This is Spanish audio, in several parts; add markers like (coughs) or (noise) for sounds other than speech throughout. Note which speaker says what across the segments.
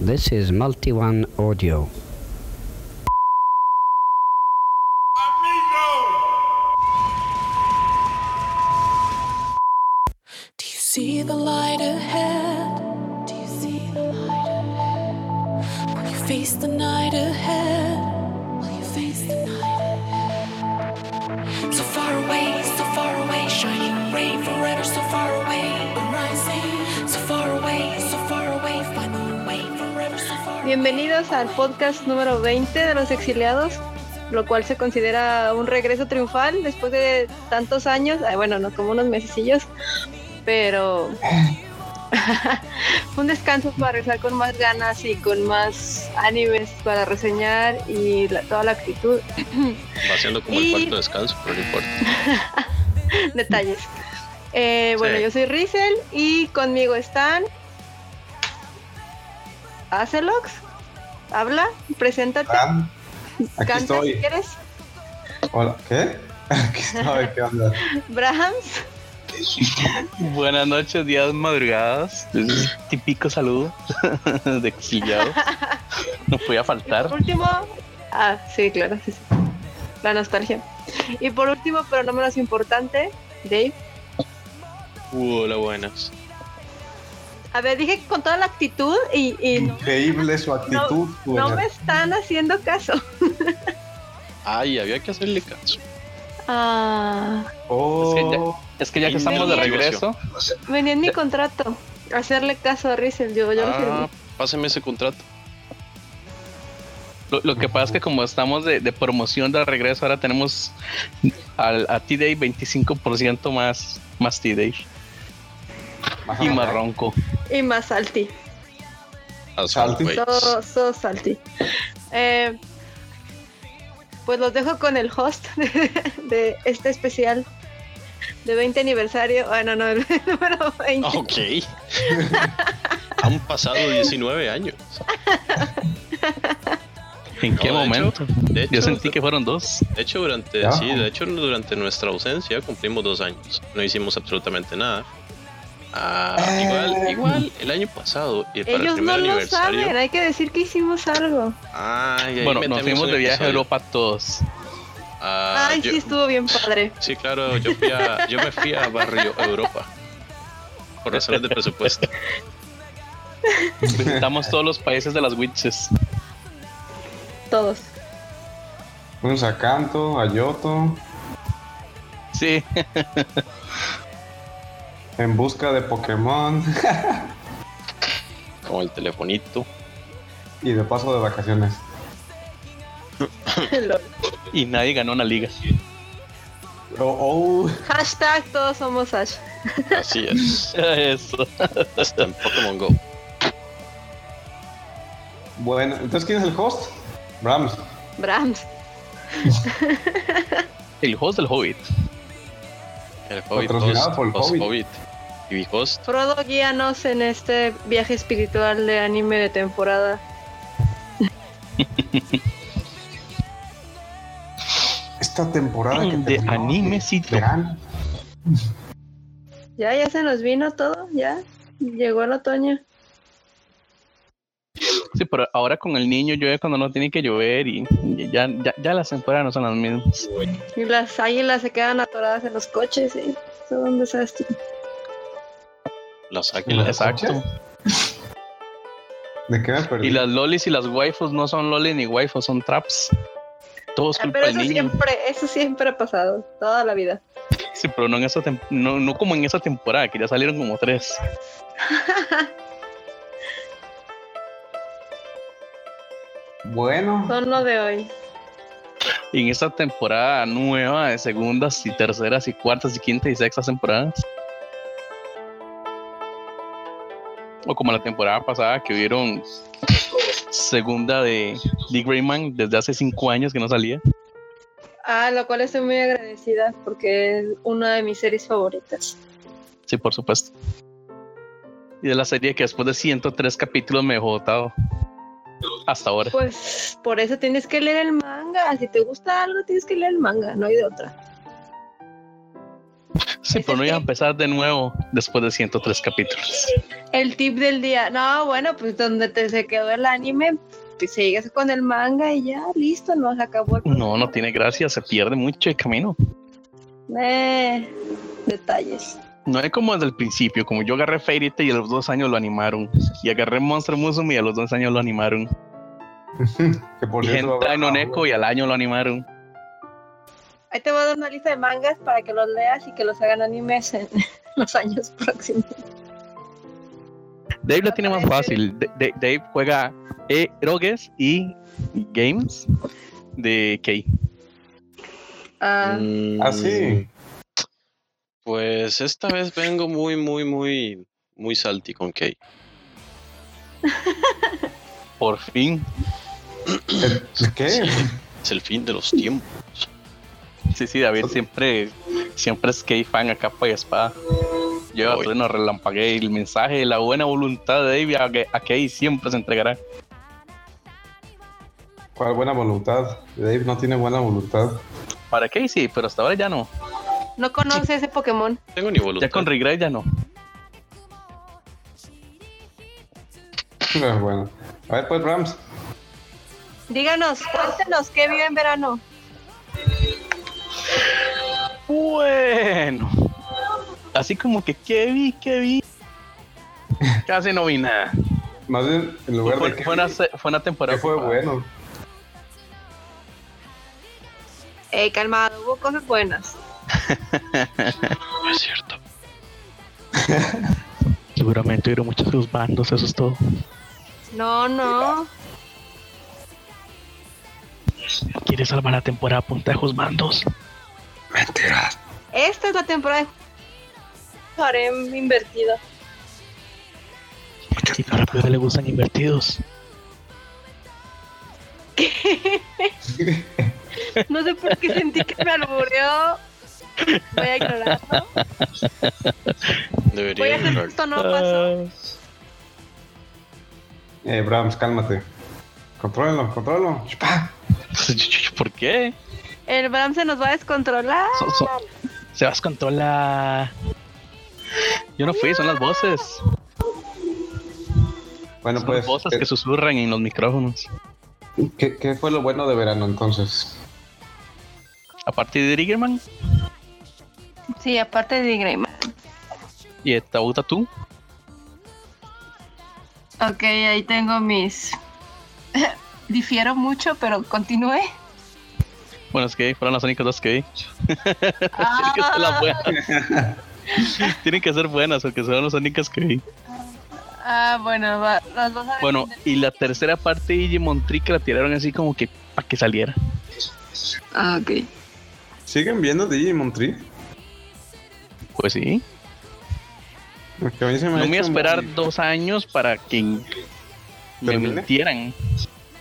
Speaker 1: This is Multi One Audio.
Speaker 2: Do you see the light ahead? Do you see the light ahead? Will you face the night ahead? Will you face the night ahead? So far away, so far away, shining ray forever, so far away, I'm rising. So far away, so far away, final way forever, so far away.
Speaker 3: Bienvenidos al podcast número 20 de los exiliados, lo cual se considera un regreso triunfal después de tantos años, ah, bueno, no como unos mesecillos, pero (laughs) un descanso para regresar con más ganas y con más animes para reseñar y la- toda la actitud, (laughs)
Speaker 4: Va siendo como
Speaker 3: Y-
Speaker 4: el cuarto descanso, pero no importa.
Speaker 3: detalles. Eh, bueno,
Speaker 4: Sí.
Speaker 3: yo soy Rizel y conmigo están Acelox, habla, preséntate,
Speaker 5: Fran, Ah, aquí
Speaker 3: canta si
Speaker 5: estoy.
Speaker 3: quieres,
Speaker 5: Hola, ¿qué? (laughs) Aquí estoy,
Speaker 3: (laughs)
Speaker 5: ¿qué onda?
Speaker 3: Brahms,
Speaker 6: Buenas noches, días, madrugadas. Es típico saludo (laughs) de exiliado. No podía
Speaker 3: Por
Speaker 6: faltar.
Speaker 3: último, ah, sí, claro, sí, sí. la nostalgia. Y por último, pero no menos importante, Dave.
Speaker 4: Uh, hola, buenas.
Speaker 3: A ver, dije que con toda la actitud y, y
Speaker 5: Mm,
Speaker 3: no,
Speaker 5: Increíble su actitud, güey.
Speaker 3: no me están haciendo caso.
Speaker 4: Ay, había que hacerle caso.
Speaker 3: Ah,
Speaker 5: Oh,
Speaker 6: Es que ya que estamos de regreso,
Speaker 3: venía en mi contrato hacerle caso a Rizel, yo, yo lo
Speaker 4: Ah,
Speaker 3: firmé.
Speaker 4: páseme ese contrato.
Speaker 6: lo, lo que pasa es que como estamos de, de promoción de regreso, ahora tenemos al, a T-Day 25% más, más T-Day
Speaker 5: ajá.
Speaker 6: y más ronco.
Speaker 3: Y más salty,
Speaker 4: Asfalt,
Speaker 5: Salte.
Speaker 4: güey.
Speaker 3: so, so salty. Eh, pues los dejo con el host (laughs) de, de este especial de 20 aniversario. Bueno, no, (laughs) el número 20. (laughs)
Speaker 4: Ok. Han pasado 19 años.
Speaker 6: ¿En qué
Speaker 4: No, de hecho-
Speaker 6: momento?
Speaker 4: De hecho,
Speaker 6: Yo sentí que fueron dos.
Speaker 4: de hecho, durante,
Speaker 5: Ya.
Speaker 4: sí, de hecho, durante nuestra ausencia cumplimos dos años. No hicimos absolutamente nada. Ah,
Speaker 5: Eh.
Speaker 4: igual, igual, el año pasado y para el
Speaker 3: Ellos no
Speaker 4: primer
Speaker 3: lo
Speaker 4: aniversario.
Speaker 3: saben, hay que decir que hicimos algo.
Speaker 4: Ay, ahí
Speaker 6: Bueno,
Speaker 4: metemos
Speaker 6: nos fuimos
Speaker 4: un
Speaker 6: de viaje a
Speaker 4: episodio.
Speaker 6: Europa todos.
Speaker 4: Ah,
Speaker 3: Ay,
Speaker 4: yo-
Speaker 3: sí, estuvo bien padre.
Speaker 4: Sí, claro, yo, fui a- yo me fui a Barrio Europa. Por razones de presupuesto.
Speaker 6: Visitamos todos los países de las witches.
Speaker 4: (laughs)
Speaker 3: Todos.
Speaker 5: Fuimos a Canto, a Yoto,
Speaker 6: Sí,
Speaker 5: en busca de Pokémon (laughs)
Speaker 4: Con el telefonito.
Speaker 5: y de paso de vacaciones.
Speaker 3: Lol.
Speaker 6: y nadie ganó una liga.
Speaker 5: Oh, oh,
Speaker 3: Hashtag todos somos Ash.
Speaker 4: Así es.
Speaker 6: Eso.
Speaker 4: Hasta en Pokémon Go.
Speaker 5: bueno, entonces, ¿quién es el host? Brahms.
Speaker 3: Brahms.
Speaker 6: El host del Hobbit.
Speaker 4: El Hobbit.
Speaker 5: Patrocinado
Speaker 4: host-
Speaker 5: por el
Speaker 4: host
Speaker 5: Hobbit.
Speaker 4: Hobbit. Y host.
Speaker 3: Frodo, guíanos en este viaje espiritual de anime de temporada.
Speaker 5: Esta temporada que
Speaker 6: De
Speaker 5: terminó,
Speaker 6: animecito.
Speaker 5: verano.
Speaker 3: Ya, ya se nos vino todo, ya. Llegó el otoño.
Speaker 6: Sí, pero ahora con el niño llueve cuando no tiene que llover y y ya, ya, ya las temporadas no son las mismas.
Speaker 3: Y las águilas se quedan atoradas en los coches, ¿eh? Todo un desastre.
Speaker 4: Las águilas.
Speaker 6: Exacto.
Speaker 5: ¿De qué me perdí?
Speaker 6: Y las lolis y las waifus no son lolis ni waifus, son traps. Todo es
Speaker 3: Ah,
Speaker 6: culpa
Speaker 3: pero
Speaker 6: del
Speaker 3: eso
Speaker 6: niño.
Speaker 3: siempre, eso siempre ha pasado, toda la vida. (laughs)
Speaker 6: Sí, pero no, en esa tem- no, no como en esa temporada, que ya salieron como tres.
Speaker 5: Bueno,
Speaker 3: Son lo de hoy.
Speaker 6: Y en esta temporada nueva de segundas y terceras y cuartas y quintas y sextas temporadas. O como la temporada pasada que vieron segunda de Lee Grayman desde hace cinco años que no salía.
Speaker 3: Ah, lo cual estoy muy agradecida porque es una de mis series favoritas.
Speaker 6: Sí, por supuesto. Y de la serie que después de 103 capítulos me dejó botado. Hasta ahora.
Speaker 3: Pues por eso tienes que leer el manga. Si te gusta algo, tienes que leer el manga, no hay de otra.
Speaker 6: Sí,
Speaker 3: Es
Speaker 6: pero no
Speaker 3: el
Speaker 6: iba a
Speaker 3: tip.
Speaker 6: empezar de nuevo después de 103 capítulos.
Speaker 3: El tip del día. No, bueno, pues donde te se quedó el anime, pues sigues con el manga y ya, listo, nos acabó el
Speaker 6: No, no tiene gracia, se pierde mucho el camino.
Speaker 3: Eh, detalles.
Speaker 6: No es como desde el principio, como yo agarré Fairy Tail y a los dos años lo animaron. Y agarré Monster Musume y a los dos años lo animaron.
Speaker 5: que por
Speaker 6: Y
Speaker 5: cierto, ah, habrá-
Speaker 6: Hentai no Neko y al año lo animaron.
Speaker 3: Ahí te voy a dar una lista de mangas para que los leas y que los hagan animes en (laughs) los años próximos.
Speaker 6: Dave la tiene más fácil. Da- Da- Dave juega E-Rogues y Games de Key.
Speaker 3: Ah,
Speaker 4: Mm,
Speaker 5: Ah, sí.
Speaker 4: Pues esta vez vengo muy, muy, muy, muy salty con Kay.
Speaker 6: Por fin.
Speaker 5: ¿El- Eh, ¿Qué?
Speaker 6: (laughs)
Speaker 4: Es el fin de los tiempos.
Speaker 6: Sí, sí, David siempre, siempre es Key fan a capa y espada. Yo
Speaker 4: Uy.
Speaker 6: a no relampagué. El mensaje de la buena voluntad de Dave a, Ke- a Key siempre se entregará.
Speaker 5: ¿Cuál buena voluntad? Dave no tiene buena voluntad.
Speaker 6: Para Key sí, pero hasta ahora ya no.
Speaker 3: no conoce ese Pokémon.
Speaker 4: No Tengo ni
Speaker 6: Ya
Speaker 4: voluntad.
Speaker 6: con Regret ya no.
Speaker 5: (laughs) Pero bueno. A ver, pues, Rams.
Speaker 3: Díganos, cuéntenos qué vio en verano.
Speaker 6: Bueno. Así como que, ¿qué vi? ¿Qué vi? Casi no vi nada.
Speaker 5: Más bien, en
Speaker 6: Fue,
Speaker 5: lugar de
Speaker 6: fue una, se- fue una
Speaker 5: que
Speaker 6: temporada.
Speaker 5: fue
Speaker 6: ocupada.
Speaker 5: bueno.
Speaker 3: Eh, calmado, hubo cosas buenas.
Speaker 4: No (laughs) es cierto.
Speaker 6: (laughs) Seguramente hubieron muchos sus bandos, eso es todo.
Speaker 3: No, no.
Speaker 6: Quiere salvar la temporada punta de sus bandos.
Speaker 3: Esta es la temporada de harem invertido.
Speaker 6: Y para peor le gustan invertidos.
Speaker 3: No sé por qué sentí que me albureó. Voy a ignorarlo. Voy a
Speaker 4: Debería
Speaker 3: hacer que
Speaker 4: ignorarlo.
Speaker 3: esto no pasó.
Speaker 5: Eh, Brahms, cálmate. Contrólalo, contrólalo. ¡Shpa!
Speaker 6: Ah, pues, ¿Por qué?
Speaker 3: El Bram se nos va a descontrolar.
Speaker 6: So- so- se vas con toda la... Yo no fui, son las voces.
Speaker 5: Bueno,
Speaker 6: son
Speaker 5: pues.
Speaker 6: las voces que
Speaker 5: ¿qué-
Speaker 6: susurran en los micrófonos.
Speaker 5: ¿qué, qué fue lo bueno de verano entonces?
Speaker 6: A partir de Riggerman
Speaker 3: Sí, aparte de Greyman.
Speaker 6: y de Tabuta tú.
Speaker 3: Ok, ahí tengo mis. (laughs) Difiero mucho, pero
Speaker 4: (laughs)
Speaker 3: continúe.
Speaker 6: Bueno, es que fueron las únicas dos que vi.
Speaker 3: Ah.
Speaker 6: Tienen que ser las buenas. Tienen que ser buenas (laughs) porque son las únicas que vi.
Speaker 3: Ah, bueno, va, las dos a
Speaker 6: Bueno, y la tercera parte de Digimon Tree que la tiraron así como que para que saliera.
Speaker 3: Ah, ok.
Speaker 5: ¿Siguen viendo Digimon Tree?
Speaker 6: Pues sí.
Speaker 5: Porque a mí se me
Speaker 6: No
Speaker 5: ha
Speaker 6: me voy a
Speaker 5: hecho
Speaker 6: esperar
Speaker 5: muy-
Speaker 6: dos años para que me
Speaker 5: ¿Termine?
Speaker 6: mintieran.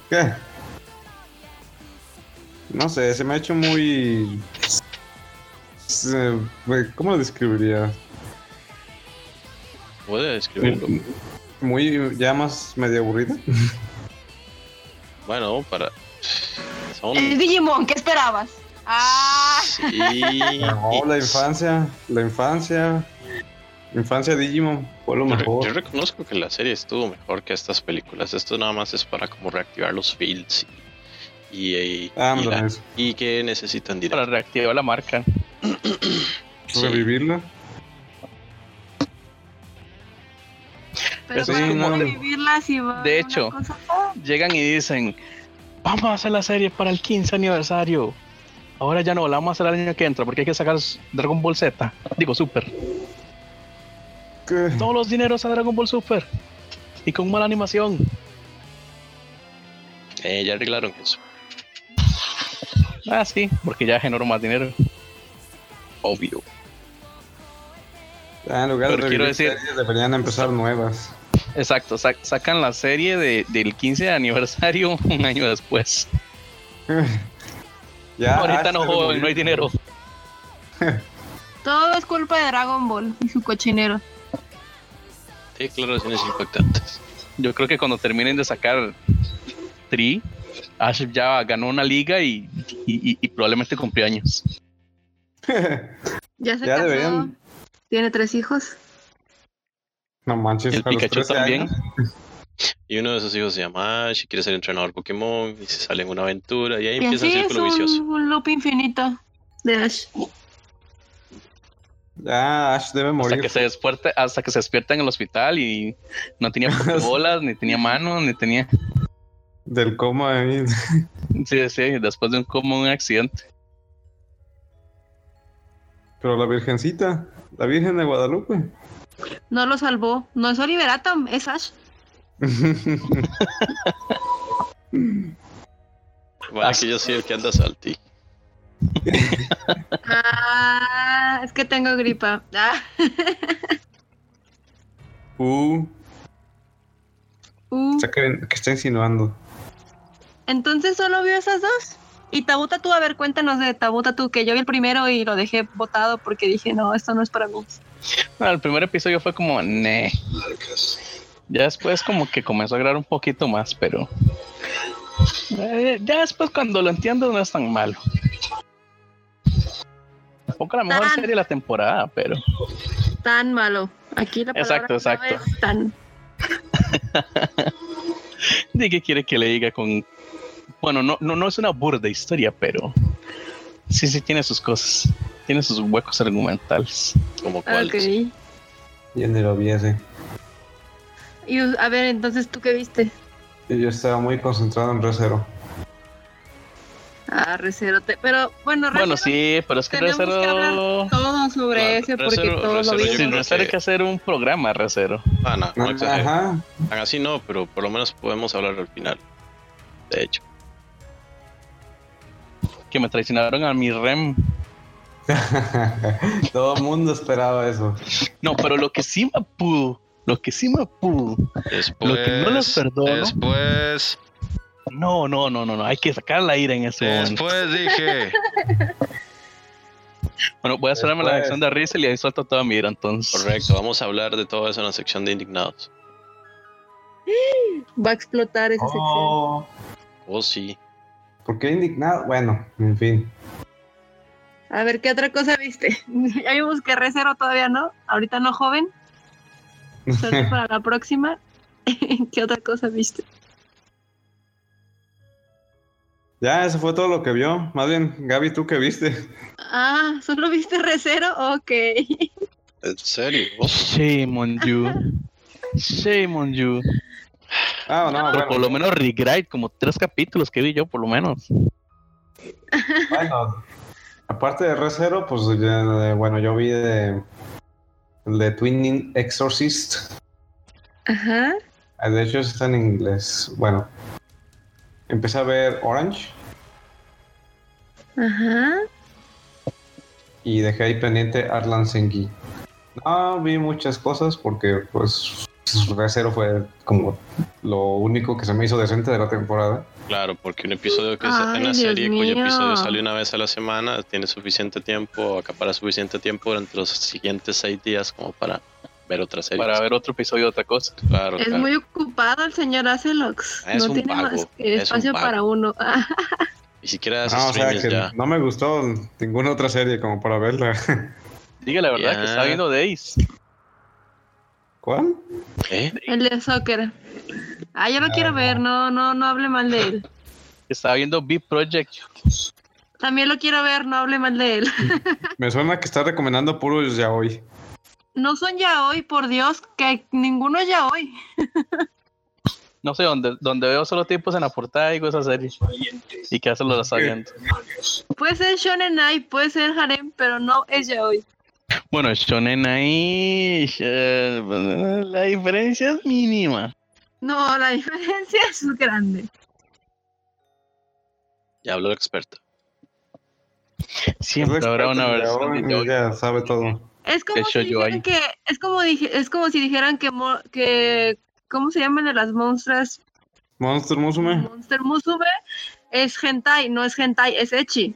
Speaker 5: ¿Qué? No sé, se me ha hecho muy. se- ¿Cómo lo describiría?
Speaker 4: Puede describirlo.
Speaker 5: Muy, ya más medio aburrida.
Speaker 4: Bueno, para. Son.
Speaker 3: El Eh, Digimon, ¿qué esperabas? Ah,
Speaker 4: (laughs) Sí.
Speaker 5: No, la infancia, la infancia. Infancia Digimon fue lo
Speaker 4: Yo re-
Speaker 5: mejor.
Speaker 4: Yo reconozco que la serie estuvo mejor que estas películas. Esto nada más es para como reactivar los fields y, y, y-
Speaker 5: Ah,
Speaker 4: y la-
Speaker 5: ándale, eso.
Speaker 4: y que necesitan
Speaker 6: Para
Speaker 4: directo.
Speaker 6: reactivar la marca.
Speaker 4: Sí.
Speaker 5: revivirla.
Speaker 3: pero
Speaker 6: Eso
Speaker 5: es
Speaker 3: para
Speaker 5: como-
Speaker 3: vivirla si va. una
Speaker 6: De hecho.
Speaker 3: cosa- Oh,
Speaker 6: Llegan y dicen, vamos a hacer la serie para el 15 aniversario. Ahora ya no, la vamos a hacer el año que entra porque hay que sacar Dragon Ball Z. Digo, Super.
Speaker 5: ¿Qué?
Speaker 6: todos los dineros a Dragon Ball Super y con mala animación.
Speaker 4: Eh, ya arreglaron eso.
Speaker 6: Ah, sí, porque ya generó más dinero. Obvio.
Speaker 5: Ah, en lugar de
Speaker 6: Pero quiero
Speaker 5: revivir
Speaker 6: decir-
Speaker 5: series, deberían empezar nuevas. (laughs)
Speaker 6: Exacto, sac- sacan la serie de- del 15 de aniversario (laughs) un año después.
Speaker 5: ya, ah,
Speaker 6: Ahorita
Speaker 5: Ash
Speaker 6: no
Speaker 5: debe
Speaker 6: joven,
Speaker 5: morir.
Speaker 6: no hay dinero.
Speaker 3: Todo es culpa de Dragon Ball y su cochinero.
Speaker 4: Declaraciones impactantes.
Speaker 6: Yo creo que cuando terminen de sacar Tree, Ash ya ganó una liga y, y- y- y probablemente cumplió años.
Speaker 3: Ya se
Speaker 5: Ya
Speaker 3: casó.
Speaker 5: deberían-
Speaker 3: Tiene tres hijos.
Speaker 5: (laughs) No manches,
Speaker 6: El
Speaker 5: a los
Speaker 6: Pikachu
Speaker 5: 13
Speaker 6: también.
Speaker 5: años.
Speaker 4: Y uno de sus hijos se llama Ash y quiere ser entrenador Pokémon y se sale en una aventura y ahí
Speaker 3: Y
Speaker 4: empieza
Speaker 3: así
Speaker 4: el
Speaker 3: es
Speaker 4: círculo
Speaker 3: un,
Speaker 4: vicioso.
Speaker 3: un loop infinito de Ash.
Speaker 5: Ya, Ash debe
Speaker 6: Hasta
Speaker 5: morir.
Speaker 6: que, se despierte, hasta que se despierta en el hospital y no tenía bolas, ni tenía manos, ni tenía.
Speaker 5: Del coma de mí.
Speaker 6: Sí, sí, después de un común accidente.
Speaker 5: (laughs) Pero la Virgencita, la Virgen de Guadalupe. (laughs)
Speaker 3: No lo salvó. No es Oliver Atom, es Ash.
Speaker 4: Bueno, aquí yo soy el que anda salti.
Speaker 3: Ah, es que tengo gripa. Ah, (laughs)
Speaker 5: uh,
Speaker 3: uh.
Speaker 5: o sea, que, que está insinuando.
Speaker 3: Entonces solo vio esas dos. Y Tabuta tú, a ver, cuéntanos de Tabuta tú, que yo vi el primero y lo dejé botado porque dije, no, esto no es para mí.
Speaker 6: Bueno, el primer episodio fue como, ne. Ya después como que comenzó a agrar un poquito más, pero... eh, ya después cuando lo entiendo no es tan malo. Tampoco la mejor
Speaker 3: Tan.
Speaker 6: serie de la temporada, pero...
Speaker 3: Tan malo. Aquí la palabra
Speaker 6: Exacto,
Speaker 3: clave
Speaker 6: exacto.
Speaker 3: es tan.
Speaker 6: ¿De qué quiere que le diga con...? Bueno, no, no, no es una burda historia, pero... Sí, sí, tiene sus cosas. Tiene sus huecos argumentales.
Speaker 4: Como cual.
Speaker 3: Ah, Ok.
Speaker 5: Y en el obviese.
Speaker 3: Y a ver, entonces tú qué viste.
Speaker 5: Y yo estaba muy concentrado en Recero.
Speaker 3: Ah, Recerote. Pero bueno,
Speaker 6: Bueno,
Speaker 3: Recero,
Speaker 6: sí, pero es que
Speaker 3: tenemos que
Speaker 6: Recero...
Speaker 3: hablar todo sobre
Speaker 4: Claro,
Speaker 3: ese porque
Speaker 4: Recero-
Speaker 3: todos lo
Speaker 4: Recero
Speaker 3: vimos.
Speaker 4: yo
Speaker 6: Sin
Speaker 4: creo
Speaker 6: Recero hay
Speaker 4: que-
Speaker 6: que hacer un programa, Recero.
Speaker 4: Ah, no, no exagere.
Speaker 5: Ajá.
Speaker 4: Tan así no, pero por lo menos podemos hablar al final. De hecho.
Speaker 6: Que me traicionaron a mi rem.
Speaker 5: (laughs) Todo el mundo esperaba eso.
Speaker 6: No, pero lo que sí me pudo, lo que sí me pudo.
Speaker 4: Después,
Speaker 6: no los perdono-
Speaker 4: Pues, Después,
Speaker 6: No, no, no, no, no, hay que sacar la ira en ese momento.
Speaker 4: después dije.
Speaker 6: Bueno, voy a cerrarme la
Speaker 5: Después.
Speaker 6: sección de Rizel y ahí suelto toda mi ira entonces.
Speaker 4: Correcto, vamos a hablar de todo eso en la sección de indignados.
Speaker 3: Va a explotar esa sección.
Speaker 5: Oh,
Speaker 4: Oh, sí.
Speaker 5: ¿Por qué indignado? Bueno, en fin.
Speaker 3: A ver, ¿qué otra cosa viste? (laughs) ya vimos que Recero todavía no. Ahorita no joven. Solo para la próxima. (laughs) ¿Qué otra cosa viste?
Speaker 5: ya, eso fue todo lo que vio. Más bien, Gaby, ¿tú qué viste? (laughs)
Speaker 3: Ah, ¿solo viste Recero? Ok. (laughs)
Speaker 4: ¿En serio? Oh,
Speaker 6: Shame on you. Shame on you.
Speaker 5: Ah, no,
Speaker 6: Pero por
Speaker 5: bueno.
Speaker 6: lo menos Regrite, como tres capítulos que vi yo, por lo menos.
Speaker 5: Bueno, aparte de Recero, pues ya, eh, bueno, yo vi de, el de Twin Exorcist.
Speaker 3: Ajá.
Speaker 5: Ah, De hecho, está en inglés. Bueno, empecé a ver Orange
Speaker 3: Ajá.
Speaker 5: y dejé ahí pendiente Arlan Sengi. No vi muchas cosas porque, pues, Recero fue como lo único que se me hizo decente de la temporada.
Speaker 4: Claro, porque un episodio que es
Speaker 3: Ay,
Speaker 4: una
Speaker 3: Dios
Speaker 4: serie cuyo
Speaker 3: mío.
Speaker 4: episodio sale una vez a la semana tiene suficiente tiempo, acapara suficiente tiempo durante los siguientes seis días como para ver otra serie.
Speaker 6: Para ver otro episodio de otra cosa.
Speaker 4: Claro,
Speaker 3: Es
Speaker 4: claro.
Speaker 3: muy ocupado el señor Acelox.
Speaker 4: Ah, es
Speaker 3: no
Speaker 4: un
Speaker 3: tiene
Speaker 4: vago,
Speaker 3: más que
Speaker 4: es un
Speaker 3: espacio
Speaker 4: vago.
Speaker 3: para uno. (laughs) Ah,
Speaker 4: Ni siquiera hace
Speaker 5: No, Ah, o sea,
Speaker 4: streamings
Speaker 5: que
Speaker 4: ya.
Speaker 5: no me gustó ninguna otra serie como para verla. (laughs)
Speaker 6: Diga la verdad
Speaker 4: Ya.
Speaker 6: que está viendo Days.
Speaker 5: ¿Cuál?
Speaker 4: ¿Eh?
Speaker 3: el de soccer. Ah, yo lo quiero ver. No, no, no hable mal de (laughs) él.
Speaker 6: Estaba viendo B Project.
Speaker 3: También lo quiero ver. No hable mal de él. (laughs)
Speaker 5: Me suena que está recomendando puro ya hoy.
Speaker 3: No son ya hoy, por Dios, que ninguno es ya hoy.
Speaker 6: No sé, donde, donde veo solo tipos en la portada digo esa serie. Y que hace lo está viendo.
Speaker 3: Puede ser Shonen Ai, puede ser Harem, pero no es ya hoy.
Speaker 6: Bueno, Shonen ahí. eh, La diferencia es mínima.
Speaker 3: No, la (laughs) diferencia es grande.
Speaker 4: Ya habló la experta.
Speaker 6: Siempre
Speaker 5: Es
Speaker 6: habrá
Speaker 5: experto
Speaker 6: una
Speaker 5: en
Speaker 6: versión de
Speaker 5: yaoi,
Speaker 6: yaoi.
Speaker 5: Ya sabe todo.
Speaker 3: Es como si
Speaker 6: show yo
Speaker 3: dijeran
Speaker 6: ahí.
Speaker 3: que es como dije, es como si dijeran que mo- que cómo se llaman de las monstras
Speaker 5: Monster Musume,
Speaker 3: Monster Musume es hentai, no es hentai, es echi.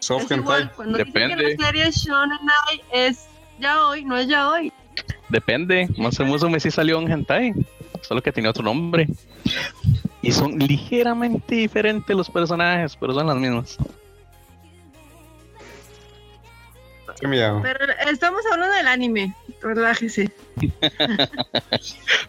Speaker 5: Soft
Speaker 3: es igual
Speaker 5: Hentai.
Speaker 3: cuando
Speaker 6: Depende.
Speaker 3: dicen que la serie shonen ai es ya hoy, no es ya hoy.
Speaker 6: Depende. Monster Musume sí salió en hentai. Solo que tenía otro nombre. Y son ligeramente diferentes los personajes, pero son las mismas.
Speaker 5: Qué miedo.
Speaker 3: Pero estamos hablando del anime. Relájese.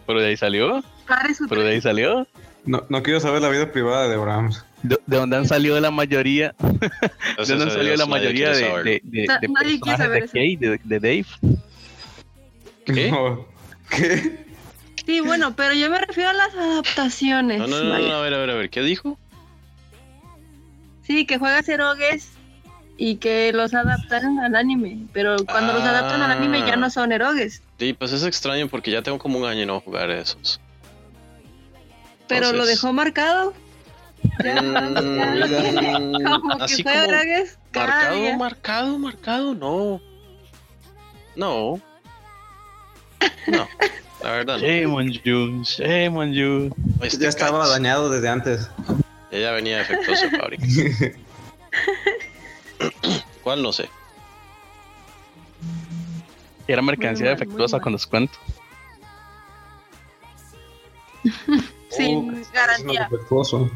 Speaker 6: Pero de ahí salió,
Speaker 3: Pare su
Speaker 6: pero de ahí salió.
Speaker 5: No, no quiero saber la vida privada de Brahms.
Speaker 6: De, de donde han salido la mayoría, de
Speaker 4: Entonces,
Speaker 6: donde han
Speaker 4: adiós,
Speaker 6: salido la
Speaker 4: nadie
Speaker 6: mayoría
Speaker 4: quiere
Speaker 6: de,
Speaker 4: saberlo.
Speaker 6: de, de,
Speaker 3: Na-
Speaker 6: de
Speaker 3: nadie quiere saber
Speaker 6: personajes de, Kate, de, de Dave.
Speaker 5: (laughs)
Speaker 6: ¿Qué?
Speaker 5: No. ¿Qué?
Speaker 3: Sí, bueno, pero yo me refiero a las adaptaciones.
Speaker 4: No, no, no, no, a ver, a ver, a ver, ¿qué dijo?
Speaker 3: Sí, que juegas erogues y que los adaptan al anime. Pero cuando los adaptan al anime
Speaker 6: Ah.
Speaker 3: ya no son erogues.
Speaker 4: Sí, pues es extraño porque ya tengo como un año y no jugar esos.
Speaker 3: Pero lo
Speaker 4: Entonces-
Speaker 3: dejó marcado. Ya, (laughs)
Speaker 6: eh,
Speaker 3: como que
Speaker 4: Mm, así
Speaker 3: fue
Speaker 4: como
Speaker 3: erogues cada
Speaker 4: marcado,
Speaker 3: día.
Speaker 4: marcado, marcado, no. No. No, la verdad no.
Speaker 6: Shame on you, shame on you.
Speaker 4: Este
Speaker 5: pues, Ya estaba
Speaker 4: cacho,
Speaker 5: dañado desde (laughs) antes.
Speaker 4: Ya, ya venía defectuoso de fábrica. ¿Cuál no sé?
Speaker 6: Era mercancía
Speaker 3: Muy mal,
Speaker 6: defectuosa
Speaker 3: muy mal.
Speaker 6: con descuento. uh,
Speaker 3: Sin
Speaker 5: Oh, es
Speaker 3: garantía.
Speaker 5: defectuoso.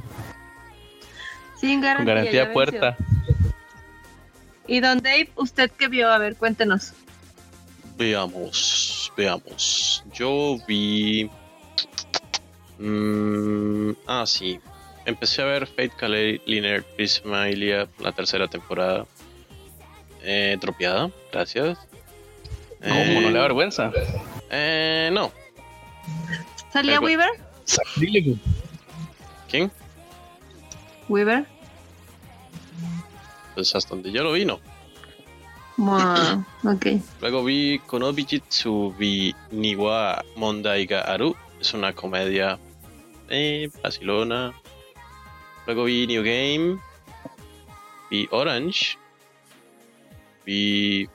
Speaker 3: Sin garantía.
Speaker 6: Con
Speaker 3: ya
Speaker 6: garantía
Speaker 3: venció.
Speaker 6: puerta.
Speaker 3: Y don Dave, ¿usted qué vio? A ver, cuéntenos.
Speaker 4: Veamos, veamos. Yo vi. Mm, ah, sí. Empecé a ver Fate Calais Linear Prisma Ilia, la tercera temporada. Eh, tropeada, gracias.
Speaker 6: Como no le da vergüenza.
Speaker 4: eh, no.
Speaker 3: ¿Salía
Speaker 4: Algo-
Speaker 3: Weaver?
Speaker 6: Sacrílego.
Speaker 4: ¿Quién?
Speaker 3: Weaver.
Speaker 4: Pues hasta donde yo lo vi, no.
Speaker 6: (laughs)
Speaker 3: Mua, ok.
Speaker 4: Luego vi Konobi Jitsubi Niwa Mondaiga Aru. Es una comedia eh, vacilona. Luego vi New Game. Vi Orange. Vi.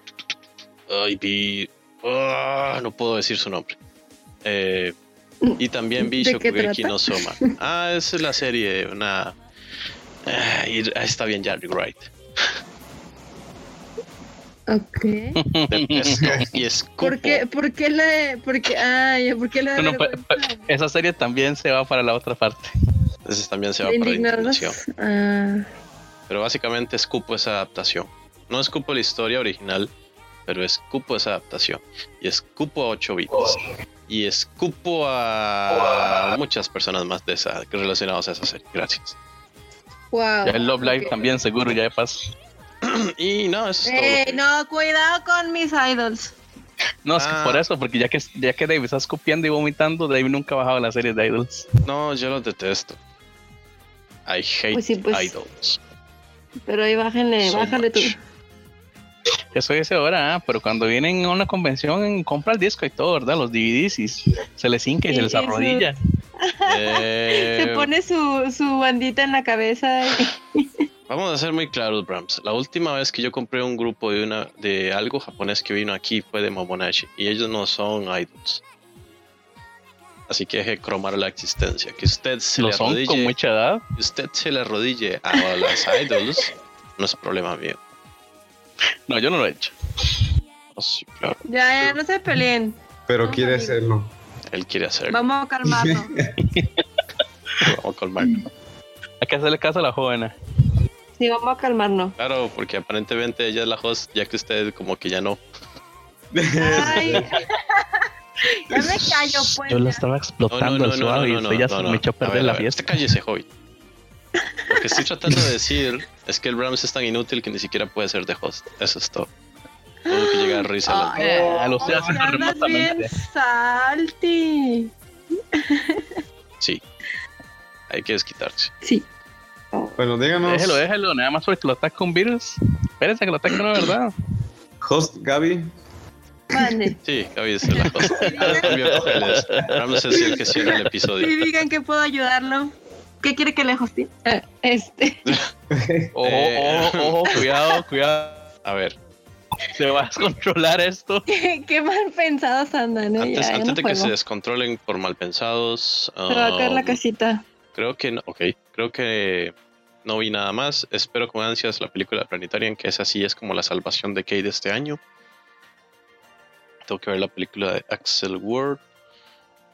Speaker 4: Ay, vi. ah, no puedo decir su nombre. Eh, y también
Speaker 3: (laughs)
Speaker 4: vi
Speaker 3: ¿De qué
Speaker 4: Shokugeki
Speaker 3: trata?
Speaker 4: no Soma. Ah, es la serie, una. Ah, y- ah, está bien, Jerry Wright.
Speaker 6: (laughs)
Speaker 3: Ok.
Speaker 4: Detesto y escupo.
Speaker 3: ¿Por qué, ¿Por qué le.? Por qué, ay, ¿por qué le da
Speaker 6: No, no, pa-
Speaker 3: vergüenza?
Speaker 6: pa- esa serie también se va para la otra parte.
Speaker 4: Entonces también se va
Speaker 3: ¿Le
Speaker 4: para la
Speaker 3: indignadas?
Speaker 4: indignación.
Speaker 3: Ah,
Speaker 4: Pero básicamente escupo esa adaptación. No escupo la historia original, pero escupo esa adaptación. Y escupo a 8 bits. Y escupo a muchas personas más de esa, relacionadas a esa serie. Gracias. (clears throat)
Speaker 3: wow.
Speaker 6: Ya el Love Live
Speaker 3: Ok.
Speaker 6: también seguro, ya de paso.
Speaker 4: Y no, eso es todo. lo
Speaker 3: Eh,
Speaker 4: que vi.
Speaker 3: no, cuidado con mis idols.
Speaker 6: No, es
Speaker 4: Ah.
Speaker 6: que por eso, porque ya que, ya que Dave está escupiendo y vomitando, Dave nunca ha bajado la serie de Idols.
Speaker 4: No, yo los detesto. I hate
Speaker 3: Pues sí, pues.
Speaker 4: idols.
Speaker 3: Pero ahí bájale,
Speaker 4: so
Speaker 3: bájale tú. (laughs)
Speaker 4: much.
Speaker 6: Eso dice ahora, ah, pero cuando vienen a una convención, compra el disco y todo, ¿verdad? Los DVDs y se les hinca y
Speaker 3: Sí,
Speaker 6: se les
Speaker 3: eso.
Speaker 6: arrodilla.
Speaker 4: Eh,
Speaker 3: Se pone su, su bandita en la cabeza. y-
Speaker 4: Vamos a ser muy claros, Brams. La última vez que yo compré un grupo de una de algo japonés que vino aquí fue de Momonashi y ellos no son idols. Así que deje de cromar la existencia. Que usted se
Speaker 6: Lo
Speaker 4: le
Speaker 6: son
Speaker 4: arrodille,
Speaker 6: con mucha edad.
Speaker 4: que usted se le arrodille a las idols, no es problema mío.
Speaker 6: No, yo no lo he hecho.
Speaker 4: No, Oh, sí, claro,
Speaker 3: Ya, ya, no se peleen.
Speaker 5: Pero
Speaker 3: No,
Speaker 5: quiere
Speaker 3: amigo.
Speaker 5: serlo.
Speaker 4: él quiere hacerlo.
Speaker 3: Vamos a calmarlo.
Speaker 4: Vamos a colmarlo.
Speaker 6: Hay que hacerle caso a la joven. ah.
Speaker 3: Sí, vamos a calmarnos.
Speaker 4: Claro, porque aparentemente ella es la host, ya que usted como que ya no.
Speaker 3: Ay. ya me callo, pues.
Speaker 6: Yo la
Speaker 3: ya.
Speaker 6: estaba
Speaker 4: No, no,
Speaker 6: explotando
Speaker 4: no,
Speaker 6: el
Speaker 4: no,
Speaker 6: suave
Speaker 4: no,
Speaker 6: y
Speaker 4: no, no,
Speaker 6: usted ya
Speaker 4: no,
Speaker 6: se
Speaker 4: no.
Speaker 6: me echó a
Speaker 4: ver,
Speaker 6: perder la
Speaker 4: ver,
Speaker 6: fiesta.
Speaker 4: Usted cállese, hoy. Lo que estoy tratando de decir es que el Brahms es tan inútil que ni siquiera puede ser de host. Eso es todo. Todo que llega a risa.
Speaker 3: Ay,
Speaker 6: Eh, a los
Speaker 3: ay,
Speaker 6: que hacen
Speaker 3: andas bien
Speaker 6: remotamente.
Speaker 3: salty.
Speaker 4: Sí. Hay que desquitarse.
Speaker 3: Sí.
Speaker 5: Bueno, díganos.
Speaker 6: Déjelo,
Speaker 4: eh.
Speaker 6: déjelo, nada más porque lo ataca un virus. Espérense que lo ataque una verdad.
Speaker 5: Host Gaby.
Speaker 4: (laughs)
Speaker 3: Mande.
Speaker 4: Sí, Gaby es la
Speaker 3: (laughs)
Speaker 4: host. Ahora cambió papeles. Brahms es el que cierra el episodio.
Speaker 3: Sí, digan que puedo ayudarlo. ¿Qué quiere que le hostie? Ah, este.
Speaker 6: Ojo,
Speaker 4: Eh.
Speaker 6: ojo, ojo, cuidado, cuidado.
Speaker 4: A ver,
Speaker 6: Se va a descontrolar esto.
Speaker 3: Qué, (laughs) qué mal pensados andan, ¿eh?
Speaker 4: antes,
Speaker 3: Ya, ya
Speaker 4: antes
Speaker 3: no
Speaker 4: de que
Speaker 3: juego.
Speaker 4: se descontrolen por malpensados.
Speaker 3: Se va a caer la
Speaker 4: um,
Speaker 3: casita.
Speaker 4: Creo que no, ok, creo que no vi nada más. Espero con ansias la película Planetarian, que esa sí es como la salvación de Kate este año. Tengo que ver la película de Axel Ward.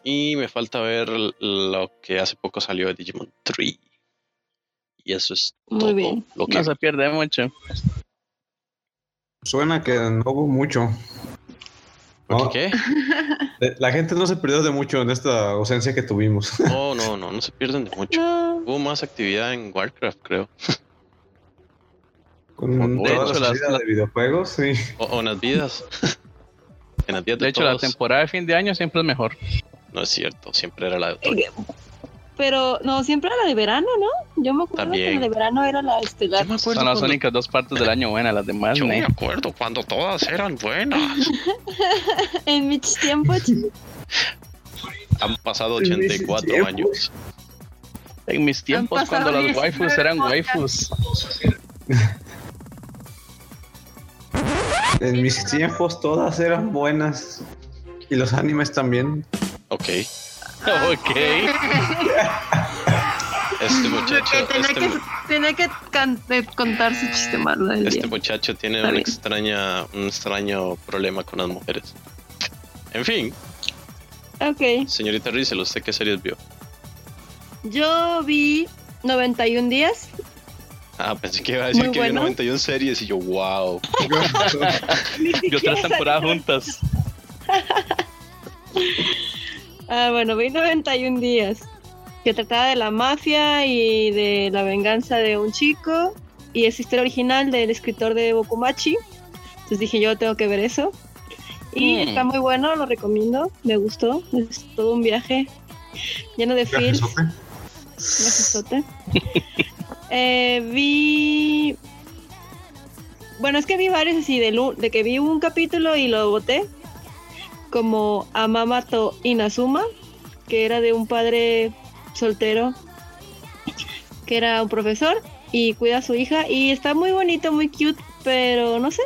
Speaker 4: Y me falta ver lo que hace poco salió de Digimon 3. Y eso es
Speaker 3: Muy
Speaker 4: todo
Speaker 3: bien.
Speaker 4: lo que
Speaker 6: No se pierde mucho.
Speaker 5: Suena que no hubo mucho.
Speaker 4: ¿Por
Speaker 5: No.
Speaker 4: qué?
Speaker 5: Eh, La gente no se perdió de mucho en esta ausencia que tuvimos. (laughs)
Speaker 4: No, no, no, no se pierden de mucho.
Speaker 3: No.
Speaker 4: Hubo más actividad en Warcraft, creo.
Speaker 5: Con
Speaker 4: De
Speaker 5: toda
Speaker 4: hecho, las-
Speaker 5: la salida
Speaker 4: las-
Speaker 5: de videojuegos, sí.
Speaker 4: O, o en las vidas. (laughs) en las vidas de,
Speaker 6: De hecho, la
Speaker 4: todos.
Speaker 6: temporada de fin de año siempre es mejor.
Speaker 4: No es cierto, siempre era la de otoño.
Speaker 3: Pero no, siempre era la de verano, ¿no? Yo me acuerdo que
Speaker 4: También.
Speaker 3: la de verano era la estelar.
Speaker 4: Yo me acuerdo
Speaker 6: Son las
Speaker 4: cuando-
Speaker 6: únicas dos partes del año buenas, las demás,
Speaker 4: yo me
Speaker 6: ne.
Speaker 4: acuerdo cuando todas eran buenas.
Speaker 3: En mis
Speaker 4: (laughs)
Speaker 3: tiempos, chicos,
Speaker 4: Han pasado
Speaker 5: En ese
Speaker 4: 84
Speaker 5: tiempo.
Speaker 4: años.
Speaker 6: En mis tiempos,
Speaker 3: pasado
Speaker 6: cuando las
Speaker 3: 19
Speaker 6: waifus eran
Speaker 3: podcasts.
Speaker 6: waifus. (laughs)
Speaker 5: En mis tiempos todas eran buenas. Y los animes
Speaker 3: (laughs)
Speaker 5: también.
Speaker 4: Ok,
Speaker 6: Ok.
Speaker 4: este muchacho,
Speaker 3: que tenía,
Speaker 4: este,
Speaker 3: que,
Speaker 4: mu-
Speaker 3: tenía que can- eh, contar su chiste malo del
Speaker 4: este
Speaker 3: día.
Speaker 4: muchacho tiene
Speaker 3: Está
Speaker 4: una
Speaker 3: bien.
Speaker 4: extraña, un extraño problema con las mujeres. En fin,
Speaker 3: Ok,
Speaker 4: señorita Rizel, ¿usted qué series vio?
Speaker 3: yo vi 91 días.
Speaker 4: Ah, pensé que iba a decir
Speaker 3: Muy
Speaker 4: que vio
Speaker 3: bueno.
Speaker 4: 91 series y yo, wow.
Speaker 6: (laughs) Yo tres temporadas juntas.
Speaker 3: Ah, bueno, vi 91 días. Que trataba de la mafia y de la venganza de un chico. Y es historia original del escritor de Bokumachi. Entonces dije, yo tengo que ver eso. Y
Speaker 6: Mm.
Speaker 3: está muy bueno, lo recomiendo. Me gustó. Es todo un viaje lleno de feels.
Speaker 5: Gajesote.
Speaker 3: Gajesote. Eh, vi. Bueno, es que vi varios así, del u- de que vi un capítulo y lo boté. Como Amamato Inazuma, que era de un padre soltero, que era un profesor y cuida a su hija. Y está muy bonito, muy cute, pero no sé,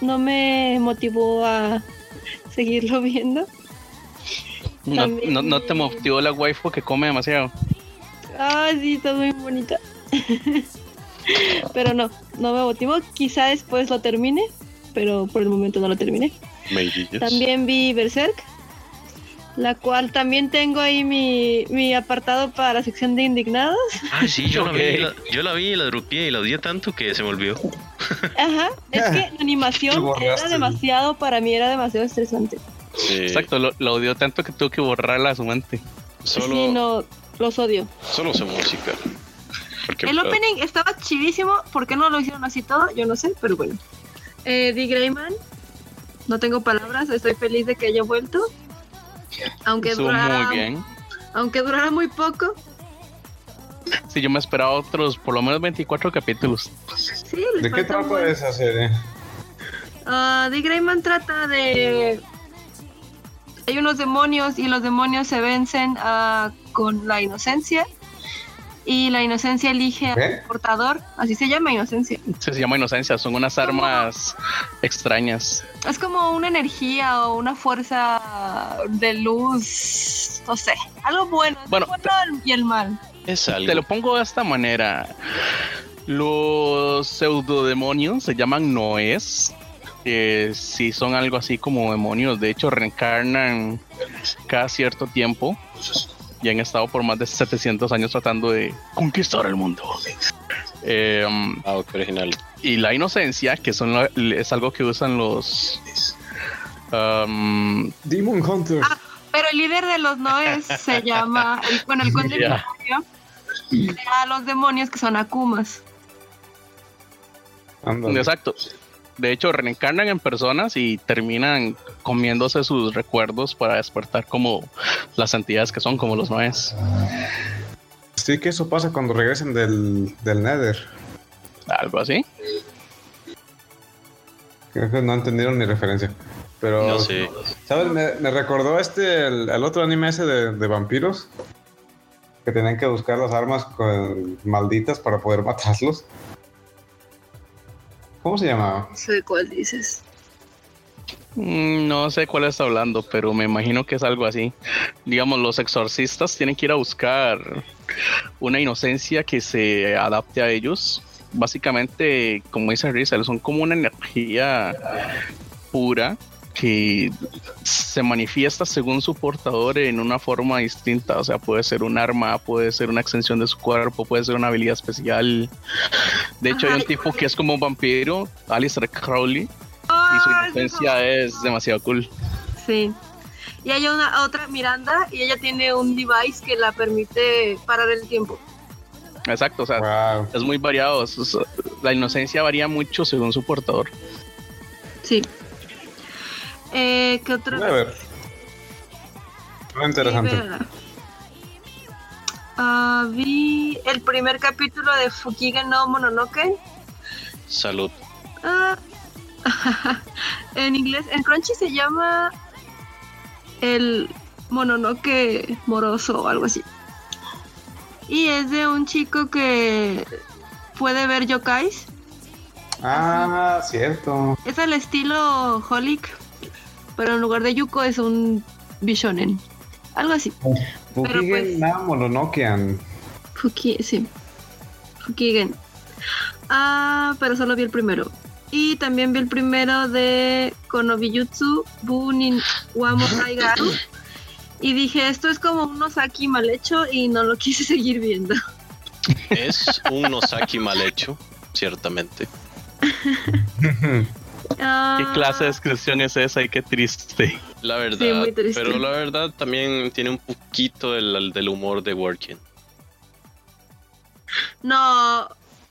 Speaker 3: no me motivó a (laughs) seguirlo viendo.
Speaker 6: No,
Speaker 3: También-
Speaker 6: no- no te motivó la waifu que come demasiado.
Speaker 3: Ah, sí, está muy bonita. pero no, no me motivó. Quizá después lo termine, pero por el momento no lo terminé.
Speaker 4: Maybe yes.
Speaker 3: También vi Berserk, la cual también tengo ahí mi, mi apartado para la sección de indignados.
Speaker 4: Ah, sí, yo,
Speaker 6: Ok.
Speaker 4: la vi, la- yo la vi y la drupié y la odié tanto que se me olvidó.
Speaker 3: Ajá, es que
Speaker 4: (laughs)
Speaker 3: la
Speaker 5: Lo
Speaker 3: animación
Speaker 5: borraste.
Speaker 3: era demasiado, para mí era demasiado estresante.
Speaker 4: Sí,
Speaker 6: Exacto, lo, lo odió tanto que tuvo que borrarla a su mente.
Speaker 4: Solo,
Speaker 3: Sí, no, los odio.
Speaker 4: solo su música. Porque,
Speaker 3: El
Speaker 4: ah,
Speaker 3: opening estaba chidísimo. ¿Por qué no lo hicieron así todo? Yo no sé, pero bueno. Eh, Dee Grayman. No tengo palabras. Estoy feliz de que haya vuelto. Aunque
Speaker 6: Estuvo muy
Speaker 3: durara,
Speaker 6: bien.
Speaker 3: aunque durara muy poco.
Speaker 6: Si yo me esperaba otros, por lo menos 24 capítulos.
Speaker 3: Sí, le
Speaker 5: ¿De qué
Speaker 3: falta un
Speaker 5: trata
Speaker 3: buen.
Speaker 5: esa serie?
Speaker 3: Ah, Dee Grayman trata de... Hay unos demonios y los demonios se vencen ah, con la inocencia. Y la inocencia elige
Speaker 5: ¿Qué?
Speaker 3: al portador. Así se llama inocencia.
Speaker 6: Se llama Inocencia, son unas armas extrañas.
Speaker 3: Es como una energía o una fuerza de luz, no sé, algo bueno, entre
Speaker 6: Bueno,
Speaker 3: el bueno y el mal.
Speaker 4: es algo.
Speaker 6: Te lo pongo de esta manera. Los pseudodemonios se llaman Noes. Que si son algo así como demonios, de hecho reencarnan cada cierto tiempo y han estado por más de 700 años tratando de conquistar el mundo. Em,
Speaker 4: Ah, ok, original.
Speaker 6: y la inocencia, que son la- es algo que usan los... em, am,
Speaker 5: Demon Hunter.
Speaker 3: Ah. Pero el líder de los
Speaker 6: (laughs)
Speaker 3: noes se llama, el- bueno, el conde
Speaker 6: Ya.
Speaker 3: demonio crea a los demonios que son akumas.
Speaker 5: Ándale.
Speaker 6: Exacto. De hecho, reencarnan en personas y terminan comiéndose sus recuerdos para despertar como las entidades que son, como los noes.
Speaker 5: Sí que eso pasa cuando regresen del, del Nether.
Speaker 6: Algo así.
Speaker 5: Creo que no entendieron mi referencia. Pero,
Speaker 4: No sé.
Speaker 5: ¿sabes? Me, me recordó este, el, el otro anime ese de, de vampiros. Que tenían que buscar las armas con- malditas para poder (laughs) matarlos. ¿Cómo se llamaba?
Speaker 3: No sé cuál dices.
Speaker 6: Mm, No sé cuál está hablando, pero me imagino que es algo así. Digamos, los exorcistas tienen que ir a buscar una inocencia que se adapte a ellos. Básicamente, como dice Rizal, son como una energía pura que se manifiesta según su portador en una forma distinta. O sea, puede ser un arma, puede ser una extensión de su cuerpo, puede ser una habilidad especial. De hecho, hay un tipo que es como un vampiro, Alistair Crowley, y su
Speaker 3: Ah,
Speaker 6: inocencia es demasiado cool.
Speaker 3: Sí. Y hay una otra Miranda y ella tiene un device que la permite parar el tiempo.
Speaker 6: Exacto, o sea,
Speaker 5: Wow.
Speaker 6: es muy variado. es- es- La inocencia varía mucho según su portador.
Speaker 3: Sí. Eh, ¿Qué otra?
Speaker 5: A ver. Muy interesante.
Speaker 3: Libera. Ah, vi el primer capítulo de Fukiga no Mononoke.
Speaker 4: Salud.
Speaker 3: Ah, (laughs) en inglés, en Crunchy se llama el Mononoke moroso o algo así. Y es de un chico que puede ver yokais.
Speaker 5: Ah, cierto.
Speaker 3: Es al estilo Holic, pero en lugar de Yuko es un Bishonen. Algo así. pues-
Speaker 5: Fukigen na Mononokean.
Speaker 3: Fuki, sí. Fukigen. Ah, pero solo vi el primero. Y también vi el primero de Konobiyutsu Bunin Wamo Taigaru. Y dije, esto es como un Osaki mal hecho y no lo (laughs) quise seguir viendo.
Speaker 4: Es un Nosaki mal hecho, ciertamente.
Speaker 6: ¿Qué
Speaker 3: Ah,
Speaker 6: clase de descripción es esa y qué triste?
Speaker 4: La verdad.
Speaker 3: Sí, muy triste.
Speaker 4: pero la verdad también tiene un poquito del, del humor de Working.
Speaker 3: No,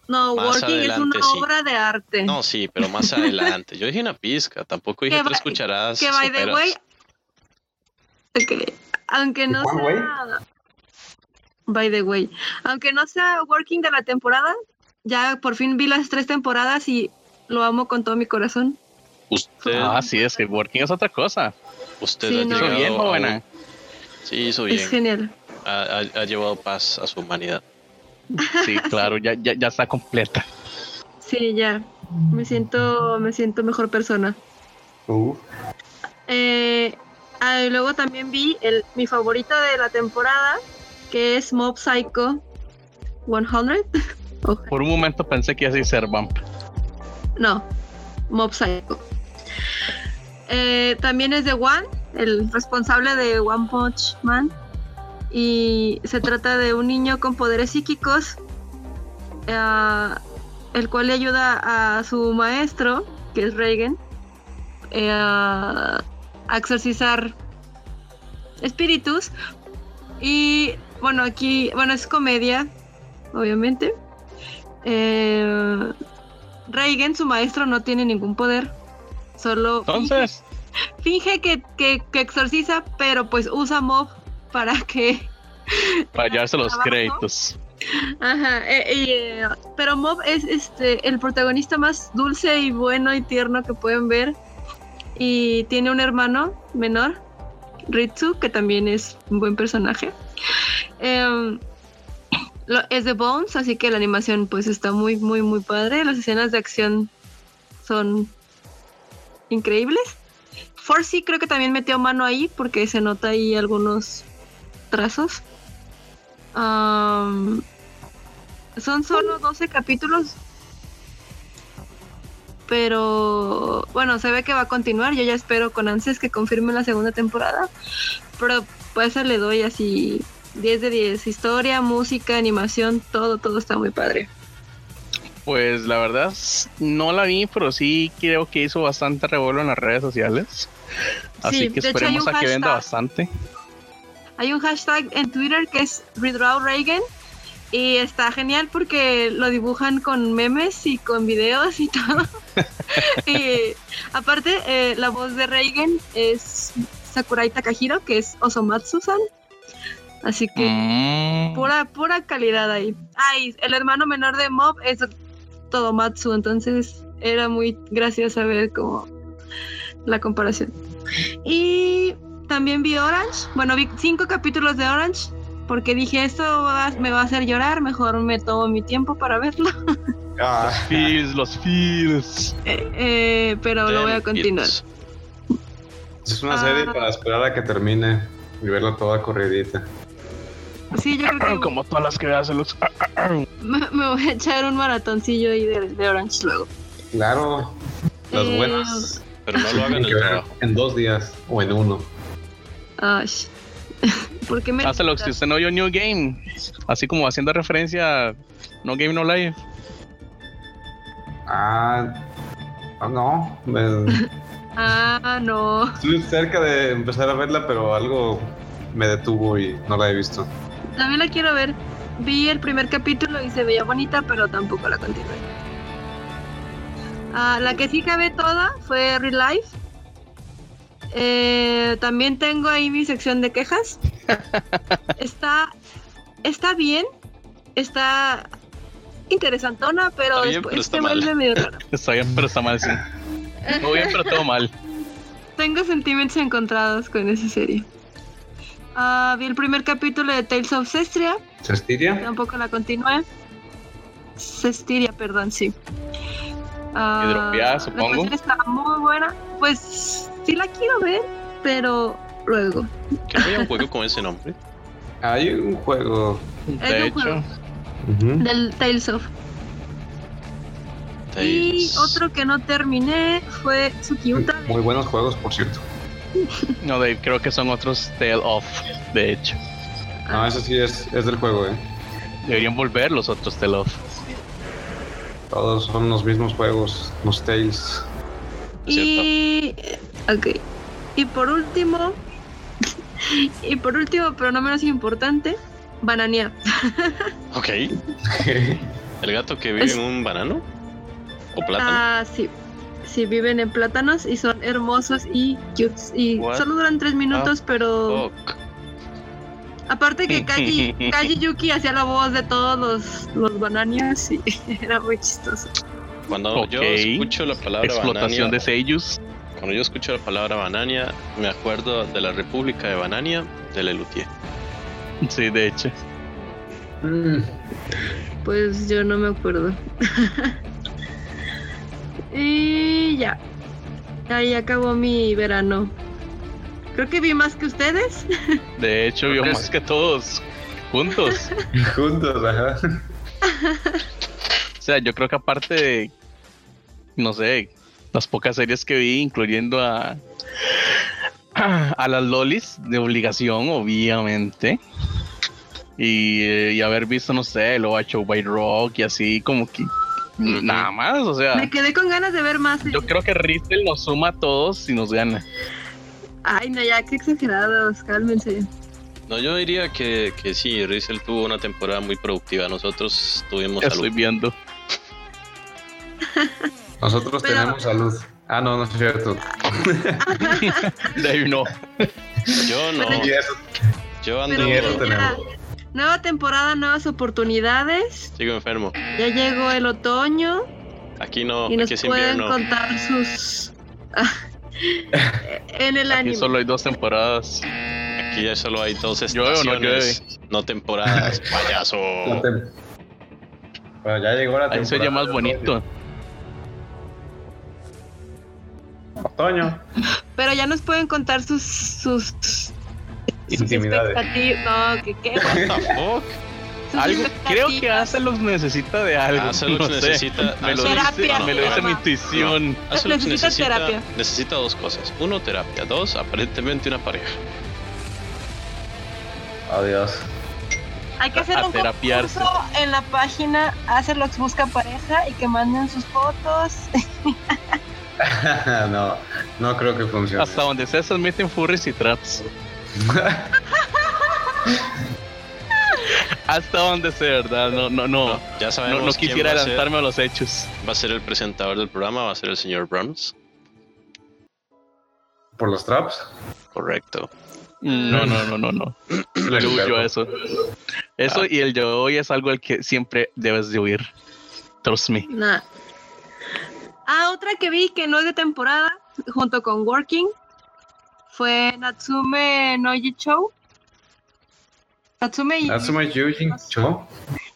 Speaker 3: no,
Speaker 4: Más
Speaker 3: Working es una
Speaker 4: adelante, sí.
Speaker 3: obra de arte.
Speaker 4: No, sí, pero más adelante. Yo dije una pizca, tampoco dije
Speaker 3: Que
Speaker 4: tres
Speaker 3: by-
Speaker 4: cucharadas.
Speaker 3: que by the
Speaker 4: soperas.
Speaker 3: way- Ok, Aunque (laughs) no
Speaker 5: ¿Cuál, güey?
Speaker 3: sea. By the way. Aunque no sea Working de la temporada, ya por fin vi las tres temporadas y lo amo con todo mi corazón.
Speaker 4: Usted,
Speaker 6: Ah, sí, es que Working es otra cosa.
Speaker 4: usted
Speaker 3: sí,
Speaker 4: ha
Speaker 3: no.
Speaker 6: Hizo
Speaker 4: llegado
Speaker 6: bien,
Speaker 4: a un-
Speaker 6: buena.
Speaker 4: Sí, hizo
Speaker 3: Es
Speaker 4: bien.
Speaker 3: genial.
Speaker 4: Ha, ha- ha llevado paz a su humanidad.
Speaker 6: Sí, claro, ya, ya, ya está completa.
Speaker 3: Sí, ya. Me siento, me siento mejor persona.
Speaker 5: Uf.
Speaker 3: Eh, ah, y luego también vi el, mi favorito de la temporada, que es Mob Psycho (laughs) 100.
Speaker 6: Por un momento pensé que iba a decir ser vamp.
Speaker 3: No, Mob Psycho. Eh, también es de One, el responsable de One Punch Man. Y se trata de un niño con poderes psíquicos, eh, el cual le ayuda a su maestro, que es Reigen, eh, a exorcizar espíritus. Y bueno, aquí, bueno, es comedia, obviamente. Eh, Reigen, su maestro, no tiene ningún poder. Solo
Speaker 6: Entonces,
Speaker 3: finge, finge que, que- que exorciza, pero pues usa mob para que.
Speaker 6: para llevarse los
Speaker 3: Abajo.
Speaker 6: créditos.
Speaker 3: Ajá. eh, y, eh, pero Mob es este el protagonista más dulce y bueno y tierno que pueden ver. Y tiene un hermano menor, Ritsu, que también es un buen personaje. Em, lo- es de Bones, así que la animación pues está muy, muy, muy padre. Las escenas de acción son increíbles. Forcy creo que también metió mano ahí porque se nota ahí algunos trazos. Am, son solo 12 capítulos. Pero bueno, se ve que va a continuar. Yo ya espero con ansias que confirme la segunda temporada. Pero pues esa le doy así 10 de 10. Historia, música, animación, todo, todo está muy padre.
Speaker 6: Pues la verdad s- no la vi, pero sí creo que hizo bastante revuelo en las redes sociales. Así
Speaker 3: Sí,
Speaker 6: que
Speaker 3: de hecho, hay
Speaker 6: esperemos
Speaker 3: un
Speaker 6: a que venda
Speaker 3: hashtag.
Speaker 6: bastante.
Speaker 3: Hay un hashtag en Twitter que es Redraw Reagan. Y está genial porque lo dibujan con memes y con videos y todo. y aparte, eh, la voz de Reigen es Sakurai Takahiro, que es Osomatsu-san. Así que
Speaker 6: Mm,
Speaker 3: pura, pura calidad ahí. Ay, el hermano menor de Mob es Todomatsu, entonces era muy gracioso ver como la comparación. Y también vi Orange, bueno, vi cinco capítulos de Orange, porque dije, esto va- me va a hacer llorar, mejor me tomo mi tiempo para verlo. (laughs)
Speaker 5: Ah,
Speaker 6: feels, los feels.
Speaker 3: Eh, eh, pero lo voy a
Speaker 4: Damn
Speaker 3: continuar.
Speaker 4: kids.
Speaker 5: es una serie
Speaker 3: Ah.
Speaker 5: para esperar a que termine y verla toda corridita.
Speaker 3: Sí, yo
Speaker 5: (laughs)
Speaker 3: creo que
Speaker 6: (coughs) Como todas las que hacen los.
Speaker 3: me, me voy a echar un maratoncillo ahí de, de Orange luego.
Speaker 5: Claro, las
Speaker 3: Eh,
Speaker 5: buenas
Speaker 4: Pero no lo hagan en
Speaker 5: tienen
Speaker 6: (laughs)
Speaker 5: que
Speaker 4: el
Speaker 5: ver
Speaker 4: trabajo.
Speaker 5: en dos días o en uno.
Speaker 3: Ay, (laughs) ¿Por qué me...
Speaker 6: Hace lo que si usted no vio New Game. Así como haciendo referencia a No Game No Life.
Speaker 5: Ah, ah, no. me-
Speaker 3: Ah, no.
Speaker 5: estuve cerca de empezar a verla, pero algo me detuvo y no la he visto.
Speaker 3: También la quiero ver. Vi el primer capítulo y se veía bonita, pero tampoco la continué. Ah, la que sí acabé toda fue Real Life. Eh, también tengo ahí mi sección de
Speaker 4: (laughs)
Speaker 3: quejas. está, está bien, está interesantona, pero
Speaker 4: Está bien,
Speaker 3: después
Speaker 4: pero está
Speaker 3: se
Speaker 4: mal.
Speaker 3: vuelve medio
Speaker 4: (laughs)
Speaker 3: raro.
Speaker 6: Está bien, pero está mal, sí. Todo bien, pero todo mal.
Speaker 3: Tengo sentimientos encontrados con esa serie. Ah, vi el primer capítulo de Tales of Cestria.
Speaker 5: ¿Cestiria?
Speaker 3: Tampoco la continué. Cestiria, perdón, sí. Ah,
Speaker 6: Y dropeada, supongo.
Speaker 3: La canción está muy buena. Pues sí la quiero ver, pero luego.
Speaker 4: Que no había un juego con ese nombre.
Speaker 5: Hay un juego.
Speaker 3: (laughs) Es
Speaker 6: De
Speaker 3: un
Speaker 6: hecho,
Speaker 3: juego.
Speaker 5: Ujú.
Speaker 3: Del Tales of. Y
Speaker 4: Tales.
Speaker 3: otro que no terminé fue Tsukiuta.
Speaker 5: Muy buenos juegos, por cierto.
Speaker 6: no, Dave, creo que son otros Tale of. De hecho,
Speaker 5: No,
Speaker 3: Ah.
Speaker 5: eso sí es, es del juego, ¿eh?
Speaker 6: deberían volver los otros Tale of.
Speaker 5: Todos son los mismos juegos, los Tales. (laughs)
Speaker 3: Y. Ok. Y por último. (laughs) y por último, pero no menos importante, Banania.
Speaker 4: Ok. El gato que vive
Speaker 3: Es-
Speaker 4: en un banano. O plátano.
Speaker 3: Ah, sí. Sí, viven en plátanos y son hermosos y cutes. Y
Speaker 4: What Ah,
Speaker 3: solo duran tres minutos, pero.
Speaker 4: Fuck.
Speaker 3: Aparte que Kaji,
Speaker 4: (laughs)
Speaker 3: Kaji Yuki hacía la voz de todos los, los bananias y (laughs) era muy chistoso.
Speaker 4: Cuando yo
Speaker 6: Ok.
Speaker 4: escucho la palabra banania,
Speaker 6: Explotación de sellos.
Speaker 4: cuando yo escucho la palabra banania, me acuerdo de la República de Banania de Lelutier.
Speaker 6: Sí, de hecho.
Speaker 5: Mm.
Speaker 3: Pues yo no me acuerdo. (laughs) y ya. Ahí acabó mi verano. Creo que vi más que ustedes.
Speaker 6: De hecho, vio
Speaker 5: Es-
Speaker 6: más que todos juntos.
Speaker 5: Juntos, ajá.
Speaker 6: O sea, yo creo que aparte de, no sé, las pocas series que vi, incluyendo a, a las lolis de obligación, obviamente. Y, eh, y haber visto, no sé, lo ha hecho White Rock y así, como que
Speaker 3: Mm,
Speaker 6: nada más. O
Speaker 4: Ah.
Speaker 6: sea,
Speaker 3: Me quedé con ganas de ver más.
Speaker 6: yo creo que Ristel nos suma a todos y nos gana.
Speaker 3: Ay, no, ya, qué exagerados, cálmense.
Speaker 4: No, yo diría que, que sí, Rizel tuvo una temporada muy productiva. Nosotros tuvimos
Speaker 6: Ya
Speaker 4: salud.
Speaker 6: estoy viendo.
Speaker 5: Nosotros
Speaker 3: Pero-
Speaker 5: tenemos salud. Ah, no, no es cierto.
Speaker 6: De ahí no.
Speaker 4: Yo no,
Speaker 5: Y eso,
Speaker 4: yo ando,
Speaker 3: Pero
Speaker 5: Dinero
Speaker 3: ya,
Speaker 5: tenemos.
Speaker 3: Nueva temporada, nuevas oportunidades.
Speaker 4: sigo enfermo.
Speaker 3: Ya llegó el otoño
Speaker 4: Aquí no,
Speaker 3: y nos
Speaker 4: aquí es
Speaker 3: pueden
Speaker 4: invierno.
Speaker 3: contar
Speaker 6: (laughs)
Speaker 3: sus. en el
Speaker 6: Aquí
Speaker 3: anime.
Speaker 6: solo hay dos temporadas.
Speaker 4: Aquí ya solo hay dos
Speaker 6: Llueve o no
Speaker 4: estaciones, no
Speaker 6: (laughs)
Speaker 4: temporadas, payaso.
Speaker 5: la tem- Bueno, ya llegó la temporada.
Speaker 6: Ahí se oye más bonito.
Speaker 5: Otoño.
Speaker 3: Pero ya nos pueden contar sus. sus sus
Speaker 5: Intimidades.
Speaker 3: expectativas. No, que qué.
Speaker 4: What the fuck?
Speaker 3: Sus (laughs)
Speaker 6: (laughs) Algo, creo que
Speaker 3: expectativas.
Speaker 6: hace los necesita de algo.
Speaker 4: Hacerlo
Speaker 6: (laughs) no sé.
Speaker 4: necesita,
Speaker 6: Me lo,
Speaker 4: Axelux-
Speaker 3: Terapia,
Speaker 6: dice, me lo dice mi
Speaker 3: programa.
Speaker 6: intuición.
Speaker 4: Axelux
Speaker 3: Necesita
Speaker 4: necesita,
Speaker 3: terapia.
Speaker 4: necesita dos cosas. Uno, terapia. Dos, aparentemente una pareja.
Speaker 5: Adiós. (laughs)
Speaker 3: Hay que hacer
Speaker 6: a
Speaker 3: un
Speaker 6: terapiarse.
Speaker 3: concurso en la página Hacerlos Busca Pareja y que manden sus fotos.
Speaker 5: no, no creo que funcione.
Speaker 6: Hasta donde sea, se meten furries
Speaker 4: (laughs)
Speaker 6: y traps. Hasta donde sea, ¿verdad? No, no, no. No,
Speaker 4: Ya sabemos
Speaker 6: no
Speaker 4: quién
Speaker 6: quisiera
Speaker 4: va a ser-
Speaker 6: adelantarme a los hechos.
Speaker 4: Va a ser el presentador del programa, va a ser el señor Browns.
Speaker 5: ¿Por los
Speaker 6: (coughs)
Speaker 5: traps?
Speaker 4: Correcto. Mm.
Speaker 6: No, no, no, no, no. Yo huyo a eso. Eso
Speaker 4: Ah.
Speaker 6: y el yo hoy es algo al que siempre debes de huir. Trust me.
Speaker 3: Nah. Ah, otra que vi que no es de temporada, junto con Working, fue Natsume Noji Show. Natsume y
Speaker 5: Natsume Yuji Cho.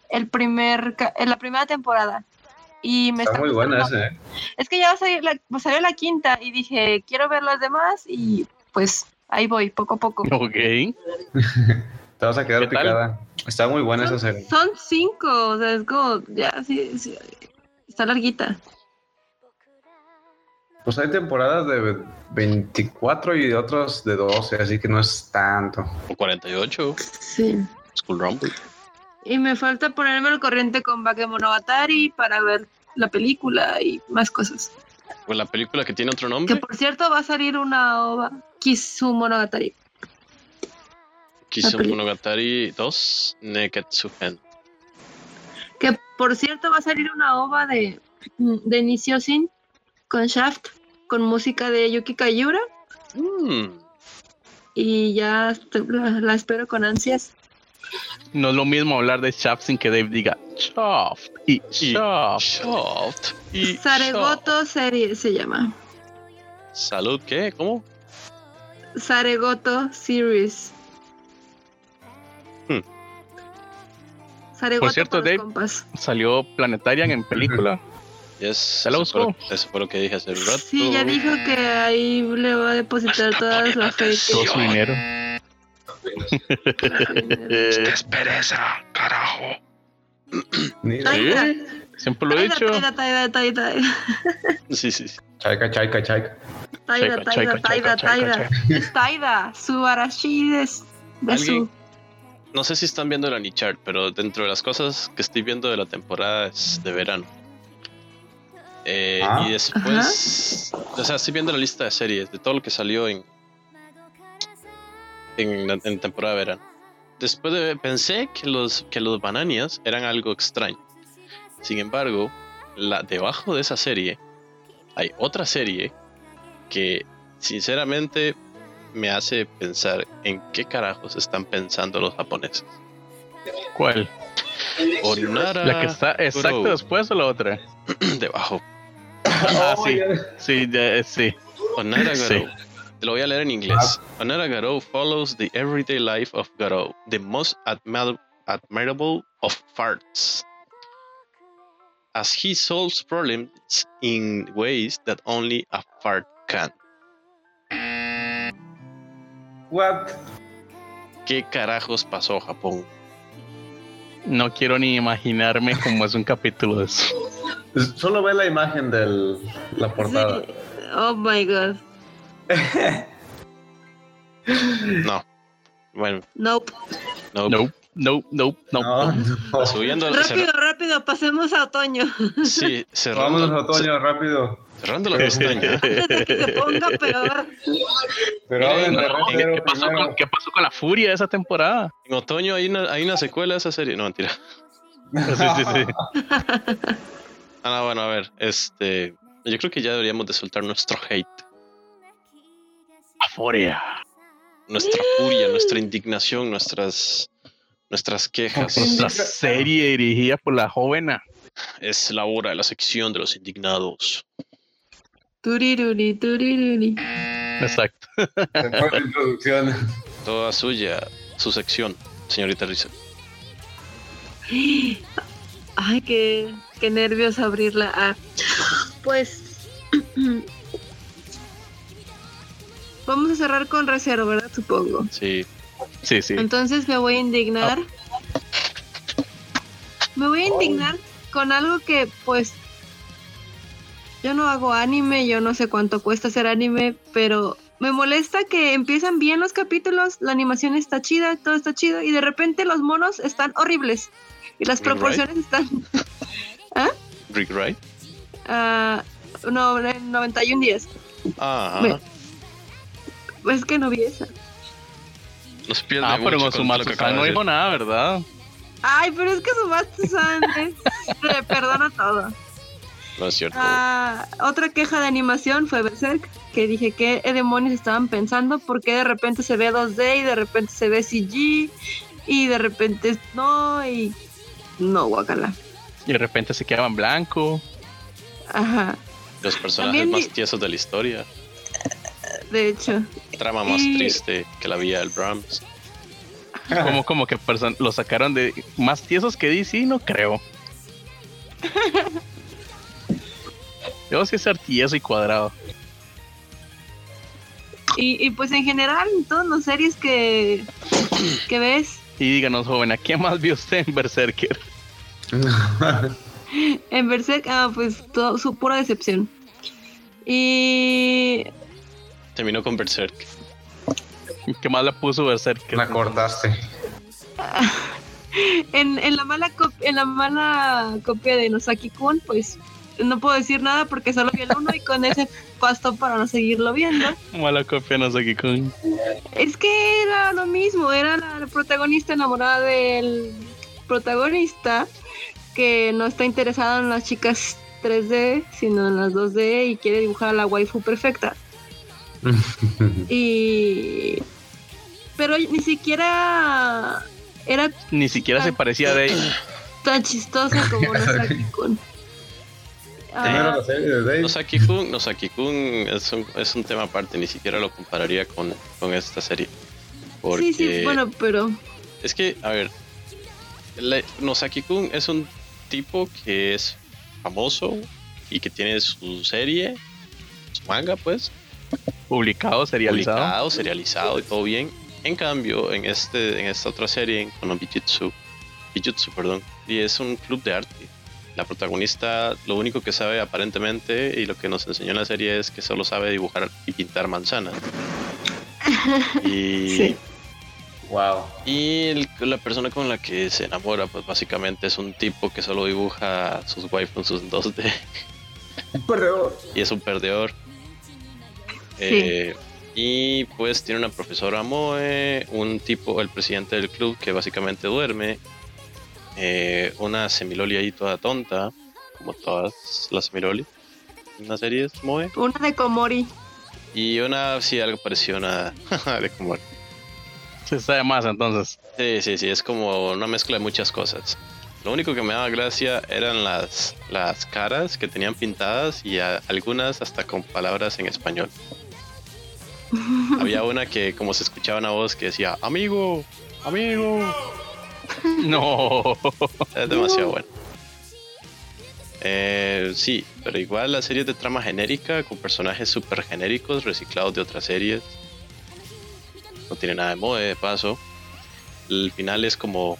Speaker 3: el primer, ca- en la primera temporada. Y me
Speaker 5: Está muy buena
Speaker 3: gustando.
Speaker 5: esa, ¿eh?
Speaker 3: Es que ya va a salir la, va a salir la quinta y dije, quiero ver las demás y pues ahí voy, poco a poco.
Speaker 6: Ok.
Speaker 5: Te vas a quedar
Speaker 6: ¿Qué tal?
Speaker 5: picada. Está muy buena esa serie.
Speaker 3: Son cinco, o sea, es como, ya, sí, sí, está larguita.
Speaker 5: Pues hay temporadas de 24 y otras de 12, así que no es tanto.
Speaker 4: O 48,
Speaker 3: Sí.
Speaker 4: School Rumble.
Speaker 3: Y me falta ponerme al corriente con Bakemonogatari para ver la película y más cosas.
Speaker 4: O Pues la película que tiene otro
Speaker 3: Que
Speaker 4: nombre,
Speaker 3: por cierto va a salir una ova, Kisumonogatari.
Speaker 4: Kisumonogatari
Speaker 3: peli-
Speaker 4: 2, Neketsuhen.
Speaker 3: Que por cierto va a salir una ova de, mm, de Nisio Sin con Shaft, con música de Yuki Kayura.
Speaker 4: Mm,
Speaker 3: Y ya est- la, la espero con ansias.
Speaker 6: No es lo mismo hablar de Shaft sin que Dave diga Shaft y
Speaker 4: y
Speaker 6: Shaft.
Speaker 4: Shaft, y Shaft.
Speaker 3: Saregoto Serie se llama.
Speaker 4: Salud, ¿qué? ¿Cómo?
Speaker 3: Saregoto Series.
Speaker 4: Hmm.
Speaker 3: Saregoto
Speaker 6: Por cierto,
Speaker 3: para los
Speaker 6: Dave-
Speaker 3: compas.
Speaker 6: Salió Planetarian en película.
Speaker 4: Yes,
Speaker 6: la
Speaker 4: eso
Speaker 6: buscó.
Speaker 4: fue lo- Eso fue lo que dije hace rato.
Speaker 3: Sí, ya dijo que ahí le va a depositar
Speaker 4: Está
Speaker 3: todas
Speaker 4: poniendo
Speaker 3: las fe
Speaker 6: Todo su dinero. (laughs)
Speaker 3: que-
Speaker 6: Eh,
Speaker 4: es pereza, ah, carajo.
Speaker 5: Mira,
Speaker 3: Taida,
Speaker 6: siempre lo he
Speaker 3: taida,
Speaker 6: dicho.
Speaker 3: taida, taida, taida,
Speaker 4: (laughs) Sí, sí, sí.
Speaker 5: Chaika, chaika, chaika.
Speaker 3: taida,
Speaker 6: Chaika,
Speaker 3: taida,
Speaker 6: chaika,
Speaker 3: taida, taida.
Speaker 6: chaika,
Speaker 3: Es taida, su arashi es de
Speaker 4: Alguien-
Speaker 3: su.
Speaker 4: No sé si están viendo el Anichart, pero dentro de las cosas que estoy viendo de la temporada es de verano. Eh,
Speaker 5: Ah.
Speaker 4: Y después, o sea, estoy viendo la lista de series, de todo lo que salió en, en, la- en temporada de verano. Después de, pensé que los, que los bananias eran algo extraño. Sin embargo, la, debajo de esa serie hay otra serie que sinceramente me hace pensar en qué carajos están pensando los japoneses.
Speaker 6: ¿Cuál?
Speaker 4: Onara
Speaker 6: ¿La que está exacto
Speaker 4: Kuro.
Speaker 6: después o la otra?
Speaker 4: (clears throat) debajo.
Speaker 6: Ah,
Speaker 5: Oh,
Speaker 6: sí.
Speaker 5: ya-
Speaker 6: Sí, ya, eh, sí.
Speaker 4: Onara
Speaker 6: Sí. Ah.
Speaker 4: Garou. Te lo voy a leer en inglés. Onara Garou follows the everyday life of Garou, the most admir- admirable of farts. As he solves problems in ways that only a fart can.
Speaker 5: What?
Speaker 4: ¿Qué carajos pasó, Japón?
Speaker 6: No quiero ni imaginarme cómo es un capítulo de eso.
Speaker 5: Solo ve la imagen de la portada.
Speaker 3: Sí. Oh my god.
Speaker 4: No. Bueno,
Speaker 3: Nope.
Speaker 4: no.
Speaker 6: No, no, no, no.
Speaker 5: No,
Speaker 6: (laughs)
Speaker 5: no.
Speaker 4: Subiendo el
Speaker 3: Rápido, rápido, pasemos a otoño. (laughs)
Speaker 4: Sí, cerrando,
Speaker 5: Vámonos a otoño rápido.
Speaker 4: cerrando la pestaña.
Speaker 3: (laughs) Antes de que se ponga
Speaker 6: (laughs)
Speaker 3: peor.
Speaker 5: Pero hablen de
Speaker 6: No,
Speaker 5: Red
Speaker 6: ¿qué,
Speaker 5: Zero
Speaker 6: qué pasó
Speaker 5: primero.
Speaker 6: con, qué pasó con la furia de esa temporada?
Speaker 4: En otoño hay una, hay una secuela de esa serie. No, mentira.
Speaker 6: Sí, sí, sí.
Speaker 4: Ah, bueno, a ver, este. Yo creo que ya deberíamos de soltar nuestro hate,
Speaker 6: La furia.
Speaker 4: nuestra furia, nuestra indignación, nuestras nuestras quejas.
Speaker 6: La serie dirigida por la joven
Speaker 4: Es la hora de la sección de los indignados.
Speaker 3: Turiruri, turiruri.
Speaker 6: Exacto.
Speaker 5: Se fue la introducción.
Speaker 6: (laughs)
Speaker 4: Toda suya, su sección, señorita Risa.
Speaker 3: Ay, qué, qué nervios abrirla. Ah, Pues. (clears throat) Vamos a cerrar con reserva, ¿verdad? Supongo.
Speaker 4: Sí,
Speaker 6: Sí, sí.
Speaker 3: Entonces me voy a indignar. Me voy a indignar con algo que, pues. Yo no hago anime, yo no sé cuánto cuesta hacer anime, pero me molesta que empiezan bien los capítulos, la animación está chida, todo está chido, y de repente los monos están horribles. Y las
Speaker 4: Right.
Speaker 3: proporciones están
Speaker 4: Rick Wright.
Speaker 3: Ah, no, en 91 días.
Speaker 4: Ah,
Speaker 3: Es que no vi esa.
Speaker 4: no se pierde
Speaker 6: Ah, pero
Speaker 4: mucho
Speaker 6: con su
Speaker 4: todo lo que acaba
Speaker 6: Matsusan
Speaker 4: de
Speaker 6: no
Speaker 4: decir.
Speaker 6: dijo nada, ¿verdad?
Speaker 3: Ay, pero es que su Matsusan es- le perdona todo.
Speaker 4: No es cierto.
Speaker 3: Ah, otra queja de animación fue Berserk, que dije que demonios estaban pensando porque de repente se ve 2D y de repente se ve CG y de repente no y no, guacala.
Speaker 6: Y de repente se quedaban blanco.
Speaker 3: Ajá,
Speaker 4: los personajes
Speaker 3: también
Speaker 4: más
Speaker 3: di-
Speaker 4: tiesos de la historia.
Speaker 3: de hecho.
Speaker 4: Trama más
Speaker 3: Y-
Speaker 4: triste que la vida del Brahms.
Speaker 6: Como, como que perso- lo sacaron de más tiesos que DC, no creo. Yo sí ser tieso y cuadrado.
Speaker 3: Y, y pues en general, en todas las series que, que ves,
Speaker 6: Y díganos, joven, ¿a qué más vio usted en Berserker? (laughs)
Speaker 3: En Berserk, ah, pues todo, su pura decepción. Y
Speaker 4: Terminó con Berserk.
Speaker 6: ¿Qué más la puso Berserker?
Speaker 5: La cortaste.
Speaker 3: en, en la mala cop- en la mala copia de Nosaki Kun, pues no puedo decir nada porque solo vi el uno y con ese costo para no seguirlo viendo.
Speaker 6: Mala copia no sé qué con.
Speaker 3: Es que era lo mismo, era la protagonista enamorada del protagonista que no está interesado en las chicas 3D, sino en las 2D y quiere dibujar a la waifu perfecta. y pero ni siquiera era
Speaker 6: Ni siquiera se parecía de ella.
Speaker 3: tan chistosa como Nosaki Kun. Ah,
Speaker 5: Primero la serie de Dave.
Speaker 4: Nosaki-kun Nosaki-kun es, un, es un tema aparte, ni siquiera lo compararía con, con esta serie.
Speaker 3: sí,
Speaker 4: Porque
Speaker 3: sí, bueno, pero
Speaker 4: es que, a ver, la- Nosaki-kun es un tipo que es famoso y que tiene su serie, su manga, pues,
Speaker 6: Publicado, serializado.
Speaker 4: publicado, serializado y todo bien. En cambio, en este, en esta otra serie, en Kono Bijutsu, Bijutsu, perdón, y es un club de arte. La protagonista lo único que sabe aparentemente y lo que nos enseñó en la serie es que solo sabe dibujar y pintar manzanas. Y
Speaker 3: Sí.
Speaker 7: Wow.
Speaker 4: y el- la persona con la que se enamora, pues básicamente es un tipo que solo dibuja sus waifus, sus 2D. Y es un perdedor. Eh, y pues tiene una profesora Moe, un tipo, el presidente del club que básicamente duerme, eh, una semiloli ahí toda tonta, como todas las semiloli. Una serie es Moe.
Speaker 3: una de Komori.
Speaker 4: Y una, sí, algo parecido a una (laughs) de como
Speaker 6: Se sabe más entonces.
Speaker 4: Sí, sí, sí, es como una mezcla de muchas cosas. Lo único que me daba gracia eran las, las caras que tenían pintadas y a- algunas hasta con palabras en español. Había una que como se escuchaba una voz que decía, amigo, amigo.
Speaker 6: No. (laughs)
Speaker 4: Es demasiado bueno. Eh, sí, pero igual las series de trama genérica con personajes super genéricos reciclados de otras series. No tiene nada de moda, de paso. El final es como...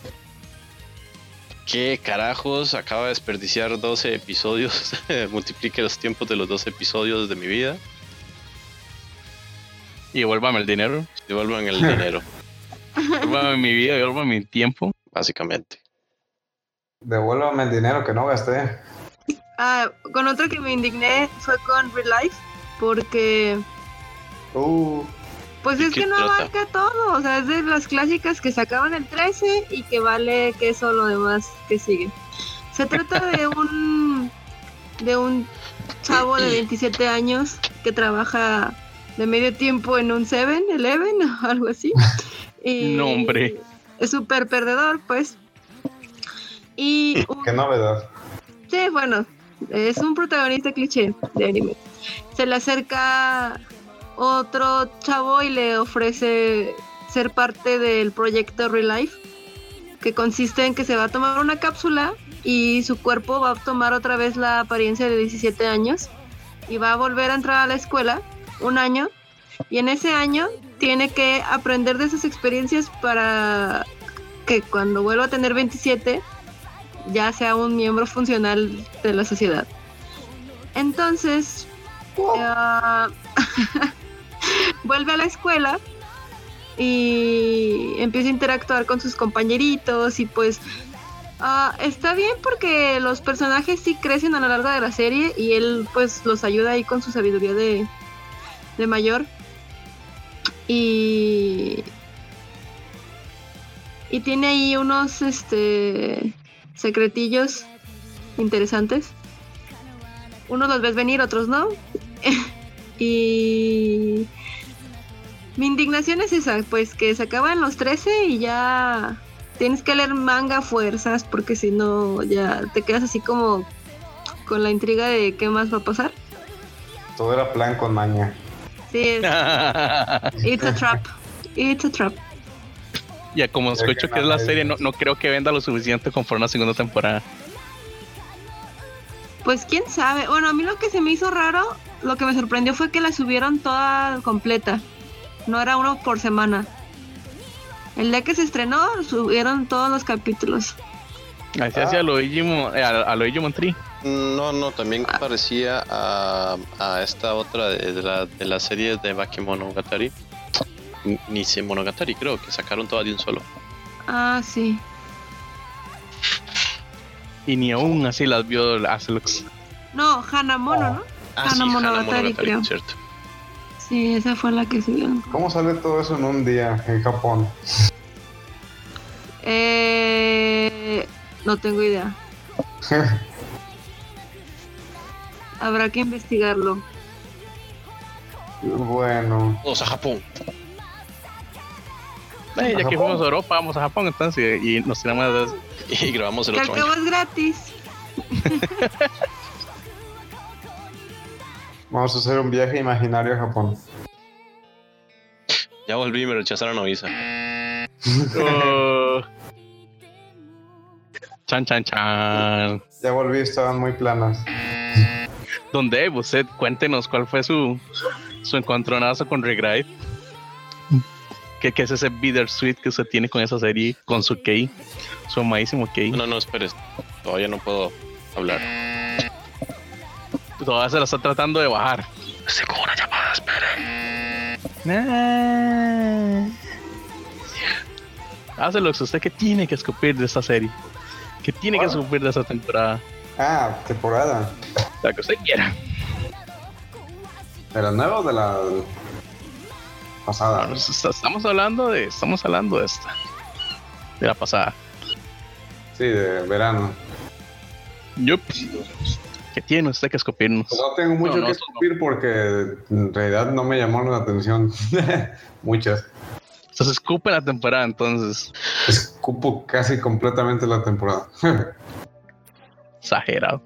Speaker 4: ¿Qué carajos? Acaba de desperdiciar 12 episodios. (laughs) Multiplique los tiempos de los 12 episodios de mi vida.
Speaker 6: Y vuélvame el dinero.
Speaker 4: Devuelvan el dinero,
Speaker 6: Devuélvame mi vida, devuélvame mi tiempo. (laughs)
Speaker 4: básicamente.
Speaker 5: Devuélvame el dinero que no gasté.
Speaker 3: Ah, con otra que me indigné fue con Real Life porque
Speaker 5: Uh,
Speaker 3: Pues
Speaker 4: ¿De
Speaker 3: es
Speaker 4: qué
Speaker 3: que no
Speaker 4: trata?
Speaker 3: abarca todo, o sea, es de las clásicas que sacaban el 13 y que vale que eso lo demás que sigue. Se trata
Speaker 6: (laughs)
Speaker 3: de un de un chavo de 27 años que trabaja de medio tiempo en un 7 Eleven (laughs) o algo así. Y
Speaker 6: No, hombre.
Speaker 3: Es súper perdedor, pues. Y un-
Speaker 5: qué novedad.
Speaker 3: Sí, bueno, es un protagonista cliché de anime. Se le acerca otro chavo y le ofrece ser parte del proyecto Relife, que consiste en que se va a tomar una cápsula y su cuerpo va a tomar otra vez la apariencia de 17 años y va a volver a entrar a la escuela un año y en ese año tiene que aprender de sus experiencias para que cuando vuelva a tener 27 ya sea un miembro funcional de la sociedad. Entonces, ah, (laughs) vuelve a la escuela y empieza a interactuar con sus compañeritos y pues ah, está bien porque los personajes sí crecen a lo largo de la serie y él pues los ayuda ahí con su sabiduría de, de mayor. Y... Y tiene ahí unos, este, secretillos interesantes. Unos los ves venir, otros no. (laughs) y mi indignación es esa, pues que se acaban los 13 y ya tienes que leer manga a fuerzas porque si no ya te quedas así como con la intriga de qué más va a pasar.
Speaker 5: Todo era plan con maña.
Speaker 3: Sí,
Speaker 6: (laughs)
Speaker 3: es, it's a trap. It's a trap.
Speaker 6: ya como escucho que es la serie, no, no creo que venda lo suficiente como para una segunda temporada.
Speaker 3: Pues quién sabe. Bueno, a mí lo que se me hizo raro, lo que me sorprendió fue que la subieron toda completa. No era uno por semana. El día que se estrenó, subieron todos los capítulos.
Speaker 6: Así hacía lo Digimon- eh, a, a lo Digimon Tree.
Speaker 4: No, no, también parecía a, a esta otra de, de la, de las series de Bakemonogatari. N- Nise Monogatari, creo que sacaron todas de un solo.
Speaker 3: Ah, sí.
Speaker 6: Y ni aún así las vio Aslux.
Speaker 3: No, Hanamono, ¿no?
Speaker 4: Ah, sí,
Speaker 3: Hannah Monogatari,
Speaker 4: Monogatari,
Speaker 3: creo.
Speaker 4: cierto.
Speaker 3: Sí, esa fue la que subieron.
Speaker 5: ¿Cómo sale todo eso en un día en Japón? (laughs)
Speaker 3: Eh, no tengo idea. Habrá que investigarlo.
Speaker 5: bueno,
Speaker 4: Vamos a Japón. (laughs)
Speaker 6: Eh, ya que
Speaker 5: Japón.
Speaker 6: fuimos a Europa, vamos a Japón entonces y nos tiramos a las-
Speaker 4: Y grabamos el
Speaker 3: Que al
Speaker 4: otro año.
Speaker 3: cabo es gratis.
Speaker 5: vamos a hacer un viaje imaginario a Japón.
Speaker 4: Ya volví y me rechazaron a visa.
Speaker 6: Oh. Chan, chan, chan.
Speaker 5: Ya volví, estaban muy planas.
Speaker 6: ¿Dónde usted? Cuéntenos cuál fue su, su encontronazo con Regride. ¿Qué, qué es ese bittersweet que usted tiene con esa serie, con su Kei? Su amadísimo Kei.
Speaker 4: No, no, esperes. Todavía no puedo hablar.
Speaker 6: Todavía se la está tratando de bajar.
Speaker 4: Estoy con una llamada, espere.
Speaker 6: Hácelo, usted que tiene que escupir de esta serie. Que tiene
Speaker 4: Ah.
Speaker 6: que escupir de esta temporada.
Speaker 5: Ah, temporada.
Speaker 6: La que usted quiera.
Speaker 5: ¿De la nueva o de la pasada?
Speaker 6: Bueno, es- es- Estamos hablando de. Estamos hablando de esta. De la pasada.
Speaker 5: Sí, de verano.
Speaker 6: Yup. Que tiene usted que escupirnos.
Speaker 5: Pues no tengo mucho
Speaker 6: No, no,
Speaker 5: que
Speaker 6: eso no.
Speaker 5: escribir porque en realidad no me llamaron la atención (laughs) muchas.
Speaker 6: Entonces escupe la temporada entonces.
Speaker 5: Escupo casi completamente la temporada.
Speaker 6: Exagerado.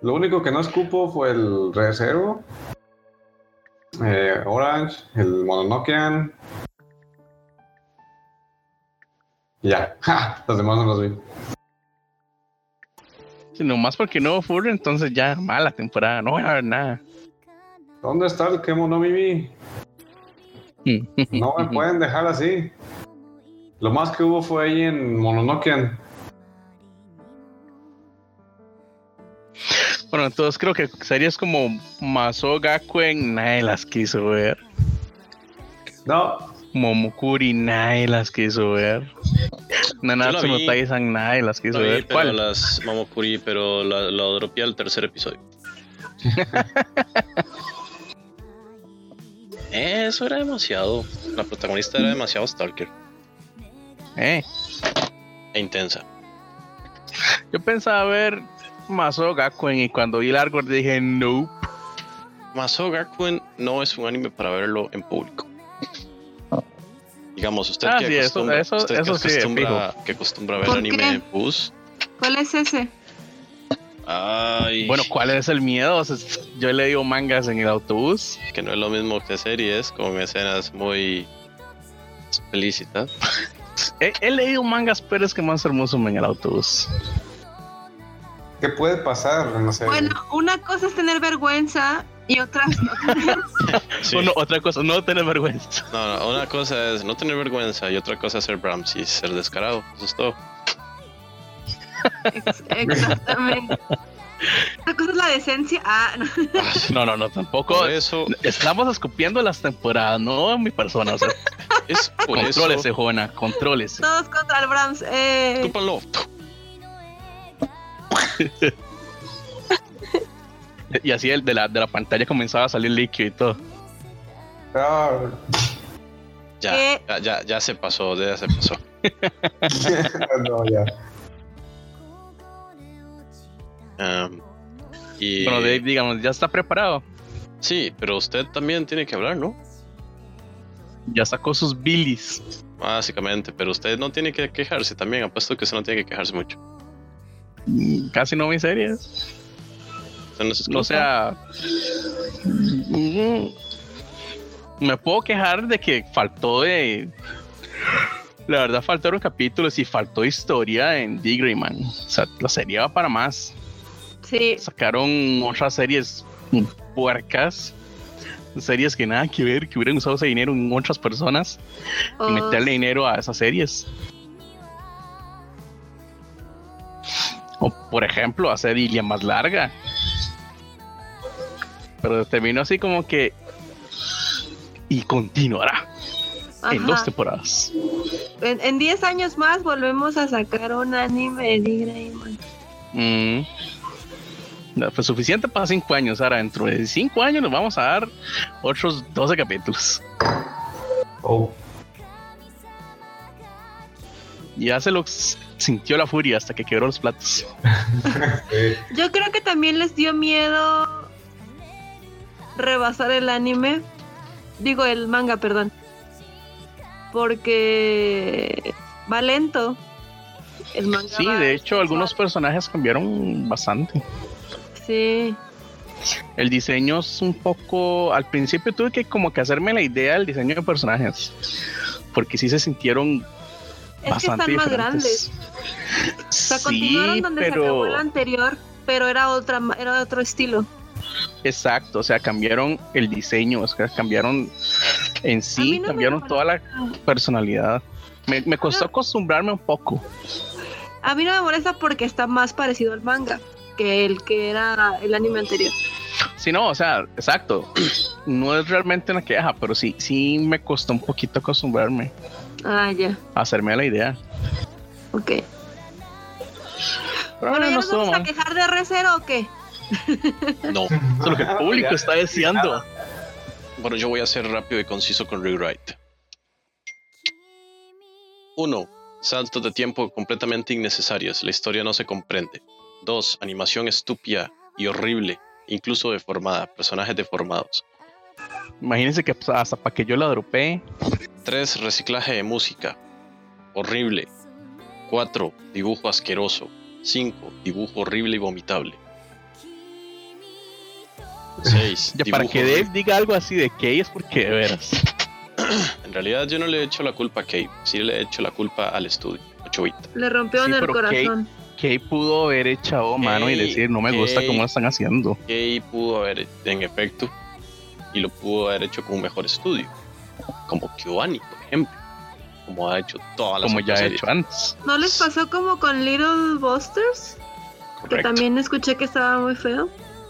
Speaker 5: Lo único que no escupo fue el Reservo, eh, Orange, el Mononokian. Y Ya, (laughs) ¡Ja! los demás no los vi.
Speaker 6: Si nomás porque no ocurre, entonces ya mala temporada. No voy a ver nada.
Speaker 5: ¿Dónde está el Kemo no Mimi? No me pueden dejar así. Lo más que hubo fue ahí en Mononokian.
Speaker 6: Bueno, entonces creo que series como Maso Gakuen, nadie las quiso ver.
Speaker 5: No,
Speaker 6: Momokuri, nadie las quiso ver. Nanatsu
Speaker 4: Yo la
Speaker 6: no
Speaker 4: vi.
Speaker 6: Taisan, nadie las quiso
Speaker 4: No vi,
Speaker 6: ver.
Speaker 4: pero
Speaker 6: ¿Cuál?
Speaker 4: las Momokuri, pero la, la dropeé al tercer episodio. Eh, Eso era demasiado. La protagonista era demasiado stalker
Speaker 6: Eh,
Speaker 4: e intensa.
Speaker 6: yo pensaba ver Maso Gakuen y cuando vi el árbol dije, no.
Speaker 4: Maso Gakuen no es un anime para verlo en público.
Speaker 3: Ah.
Speaker 4: Digamos, usted
Speaker 6: Ah,
Speaker 4: que
Speaker 6: sí, eso-
Speaker 4: acostumbra,
Speaker 6: eso-
Speaker 4: usted que
Speaker 6: eso sí,
Speaker 4: acostumbra- que acostumbra ver
Speaker 3: ¿Por
Speaker 4: anime
Speaker 3: qué?
Speaker 4: en bus.
Speaker 3: ¿Cuál es ese?
Speaker 4: Ay,
Speaker 6: Bueno, ¿cuál es el miedo? O sea, Yo le digo mangas en el autobús.
Speaker 4: que no es lo mismo que series con escenas muy explícitas.
Speaker 6: He, he leído mangas, pero es que más hermoso en el autobús.
Speaker 5: ¿Qué puede pasar? No sé.
Speaker 3: Bueno, una cosa es tener vergüenza y otra (laughs) es no tener.
Speaker 4: Sí.
Speaker 6: Bueno, otra cosa, no tener vergüenza.
Speaker 4: No, no, una cosa es no tener vergüenza y otra cosa es ser Bramsy, ser descarado. Eso es todo.
Speaker 3: Ex- Exactamente. Una cosa es la decencia. Ah, no.
Speaker 6: No, no, no, tampoco.
Speaker 4: (laughs) Por eso
Speaker 6: Estamos escupiendo las temporadas, no a mi persona. O sea,
Speaker 4: es por eso.
Speaker 6: contrólese, Jona, contrólese.
Speaker 3: Todos contra el Brahms. Eh,
Speaker 4: Escúpalo.
Speaker 6: Y así el de la, de la pantalla comenzaba a salir líquido y todo.
Speaker 5: Ah, (laughs)
Speaker 4: Ya,
Speaker 3: ¿Qué?
Speaker 4: ya, ya, ya se pasó, ya se pasó.
Speaker 5: no, ya.
Speaker 4: Am, y
Speaker 6: Bueno, Dave, digamos, ya está preparado.
Speaker 4: sí, pero usted también tiene que hablar, ¿no?
Speaker 6: Ya sacó sus bilis.
Speaker 4: Básicamente, pero usted no tiene que quejarse también. Apuesto que usted no tiene que quejarse mucho.
Speaker 6: Casi no vi series. Pues,
Speaker 4: Usted no se escucha.
Speaker 6: O sea, mm, me puedo quejar de que faltó de. La verdad, faltaron capítulos y faltó historia en The Gray Man. O sea, la serie va para más.
Speaker 3: sí,
Speaker 6: Sacaron otras series puercas, series que nada que ver, que hubieran usado ese dinero en otras personas y
Speaker 3: o-
Speaker 6: meterle dinero a esas series. O por ejemplo, hacer Ilia más larga. Pero terminó así como que. Y continuará en
Speaker 3: ajá.
Speaker 6: dos temporadas.
Speaker 3: En en 10 años más volvemos a sacar un anime de Digimon.
Speaker 6: Mm. No, Pues suficiente para cinco años. Ahora, dentro de cinco años nos vamos a dar otros 12 capítulos.
Speaker 5: Oh,
Speaker 6: Ya se lo s- sintió la furia hasta que quebró los platos.
Speaker 5: eh,
Speaker 3: Yo creo que también les dio miedo rebasar el anime. Digo, el manga, perdón. Porque va lento. El manga.
Speaker 6: Sí,
Speaker 3: va-
Speaker 6: de hecho, algunos personajes cambiaron bastante.
Speaker 3: Sí.
Speaker 6: El diseño es un poco. Al principio tuve que como que hacerme la idea del diseño de personajes. Porque sí se sintieron
Speaker 3: Es que
Speaker 6: bastante
Speaker 3: están más
Speaker 6: diferentes.
Speaker 3: grandes.
Speaker 6: O
Speaker 3: O sea, continuaron donde se acabó el anterior, pero era otra ma- era otro estilo.
Speaker 6: Exacto, o sea, cambiaron el diseño, o sea, cambiaron en
Speaker 3: A
Speaker 6: sí,
Speaker 3: mí no me
Speaker 6: cambiaron
Speaker 3: lo
Speaker 6: toda la personalidad. Me, me costó
Speaker 3: No.
Speaker 6: acostumbrarme un poco.
Speaker 3: A mí no me molesta porque está más parecido al manga que el que era el anime anterior.
Speaker 6: Sí, no, o sea, exacto. (clears throat) No es realmente una queja, pero sí, sí me costó un poquito acostumbrarme,
Speaker 3: Ah, ya.
Speaker 6: hacerme a la idea.
Speaker 3: Ok.
Speaker 6: Pero
Speaker 3: Bueno,
Speaker 6: ahora
Speaker 3: ¿ya
Speaker 6: Ah, no
Speaker 3: nos
Speaker 6: estuvo
Speaker 3: vamos a
Speaker 6: mal.
Speaker 3: quejar de R0 o qué?
Speaker 4: No.
Speaker 6: Eso es lo que
Speaker 4: Ah,
Speaker 6: el público está deseando.
Speaker 4: Bueno, yo voy a ser rápido y conciso con Rewrite. Uno, Saltos de tiempo completamente innecesarios. La historia no se comprende. Dos, Animación estúpida y horrible, incluso deformada. Personajes deformados.
Speaker 6: Imagínense que pues, hasta para que yo la dropé,
Speaker 4: Tres, Reciclaje de música. Horrible. Cuatro, Dibujo asqueroso. Cinco, Dibujo horrible y vomitable. Seis,
Speaker 6: (laughs) ya para
Speaker 4: dibujo
Speaker 6: que
Speaker 4: horrible.
Speaker 6: Dave diga algo así de que es porque de veras.
Speaker 4: En realidad yo no le he hecho la culpa a Kate, sí le he hecho la culpa al estudio, a Chubita.
Speaker 3: Le rompió
Speaker 6: Sí,
Speaker 3: en el
Speaker 6: pero
Speaker 3: corazón.
Speaker 6: Kate pudo haber echado mano y
Speaker 4: Ey,
Speaker 6: decir, no me gusta
Speaker 4: ey.
Speaker 6: cómo lo están haciendo.
Speaker 4: Kate pudo haber, en efecto, y lo pudo haber hecho con un mejor estudio, como Kyoani, por ejemplo, como ha hecho todas las
Speaker 6: como ya
Speaker 4: otras
Speaker 6: he
Speaker 4: series.
Speaker 6: hecho antes.
Speaker 3: ¿No les pasó como con Little Busters? Que
Speaker 4: Correcto.
Speaker 3: también escuché que estaba muy feo.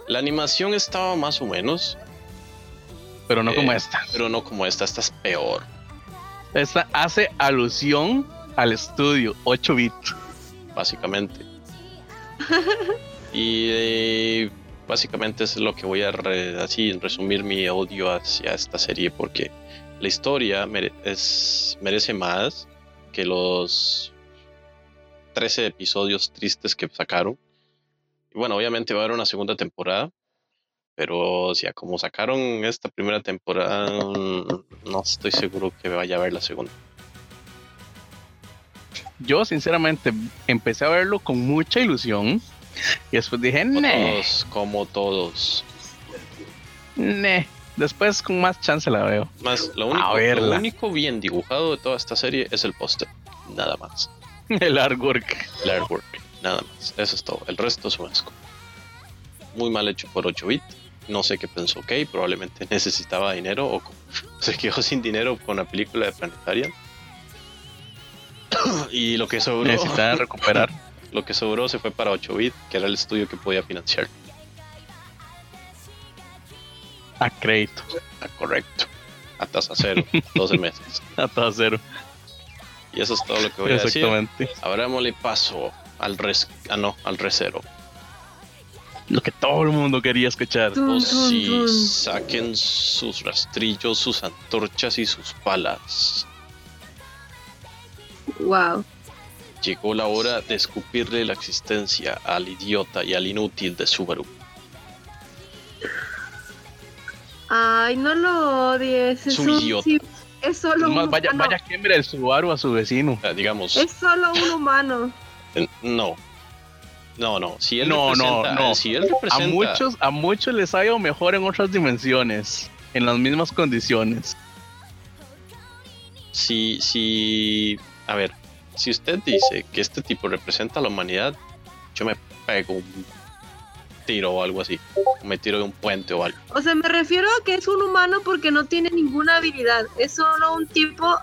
Speaker 4: La animación estaba más o menos,
Speaker 6: Pero no como
Speaker 4: Eh,
Speaker 6: esta.
Speaker 4: pero no como esta, esta es peor.
Speaker 6: Esta hace alusión al estudio 8 bit.
Speaker 4: básicamente. y eh, básicamente es lo que voy a re- así en resumir mi odio hacia esta serie porque la historia mere- es, merece más que los 13 episodios tristes que sacaron. Y bueno, obviamente va a haber una segunda temporada, pero o sea, como sacaron esta primera temporada, mm, no estoy seguro que vaya a haber la segunda.
Speaker 6: Yo sinceramente empecé a verlo con mucha ilusión y después dije,
Speaker 4: Como
Speaker 6: ne,
Speaker 4: todos, como todos.
Speaker 6: ne. Después con más chance la veo. (laughs)
Speaker 4: Más, lo
Speaker 6: A
Speaker 4: único, lo
Speaker 6: verla.
Speaker 4: único bien dibujado de toda esta serie es el póster. Nada más.
Speaker 6: El artwork.
Speaker 4: El artwork. Nada más. Eso es todo. El resto es un asco. Muy mal hecho por 8 bit. No sé qué pensó Kay. Probablemente (laughs) necesitaba dinero o co- (laughs) se quedó sin dinero con la película de Planetaria. (coughs) y lo que sobró,
Speaker 6: Necesitan recuperar.
Speaker 4: lo que sobró se fue para 8 bit, que era el estudio que podía financiar.
Speaker 6: A crédito.
Speaker 4: Ah, correcto. A tasa (laughs) cero, 12 meses.
Speaker 6: A todo cero.
Speaker 4: Y eso es todo lo que voy a decir.
Speaker 6: Exactamente.
Speaker 4: Abrámosle paso al res. Ah, no, al resero.
Speaker 6: Lo que todo el mundo quería escuchar.
Speaker 3: Tun,
Speaker 4: O
Speaker 3: tun,
Speaker 4: si
Speaker 3: tun.
Speaker 4: saquen sus rastrillos, sus antorchas y sus palas.
Speaker 3: Wow.
Speaker 4: Llegó la hora de escupirle la existencia al idiota y al inútil de Subaru.
Speaker 3: Ay, no lo odies. Es
Speaker 4: Es un
Speaker 3: un
Speaker 4: idiota.
Speaker 3: sí, Es solo ah,
Speaker 6: Es
Speaker 3: un
Speaker 6: más, vaya,
Speaker 3: humano.
Speaker 6: vaya quembre el Subaru a su vecino.
Speaker 4: O sea, Ah, digamos,
Speaker 3: Es solo un humano.
Speaker 4: eh, no. No, no. Si él
Speaker 6: No, no,
Speaker 4: representa,
Speaker 6: no.
Speaker 4: Si él
Speaker 6: A
Speaker 4: representa,
Speaker 6: muchos, a muchos les ha ido mejor en otras dimensiones, en las mismas condiciones.
Speaker 4: si, si, a ver, si usted dice que este tipo representa a la humanidad, yo me pego un tiro o algo así, o me tiro de un puente o algo.
Speaker 3: O sea, me refiero a que es un humano porque no tiene ninguna habilidad. Es solo un tipo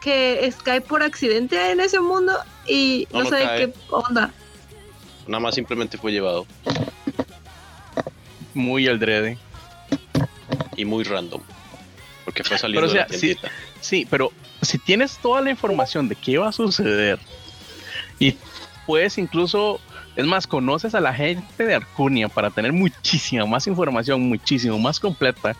Speaker 3: que es- cae por accidente en ese mundo y
Speaker 4: No,
Speaker 3: no,
Speaker 4: no
Speaker 3: sabe
Speaker 4: cae.
Speaker 3: qué onda.
Speaker 4: Nada más simplemente fue llevado
Speaker 6: Muy al drede.
Speaker 4: y muy random, porque fue saliendo
Speaker 6: Pero, o sea,
Speaker 4: de la tiendita.
Speaker 6: Sí, pero si tienes toda la información de qué va a suceder y puedes incluso Es más, conoces a la gente de Arcunia para tener muchísima más información, muchísimo más completa.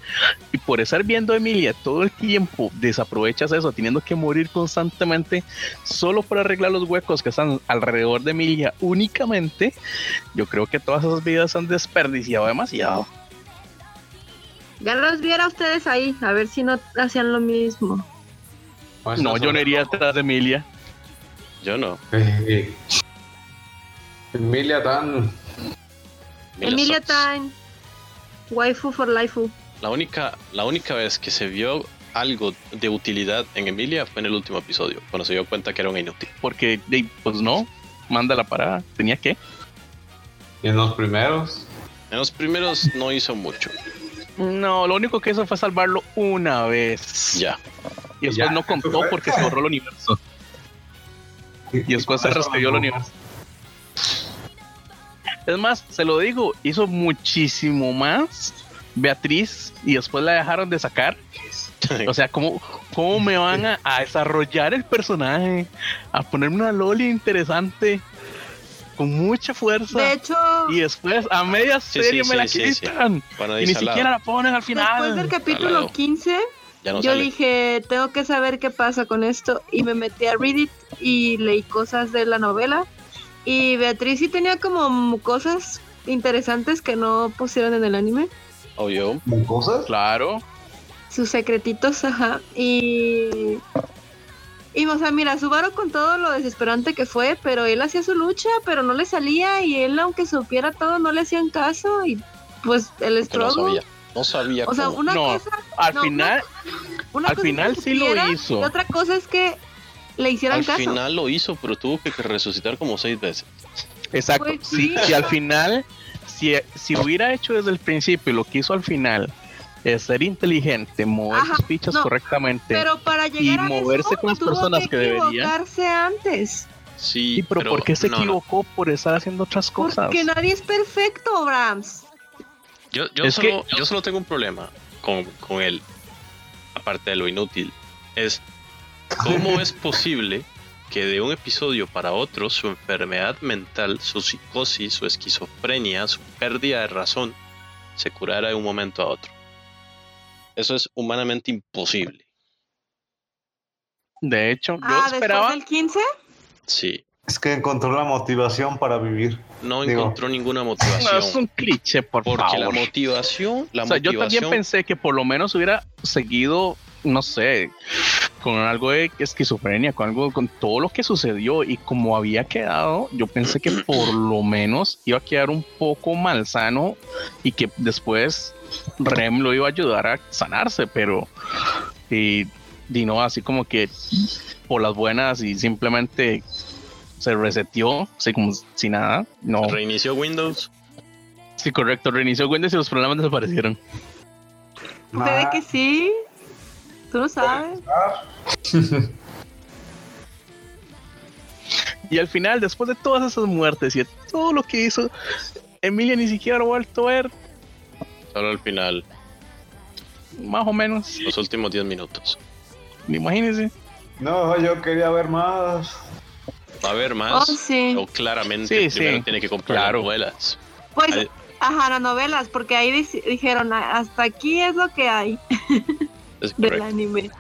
Speaker 6: Y por estar viendo a Emilia todo el tiempo, desaprovechas eso, teniendo que morir constantemente solo para arreglar los huecos que están alrededor de Emilia únicamente. Yo creo que todas esas vidas se han desperdiciado demasiado.
Speaker 3: Ya los viera ustedes ahí, a ver si no hacían lo mismo.
Speaker 5: Pues
Speaker 6: No,
Speaker 5: estás
Speaker 6: yo no iría atrás de Emilia.
Speaker 4: Yo no.
Speaker 5: Eh, Emilia tan
Speaker 4: Emilia
Speaker 3: Emilia
Speaker 4: Socks.
Speaker 3: Time. Waifu for Laifu.
Speaker 4: La única, la única vez que se vio algo de utilidad en Emilia fue en el último episodio, cuando se dio cuenta que era un inútil.
Speaker 6: Porque, de- pues no, manda la parada. Tenía que.
Speaker 5: en los primeros.
Speaker 4: En los primeros no hizo mucho.
Speaker 6: No, lo único que hizo fue salvarlo una vez. (laughs)
Speaker 4: Ya. (laughs)
Speaker 6: Y después
Speaker 5: Ya.
Speaker 6: no contó porque se borró el universo. Y después se restrayó el universo. Es más, se lo digo, hizo muchísimo más Beatriz y después la dejaron de sacar. O sea, ¿cómo, cómo me van a, a desarrollar el personaje? A ponerme una Loli interesante, con mucha
Speaker 3: De
Speaker 6: fuerza.
Speaker 3: hecho,
Speaker 6: Y después a media
Speaker 4: Sí, sí,
Speaker 6: serie
Speaker 4: sí,
Speaker 6: me la
Speaker 4: sí, sí.
Speaker 6: quitan.
Speaker 4: Para
Speaker 6: Y ni siquiera la ponen al
Speaker 3: después del
Speaker 6: final.
Speaker 3: capítulo
Speaker 4: Salado.
Speaker 3: 15,
Speaker 4: ya no
Speaker 3: yo
Speaker 4: sale.
Speaker 3: dije, tengo que saber qué pasa con esto. Y me metí a Reddit y leí cosas de la novela. Y Beatriz sí tenía como cosas interesantes que no pusieron en el anime.
Speaker 4: Obvio.
Speaker 5: ¿Cosas?
Speaker 6: Claro.
Speaker 3: Sus secretitos, ajá. Y... Y, o sea, mira, Subaru con todo lo desesperante que fue, pero él hacía su lucha, pero no le salía. Y él, aunque supiera todo, no le hacían caso. Y pues el
Speaker 4: Que no
Speaker 3: struggle...
Speaker 4: sabía. No sabía
Speaker 3: o sea,
Speaker 4: cómo.
Speaker 3: una
Speaker 6: No.
Speaker 3: cosa...
Speaker 6: Al
Speaker 3: No,
Speaker 6: final,
Speaker 3: Una cosa
Speaker 6: Al
Speaker 3: es que
Speaker 6: final sí lo
Speaker 3: supiera,
Speaker 6: hizo.
Speaker 3: Y otra cosa es que le hicieran
Speaker 4: Al
Speaker 3: caso.
Speaker 4: final lo hizo, pero tuvo que resucitar como seis veces.
Speaker 6: exacto.
Speaker 3: Pues
Speaker 6: si,
Speaker 3: sí.
Speaker 6: si al final, si, si hubiera hecho desde el principio lo que hizo al final, es ser inteligente, mover
Speaker 3: Ajá,
Speaker 6: sus fichas
Speaker 3: no,
Speaker 6: correctamente.
Speaker 3: Pero para llegar a
Speaker 6: Este, moverse
Speaker 3: eso,
Speaker 6: con las
Speaker 3: tuvo
Speaker 6: personas que debería.
Speaker 3: equivocarse antes.
Speaker 4: Sí,
Speaker 6: Sí, pero, ¿por qué se
Speaker 4: no, no.
Speaker 6: equivocó por estar haciendo otras cosas?
Speaker 3: Porque nadie es perfecto, Brahms.
Speaker 4: Yo, yo
Speaker 6: Es
Speaker 4: solo, yo solo tengo un problema con, con él, aparte de lo inútil. Es cómo es posible que de un episodio para otro su enfermedad mental, su psicosis, su esquizofrenia, su pérdida de razón, se curara de un momento a otro. Eso es humanamente imposible.
Speaker 6: De hecho, yo
Speaker 3: Ah,
Speaker 6: esperaba.
Speaker 3: después del 15.
Speaker 4: Sí,
Speaker 5: Es que encontró la motivación para vivir.
Speaker 4: no
Speaker 5: Digo,
Speaker 4: encontró ninguna
Speaker 6: No, es
Speaker 4: motivación.
Speaker 6: un cliché, por
Speaker 4: Porque la
Speaker 6: favor.
Speaker 4: motivación, la
Speaker 6: o sea, yo también
Speaker 4: motivación
Speaker 6: pensé que por lo menos hubiera seguido, no sé, con algo de esquizofrenia, con algo, con todo lo que sucedió y como había quedado, yo pensé que por lo menos iba a quedar un poco malsano y que después Rem lo iba a ayudar a sanarse, pero y, y no así como que por las buenas y simplemente se reseteó, así como si nada, no.
Speaker 4: reinició Windows.
Speaker 6: Sí, correcto, reinició Windows y los problemas desaparecieron.
Speaker 3: Se ve que sí. Tú lo sabes.
Speaker 6: Y al final, después de todas esas muertes y de todo lo que hizo, Emilia ni siquiera lo ha vuelto a ver,
Speaker 4: Solo al final,
Speaker 6: más o menos.
Speaker 4: los últimos 10 minutos.
Speaker 6: Imagínense.
Speaker 5: No, yo quería ver más.
Speaker 4: Va a haber
Speaker 3: Oh,
Speaker 4: más.
Speaker 3: sí.
Speaker 4: O claramente
Speaker 6: Sí, sí.
Speaker 4: primero tiene que comprar
Speaker 6: Claro.
Speaker 4: las novelas.
Speaker 3: Pues,
Speaker 4: al-
Speaker 3: ajá, las novelas, porque ahí dice- dijeron, "Ah, hasta aquí es lo que hay
Speaker 4: Es
Speaker 3: del
Speaker 4: correcto.
Speaker 3: anime.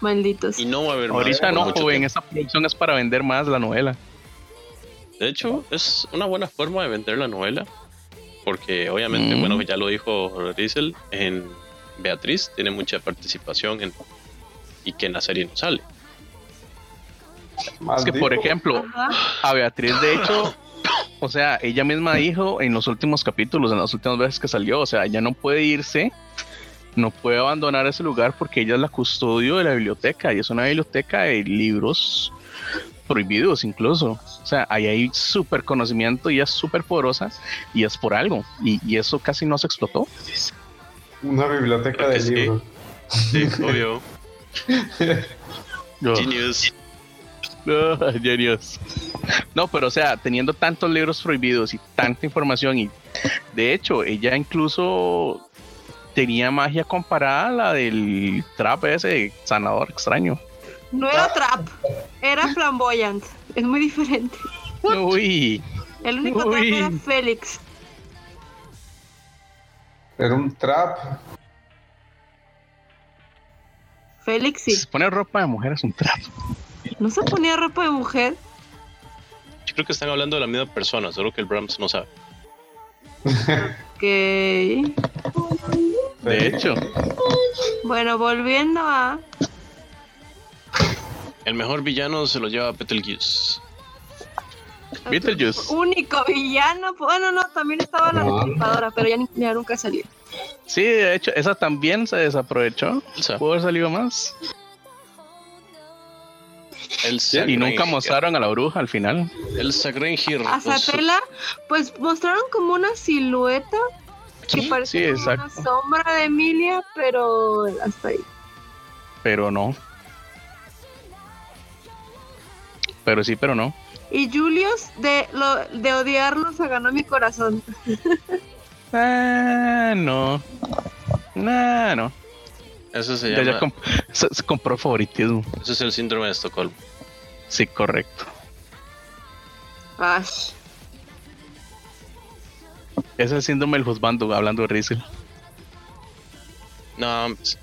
Speaker 3: Malditos.
Speaker 4: Y no va a haber más
Speaker 6: Ahorita
Speaker 4: por
Speaker 6: no,
Speaker 4: mucho
Speaker 6: joven,
Speaker 4: tiempo.
Speaker 6: esa producción es para vender más la novela.
Speaker 4: De hecho, es una buena forma de vender la novela. Porque obviamente,
Speaker 6: Mm.
Speaker 4: bueno, ya lo dijo Riesel, en Beatriz tiene mucha participación en, y que en la serie no sale.
Speaker 6: Es que, por ejemplo,
Speaker 3: Ajá.
Speaker 6: a Beatriz, de hecho, o sea, ella misma dijo en los últimos capítulos, en las últimas veces que salió, o sea, ella no puede irse, no puede abandonar ese lugar porque ella es la custodio de la biblioteca y es una biblioteca de libros prohibidos incluso. O sea, ahí hay súper conocimiento y es súper poderosa y es por algo. Y, y eso casi no se explotó.
Speaker 5: Una biblioteca
Speaker 4: Creo que
Speaker 5: de
Speaker 4: sí.
Speaker 5: libros.
Speaker 4: Sí, obvio.
Speaker 6: Yo-
Speaker 4: Genius.
Speaker 6: Ah, genios. No, pero o sea, teniendo tantos libros prohibidos y tanta información, y de hecho, ella incluso tenía magia comparada a la del trap ese sanador extraño. Ah.
Speaker 3: No era trap, era flamboyant. Es muy diferente.
Speaker 6: Uy,
Speaker 3: El único trap
Speaker 6: Uy.
Speaker 3: era Félix.
Speaker 5: Era un trap.
Speaker 3: Félix sí.
Speaker 6: Se pone ropa de mujer es un trap.
Speaker 3: No se ponía ropa de mujer.
Speaker 4: Yo creo que están hablando de la misma persona, solo que el Brahms no sabe.
Speaker 3: Ok.
Speaker 6: De hecho,
Speaker 3: Bueno, volviendo a.
Speaker 4: El mejor villano se lo lleva a Betelgeuse.
Speaker 3: a
Speaker 6: Beetlejuice.
Speaker 3: su Único villano. Bueno, no, también estaba la
Speaker 5: No.
Speaker 3: destripadora, pero ya, ni- ya nunca salió.
Speaker 6: Sí, de hecho, esa también se desaprovechó.
Speaker 4: Elsa.
Speaker 6: Pudo haber salido más.
Speaker 4: Elsa
Speaker 6: Y nunca
Speaker 4: Granger.
Speaker 6: mostraron a la bruja al final.
Speaker 4: Elsa Granger.
Speaker 3: A Satela, pues mostraron como una silueta que
Speaker 6: Sí,
Speaker 3: parecía como una
Speaker 6: exacto.
Speaker 3: sombra de Emilia, pero hasta ahí.
Speaker 6: Pero no. Pero sí, pero no.
Speaker 3: Y Julius, de, lo, de odiarlo, se ganó mi corazón.
Speaker 6: Ah, no. Nah, no.
Speaker 4: Eso se
Speaker 6: Ya,
Speaker 4: llama.
Speaker 6: ya comp- se, se compró favoritismo.
Speaker 4: Ese es el síndrome de Estocolmo.
Speaker 6: Sí, correcto.
Speaker 3: Ash.
Speaker 6: Ese Es el síndrome del juzgando, hablando de Rizel.
Speaker 4: No. s-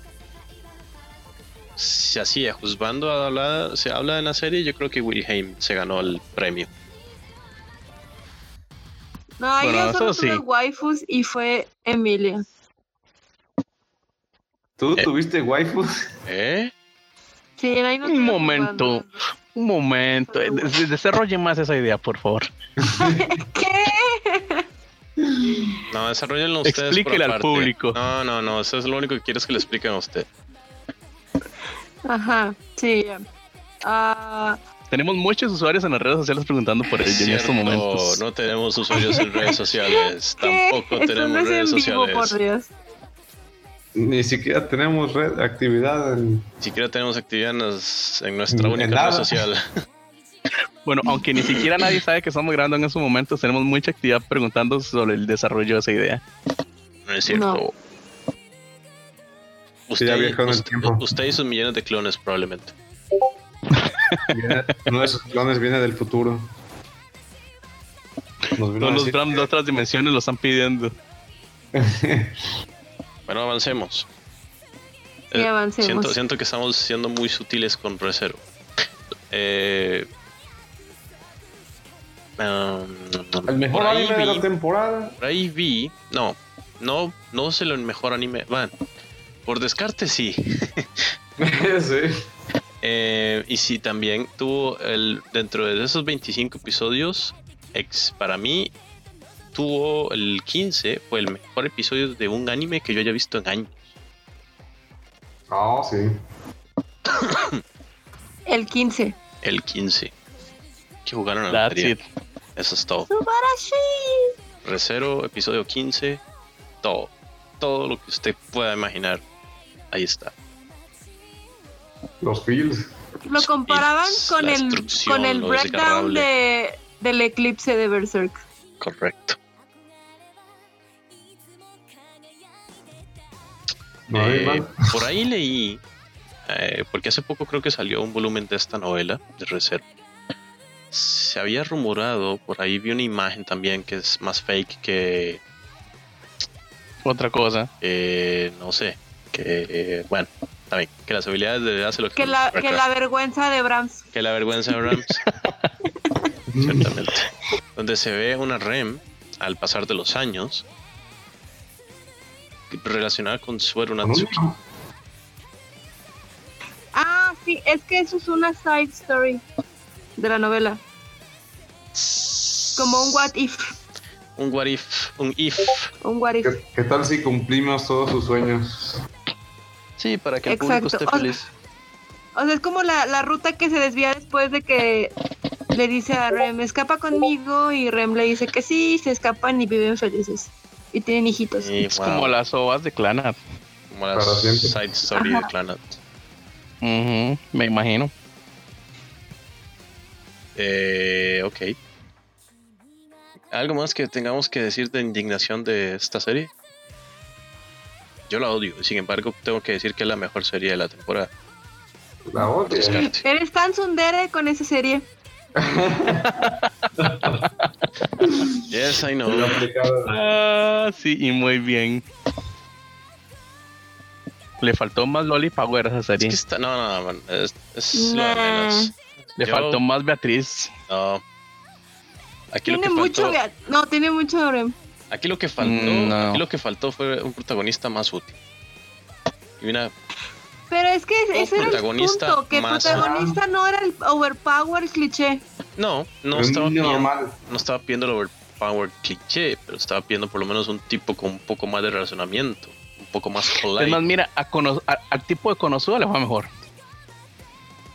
Speaker 4: Si así, juzgando a hablar- se habla en la serie, yo creo que Wilhelm se ganó el premio.
Speaker 3: No, ahí
Speaker 6: Bueno,
Speaker 3: yo solo
Speaker 6: eso
Speaker 3: tuve
Speaker 6: sí.
Speaker 3: waifus y fue Emilia.
Speaker 5: ¿Tú
Speaker 4: Eh.
Speaker 5: tuviste waifu?
Speaker 4: ¿Eh?
Speaker 3: Sí, ahí no
Speaker 6: Un
Speaker 3: tuve
Speaker 6: momento.
Speaker 3: jugando.
Speaker 6: Un momento. eh, des- Desarrolle más esa idea, por favor.
Speaker 3: ¿Qué?
Speaker 4: No, desarrollenlo ustedes. por
Speaker 6: Explíquele al
Speaker 4: aparte.
Speaker 6: público.
Speaker 4: No, no, no. Eso es lo único que quiero es que le expliquen a usted.
Speaker 3: Ajá, sí, ya. Ah,
Speaker 6: Tenemos muchos usuarios en las redes sociales preguntando por ello en
Speaker 4: Cierto,
Speaker 6: estos momentos.
Speaker 4: No tenemos usuarios en redes sociales.
Speaker 3: (laughs) ¿qué?
Speaker 4: Tampoco
Speaker 3: Esto
Speaker 4: tenemos
Speaker 3: no es
Speaker 4: redes
Speaker 3: en vivo,
Speaker 4: sociales.
Speaker 3: por Dios.
Speaker 5: Ni siquiera tenemos red, actividad en
Speaker 4: Ni siquiera tenemos actividad en, las- en nuestra
Speaker 5: En
Speaker 4: única
Speaker 5: nada.
Speaker 4: red social.
Speaker 6: Bueno, aunque ni siquiera nadie sabe que estamos grabando en estos momentos, tenemos mucha actividad preguntando sobre el desarrollo de esa idea.
Speaker 4: No es cierto.
Speaker 3: No.
Speaker 4: Usted,
Speaker 5: ya viajó en el
Speaker 4: usted-
Speaker 5: tiempo.
Speaker 4: usted y sus millones de clones probablemente.
Speaker 6: (laughs)
Speaker 5: Viene- Uno de esos clones viene del futuro. Nos vino
Speaker 6: Todos
Speaker 5: a
Speaker 6: los
Speaker 5: decir-
Speaker 6: Bram de otras dimensiones lo están pidiendo.
Speaker 4: Bueno, avancemos.
Speaker 3: Sí,
Speaker 4: Eh,
Speaker 3: avancemos.
Speaker 4: Siento, siento que estamos siendo muy sutiles con Recero. Eh, um,
Speaker 5: El mejor
Speaker 4: por ahí
Speaker 5: anime de
Speaker 4: vi-
Speaker 5: la
Speaker 6: (laughs)
Speaker 5: temporada. (laughs)
Speaker 4: por ahí vi. No, no, no es el mejor anime. Van, por descarte sí.
Speaker 5: sí.
Speaker 4: Eh, y sí, también tuvo el dentro de esos 25 episodios, ex, para mí tuvo el 15, fue el mejor episodio de un anime que yo haya visto en años.
Speaker 5: No, sí.
Speaker 3: El 15.
Speaker 4: El 15. Que jugaron a la
Speaker 6: That's
Speaker 4: lotería.
Speaker 6: it.
Speaker 4: Eso es todo.
Speaker 3: ¡Subarashi!
Speaker 4: Recero, episodio 15, todo. Todo lo que usted pueda imaginar. Ahí está.
Speaker 5: Los Fields.
Speaker 3: Lo comparaban
Speaker 4: Spirits,
Speaker 3: con
Speaker 4: la
Speaker 3: el,
Speaker 4: destrucción,
Speaker 3: con el
Speaker 4: lo
Speaker 3: breakdown
Speaker 4: desgarrable.
Speaker 3: de, del eclipse de Berserk.
Speaker 4: Correcto.
Speaker 5: No hay
Speaker 4: Eh,
Speaker 5: más.
Speaker 4: por ahí leí, eh, porque hace poco creo que salió un volumen de esta novela de Reserva. Se había rumorado, por ahí vi una imagen también que es más fake que,
Speaker 6: Otra cosa.
Speaker 4: eh, no sé, que, eh, bueno, está bien, que las habilidades de hace lo que,
Speaker 3: Que la, que la vergüenza de Brahms.
Speaker 4: que la vergüenza de Rams, ciertamente. (laughs) Donde se ve una Rem al pasar de los años relacionada con Suero Natsuki.
Speaker 3: Ah, sí, es que eso es una side story de la novela. Como un what if.
Speaker 4: Un what if, un if.
Speaker 3: Un what if.
Speaker 5: ¿Qué, qué tal si cumplimos todos sus sueños?
Speaker 4: Sí, para
Speaker 3: que el público Exacto. esté feliz. O sea, es como la, la ruta que se desvía después de que le dice a Rem, escapa conmigo, y Rem le dice que sí, se escapan y viven felices. Y tienen hijitos.
Speaker 6: Es como las ovas de Clannad.
Speaker 4: eh, como las
Speaker 5: Para siempre.
Speaker 4: side story de Planet.
Speaker 6: Ujú, me imagino.
Speaker 4: Eh, ok. ¿Algo más que tengamos que decir de indignación de esta serie? Yo la odio, sin embargo, tengo que decir que es la mejor serie de la temporada.
Speaker 5: La otra.
Speaker 4: Descarte.
Speaker 3: Eres tan tsundere con esa serie.
Speaker 4: Yes, I know.
Speaker 5: Lo aplicaba.
Speaker 6: Ah, sí, y muy bien. Le faltó más Loli Power a esa
Speaker 4: Es
Speaker 6: serie.
Speaker 4: que está- no, no, no, man, es, es lo
Speaker 3: Nah.
Speaker 4: de menos.
Speaker 6: Le
Speaker 4: yo-
Speaker 6: faltó más Beatriz.
Speaker 4: No. Aquí lo, que
Speaker 3: Tiene mucho.
Speaker 4: faltó,
Speaker 3: ga- No, tiene mucho Orem.
Speaker 4: aquí lo que faltó,
Speaker 6: Mm, no.
Speaker 4: aquí lo que faltó fue un protagonista más útil. Y una
Speaker 3: Pero es que ese era el
Speaker 4: protagonista
Speaker 3: punto, que el
Speaker 4: más-
Speaker 3: protagonista no era el overpower cliché.
Speaker 4: no, no
Speaker 5: Pero
Speaker 4: estaba
Speaker 5: niño
Speaker 4: pidiendo,
Speaker 5: normal.
Speaker 4: no estaba pidiendo el overpower cliché, pero estaba pidiendo por lo menos un tipo con un poco más de razonamiento, un poco más polite.
Speaker 6: Es más, mira, a Kono- a- al tipo de Konosuba le fue mejor.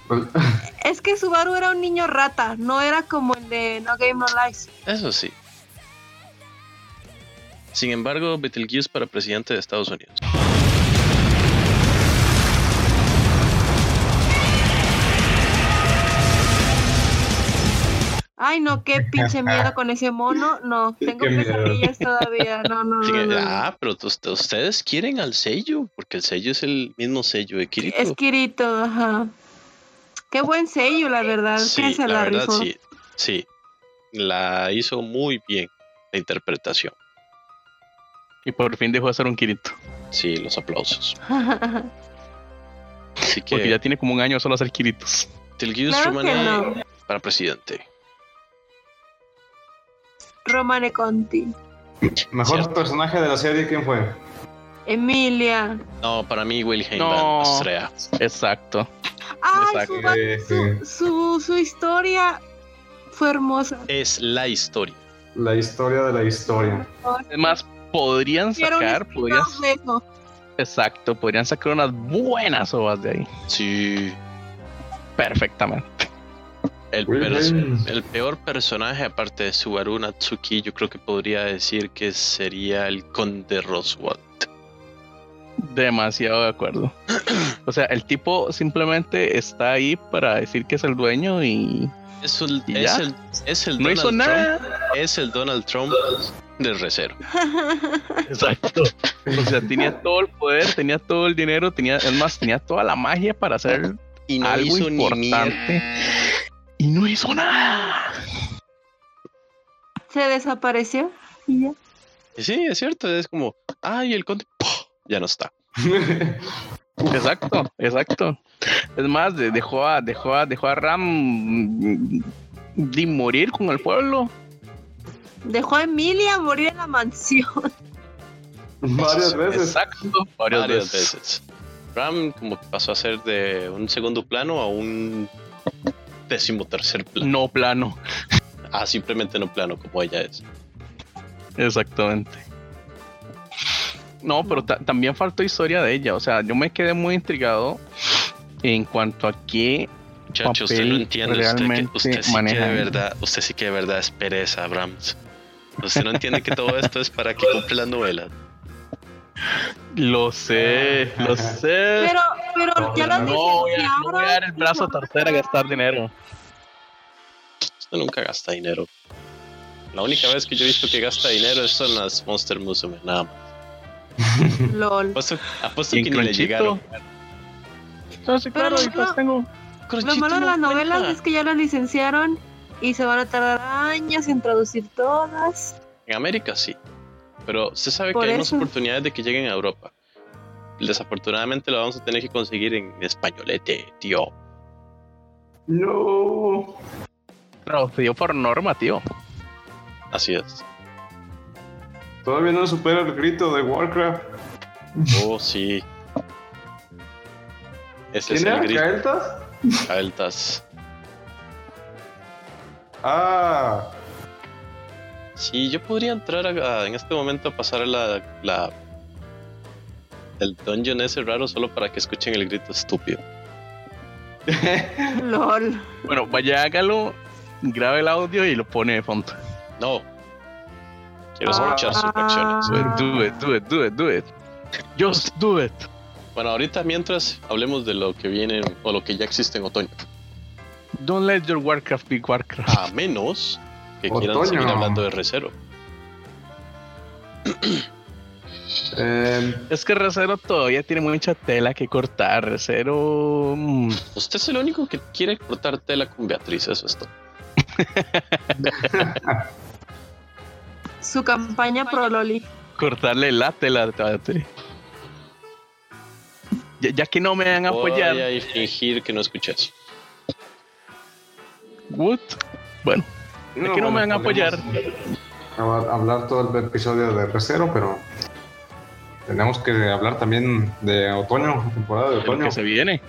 Speaker 5: Pues,
Speaker 4: (laughs)
Speaker 3: Es que Subaru era un niño rata, no era como el de No Game No Life.
Speaker 4: Eso sí. Sin embargo, Betelgeuse para presidente de Estados Unidos.
Speaker 3: Ay, no, qué pinche miedo con ese mono. No, tengo
Speaker 5: (laughs) Qué miedo.
Speaker 3: pesadillas todavía. No, no, no.
Speaker 4: Sin-
Speaker 3: no, no.
Speaker 4: ah, pero tú- tú- ustedes quieren al sello, porque el sello es el mismo sello de Kirito.
Speaker 3: Es Kirito, ajá. Qué buen sello, la verdad. que
Speaker 4: sí,
Speaker 3: se la,
Speaker 4: la, verdad,
Speaker 3: (laughs) rifó.
Speaker 4: sí, sí. La hizo muy bien la interpretación.
Speaker 6: Y por fin dejó de ser un Kirito.
Speaker 4: Sí, los aplausos. Así que,
Speaker 6: Porque ya tiene como un año solo hacer Kiritos.
Speaker 4: Betelgeuse
Speaker 3: claro que
Speaker 4: Romana
Speaker 3: no.
Speaker 4: para presidente.
Speaker 3: Romane Conti.
Speaker 5: Mejor
Speaker 4: Cierto.
Speaker 5: personaje de la serie, ¿quién fue?
Speaker 3: Emilia.
Speaker 4: No, para mí, Will Heyman,
Speaker 6: No.
Speaker 4: Astrea.
Speaker 6: Exacto.
Speaker 3: Ay,
Speaker 6: Exacto.
Speaker 3: su, va-
Speaker 5: Eh,
Speaker 3: su, su, su historia fue hermosa.
Speaker 4: Es la historia.
Speaker 5: La historia de la historia. (laughs)
Speaker 6: Es más, podrían
Speaker 3: Quiero un
Speaker 6: sacar, podrían,
Speaker 3: spin-off de eso.
Speaker 6: exacto, podrían sacar unas buenas ovas de ahí.
Speaker 4: Sí.
Speaker 6: Perfectamente.
Speaker 4: El,
Speaker 5: Will
Speaker 4: pers-
Speaker 5: Heyman.
Speaker 4: el peor personaje, aparte de Subaru Natsuki, yo creo que podría decir que sería el Conde Roswell.
Speaker 6: Demasiado
Speaker 4: (clears throat)
Speaker 6: de acuerdo. O sea, el tipo simplemente está ahí para decir que es el dueño y
Speaker 4: Es el,
Speaker 6: ¿Y
Speaker 4: es
Speaker 6: ya?
Speaker 4: el, es el
Speaker 6: no
Speaker 4: Donald
Speaker 6: hizo
Speaker 4: Trump.
Speaker 6: nada.
Speaker 4: Es el Donald Trump del recero.
Speaker 6: Exacto. O sea, tenía todo el poder, tenía todo el dinero, tenía, es más, tenía toda la magia para hacer
Speaker 4: Y no
Speaker 6: algo
Speaker 4: hizo ni mierda.
Speaker 6: importante. Y no hizo nada.
Speaker 3: (laughs) Se desapareció. Y ya.
Speaker 4: Sí, es cierto, es como, ay, el Conde, ¡pah! ya no está.
Speaker 6: Exacto, exacto. Es más, de- dejó a, dejó a, dejó a Ram mm, de morir con el pueblo.
Speaker 3: Dejó a Emilia morir en la mansión.
Speaker 5: Varias veces.
Speaker 6: Exacto, varias,
Speaker 4: Varias
Speaker 6: veces.
Speaker 4: veces. Ram como que pasó a ser de un segundo plano a un décimo tercer plano.
Speaker 6: No plano,
Speaker 4: Ah, simplemente no plano como ella es.
Speaker 6: exactamente. No, pero ta- también faltó historia de ella. O sea, yo me quedé muy intrigado en cuanto a qué
Speaker 4: Chacho, usted no
Speaker 6: Papel
Speaker 4: entiende, usted, que,
Speaker 6: realmente
Speaker 4: usted sí que
Speaker 6: manejan.
Speaker 4: de verdad, usted sí que de verdad es pereza, Brahms. Usted no entiende que todo esto es para que compre la novela.
Speaker 6: lo sé, lo sé.
Speaker 3: Pero, pero
Speaker 5: No,
Speaker 3: ya lo
Speaker 5: no
Speaker 3: dije.
Speaker 6: Eh, no voy
Speaker 3: que
Speaker 6: a, no voy a
Speaker 3: ahora
Speaker 6: dar el brazo a torcer a gastar dinero.
Speaker 4: Usted nunca gasta dinero. La única vez que yo he visto que gasta dinero es en las Monster Musume, nada más.
Speaker 3: (laughs) LOL.
Speaker 6: Pues,
Speaker 4: Apuesto, apuesto
Speaker 6: Y
Speaker 4: que
Speaker 6: en
Speaker 4: ni le llegaron.
Speaker 6: Cronchito. No, sí,
Speaker 3: Pero
Speaker 6: claro, ahí
Speaker 3: no-
Speaker 6: las tengo. pues,
Speaker 3: Lo malo de las novelas es que ya las licenciaron y se van a tardar años en traducir todas.
Speaker 4: En América sí. Pero usted sabe
Speaker 3: Por
Speaker 4: que hay más
Speaker 3: eso.
Speaker 4: oportunidades de que lleguen a Europa. Desafortunadamente lo vamos a tener que conseguir en españolete, tío.
Speaker 5: No.
Speaker 6: Traducido por norma, tío.
Speaker 4: Así es.
Speaker 5: Todavía no supera el grito de Warcraft.
Speaker 4: Oh, sí. Ese es
Speaker 5: ¿Quién
Speaker 4: el
Speaker 5: era?
Speaker 4: grito
Speaker 5: ¿Caeltas?
Speaker 4: altas.
Speaker 5: Ah.
Speaker 4: Sí, yo podría entrar a- a- en este momento a pasar a la, la- el dungeon ese raro solo para que escuchen el grito estúpido.
Speaker 3: LOL.
Speaker 6: Bueno, vaya, hágalo, grabe el audio y lo pone de fondo.
Speaker 4: No. Quiero
Speaker 5: Ah.
Speaker 4: escuchar sus reacciones.
Speaker 6: Do it, do it, do it, do it, do it. Just do it.
Speaker 4: Bueno, ahorita mientras hablemos de lo que viene o lo que ya existe en otoño.
Speaker 6: Don't let your Warcraft be Warcraft.
Speaker 4: A menos que quieran
Speaker 5: Otoño.
Speaker 4: seguir hablando de recero.
Speaker 5: Eh,
Speaker 6: Es que Recero todavía tiene mucha tela que cortar. Recero. mm,
Speaker 4: Usted es el único que quiere cortar tela con Beatriz, eso es todo.
Speaker 3: su campaña pro Loli.
Speaker 6: Cortarle la tela. la tele. Ya, ya que no me van a
Speaker 4: Voy
Speaker 6: apoyar.
Speaker 4: a fingir que no escuchas.
Speaker 6: What? Bueno,
Speaker 5: Es
Speaker 6: que no me van a apoyar.
Speaker 5: Hablar todo el episodio de Recero, pero tenemos que hablar también de otoño, temporada de
Speaker 6: de lo
Speaker 5: otoño.
Speaker 6: que se viene.